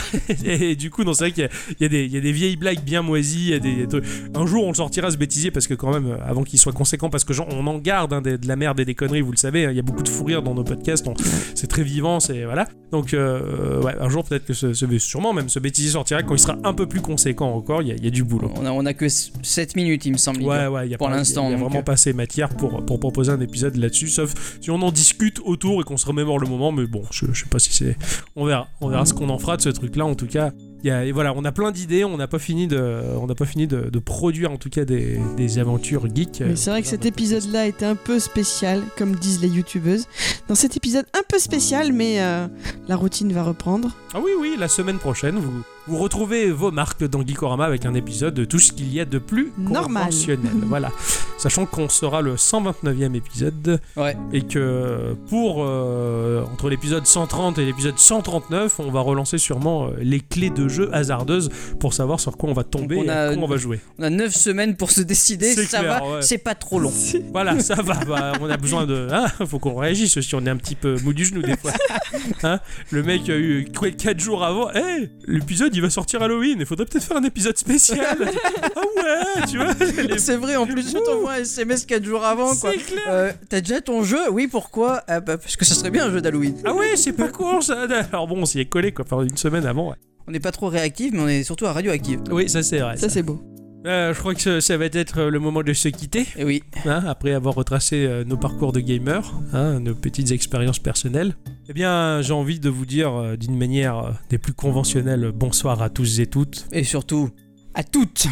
Speaker 1: et, du coup, non, c'est vrai qu'il y a- il y, a des- il y a des vieilles blagues bien moisies. il y a des- des trucs. Un jour, on le sortira ce bêtisier parce que, quand même, euh, avant qu'il soit conséquent, parce que genre, on en garde hein, des- de la merde et des conneries, vous le savez, hein, il y a beaucoup de fou rire dans nos podcasts, on- c'est très vivant, c'est voilà. Donc, euh, ouais, un jour, peut-être que ce, ce- sûrement même ce bêtisier sortira quand il sera un peu plus conséquent encore, il y a, il y a du boulot.
Speaker 3: On a, on a que 7 minutes, il me semble.
Speaker 1: Ouais, ouais, il y a,
Speaker 3: Pour
Speaker 1: pas-
Speaker 3: l'instant,
Speaker 1: il y a
Speaker 3: donc,
Speaker 1: vraiment
Speaker 3: euh.
Speaker 1: pas assez matière pour, pour proposer un épisode là-dessus, sauf si on en discute autour et qu'on se remémore le moment, mais bon, je, je sais pas si c'est. On verra, on verra ce qu'on en fera de ce truc-là, en tout cas. il Y a, et voilà, on a plein d'idées, on n'a pas fini, de, on n'a pas fini de, de produire en tout cas des, des aventures geeks. Euh,
Speaker 2: Mais c'est vrai que cet épisode-là était un peu spécial, comme disent les youtubeuses. Dans cet épisode un peu spécial, mais euh, la routine va reprendre.
Speaker 1: Ah oui, oui, la semaine prochaine, vous, vous retrouvez vos marques dans Geekorama avec un épisode de tout ce qu'il y a de plus
Speaker 2: Normal.
Speaker 1: conventionnel.
Speaker 2: <laughs>
Speaker 1: voilà. Sachant qu'on sera le 129e épisode.
Speaker 3: Ouais.
Speaker 1: Et que pour. euh, entre l'épisode 130 et l'épisode 139, on va relancer sûrement euh, les clés de jeu hasardeuses pour savoir sur quoi on va tomber
Speaker 3: Donc on
Speaker 1: et à
Speaker 3: a-
Speaker 1: quoi on va jouer.
Speaker 3: On a 9 semaines pour se décider,
Speaker 1: C'est
Speaker 3: ça
Speaker 1: clair,
Speaker 3: va,
Speaker 1: ouais.
Speaker 3: c'est pas trop long.
Speaker 1: Voilà, ça va, bah, on a besoin de. Hein, faut qu'on réagisse si on est un petit peu mou du genou des fois. Hein, le mec a eu 4 jours avant. Hé, l'épisode il va sortir Halloween, il faudrait peut-être faire un épisode spécial. ah ouais, tu vois. <laughs> les-
Speaker 3: C'est vrai, en plus, je t'envoie un SMS 4 jours avant, quoi.
Speaker 1: C'est clair.
Speaker 3: Euh, T'as déjà ton jeu Oui, pourquoi Ah bah, Parce que ça serait bien un jeu d'Halloween.
Speaker 1: Ah ouais, c'est pas con ça. Alors bon, on s'y est collé quoi, enfin, une semaine avant. ouais.
Speaker 3: On n'est pas trop réactif, mais on est surtout à radioactif.
Speaker 1: Oui, ça c'est vrai.
Speaker 2: Ça,
Speaker 1: ça.
Speaker 2: c'est beau.
Speaker 1: Euh, je crois que ça, ça va être le moment de se quitter.
Speaker 3: Et oui,
Speaker 1: hein, après avoir retracé euh, nos parcours de gamers, hein, nos petites expériences personnelles, eh bien, j'ai envie de vous dire euh, d'une manière euh, des plus conventionnelles euh, bonsoir à tous et toutes.
Speaker 3: et surtout à toutes,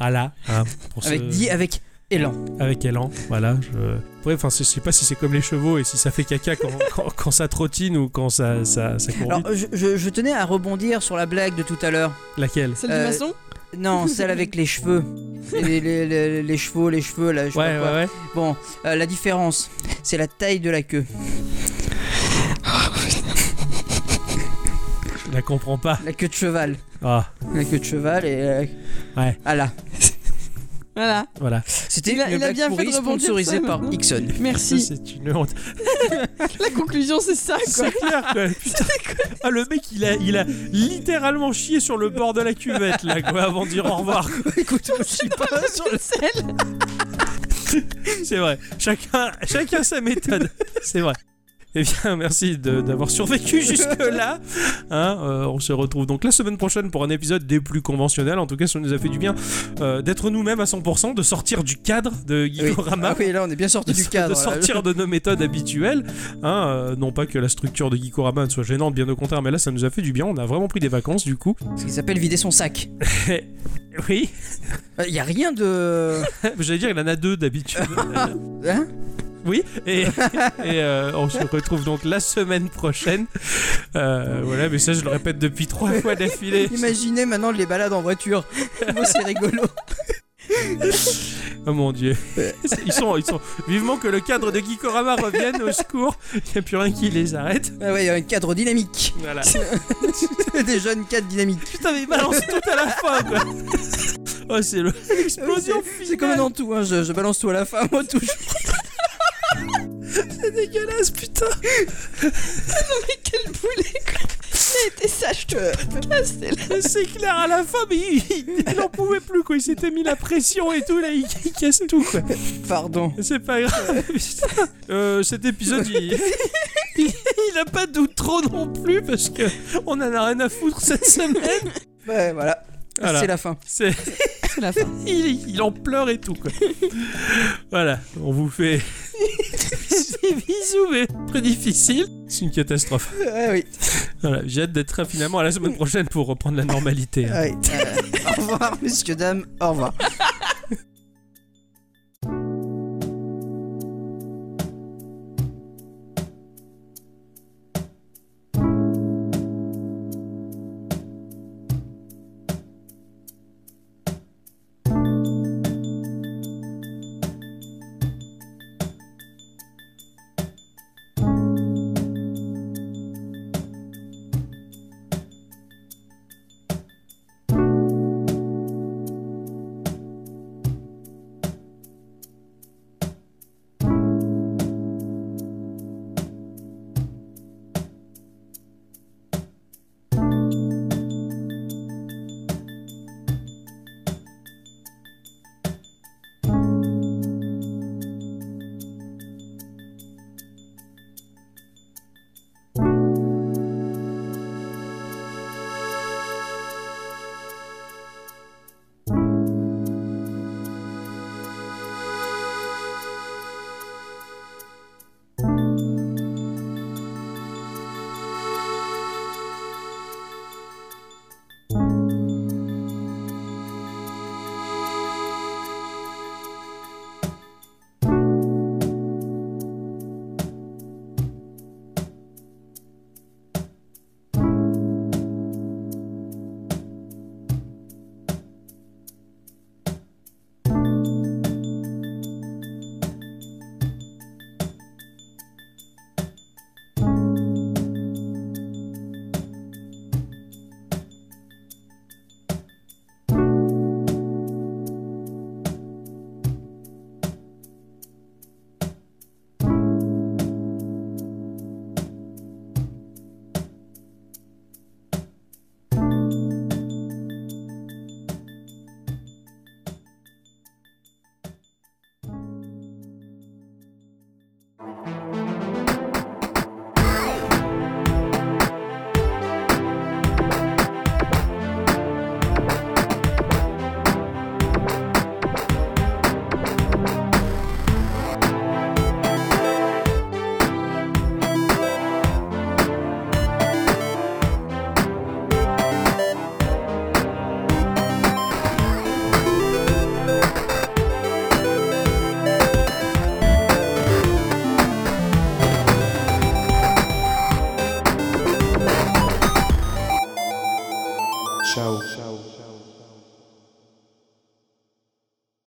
Speaker 1: À la, hein, pour
Speaker 3: avec
Speaker 1: ce-
Speaker 3: dit avec élan.
Speaker 1: avec Elan, voilà. Je... Après, enfin, je sais pas si c'est comme les chevaux et si ça fait caca quand, <laughs> quand- quand ça trottine ou quand ça, ça, ça court vite.
Speaker 3: Alors, je, je- je tenais à rebondir sur la blague de tout à l'heure.
Speaker 1: Laquelle
Speaker 2: Celle du
Speaker 3: Euh,
Speaker 2: maçon
Speaker 1: <laughs>
Speaker 3: Non, celle avec les cheveux. Les, les, les- les chevaux, les cheveux, là, je sais
Speaker 1: Ouais,
Speaker 3: pas
Speaker 1: ouais,
Speaker 3: quoi.
Speaker 1: ouais.
Speaker 3: Bon, euh, la différence, c'est la taille de la queue.
Speaker 1: Je la comprends pas.
Speaker 3: La queue de cheval.
Speaker 1: Ah,
Speaker 3: La queue de cheval et. euh,
Speaker 1: Ouais.
Speaker 3: Ah là.
Speaker 2: Voilà.
Speaker 1: voilà.
Speaker 3: C'était
Speaker 2: Il a-
Speaker 3: une
Speaker 2: il a
Speaker 3: blague
Speaker 2: bien fait
Speaker 3: pourrie
Speaker 2: de rebondir
Speaker 3: sponsorisée
Speaker 2: ça,
Speaker 3: par
Speaker 2: maintenant.
Speaker 3: Ixon.
Speaker 1: Ça,
Speaker 3: <laughs>
Speaker 2: Merci.
Speaker 1: c'est une honte.
Speaker 2: La conclusion, c'est ça, quoi.
Speaker 1: C'est clair,
Speaker 3: <laughs>
Speaker 1: quoi. Putain. Ah, le mec, il a, il a littéralement chié sur le bord de la cuvette, là, quoi, avant de dire au revoir.
Speaker 3: Ah, <laughs>
Speaker 1: <laughs>
Speaker 3: Écoute, je suis pas sur
Speaker 2: <laughs>
Speaker 3: le.
Speaker 2: Celle.
Speaker 1: C'est vrai. Chacun, chacun sa méthode. <laughs> C'est vrai. Eh bien, merci de- d'avoir
Speaker 3: <laughs>
Speaker 1: survécu jusque-là. Hein, euh, on se retrouve donc la semaine prochaine pour un épisode des plus conventionnels. En tout cas, ça nous a fait du bien euh, d'être nous-mêmes à 100%, de sortir du cadre de
Speaker 3: Oui.
Speaker 1: Geekorama.
Speaker 3: Ah oui, là on est
Speaker 1: <laughs>
Speaker 3: bien sorti
Speaker 1: De,
Speaker 3: du
Speaker 1: so-
Speaker 3: cadre.
Speaker 1: de
Speaker 3: là.
Speaker 1: sortir de nos méthodes habituelles. Hein, euh, non pas que la structure de Geekorama ne soit gênante, bien au contraire, mais là ça nous a fait du bien. On a vraiment pris des vacances du coup.
Speaker 3: Ce qui s'appelle vider son sac.
Speaker 1: <laughs> Oui, <laughs>
Speaker 3: Il Euh, y a rien de.
Speaker 1: j'allais dire, il en a deux <laughs> d'habitude.
Speaker 3: Hein
Speaker 1: Oui, et, <laughs> et, euh, on se retrouve donc la semaine prochaine. Euh, voilà, mais ça, je le répète depuis trois fois <laughs> d'affilée.
Speaker 3: Imaginez maintenant les balades
Speaker 1: <laughs>
Speaker 3: en voiture. Moi c'est rigolo.
Speaker 1: Oh mon <laughs> dieu. Ils sont, ils sont vivement que le cadre de Gikorama revienne au secours. Il n'y a plus rien qui les arrête.
Speaker 3: Ah ouais, il y a un cadre dynamique.
Speaker 1: Voilà.
Speaker 3: <laughs> Des jeunes cadres dynamiques.
Speaker 1: Putain, mais ils balancent tout à la fin, quoi. <laughs> Oh, c'est le- l'explosion
Speaker 3: C'est- C'est comme dans tout, hein. je, je balance tout à la fin, <laughs> moi toujours.
Speaker 1: dégueulasse, putain.
Speaker 2: Mais quel boulet, quoi. Il a été sage, toi. Là, c'est là.
Speaker 1: C'est clair, à la fin, mais il, il- il en pouvait plus, quoi. Il s'était mis la pression et tout, là, il, il casse tout, quoi.
Speaker 3: Pardon.
Speaker 1: C'est pas grave. putain. Euh, cet épisode, il... il- il a pas doute trop non plus parce que on en a rien à foutre cette semaine.
Speaker 3: Ouais, voilà.
Speaker 1: Voilà.
Speaker 3: C'est la fin.
Speaker 1: C'est-
Speaker 2: C'est la fin.
Speaker 1: Il, il en pleure et tout quoi. Voilà, on vous fait des bisous, mais très difficile. C'est une catastrophe.
Speaker 3: Ah oui.
Speaker 1: Voilà, j'ai hâte d'être <laughs> finalement à la semaine prochaine pour reprendre la normalité. hein.
Speaker 3: Ah oui. Euh, au revoir, messieurs, dames. Au revoir.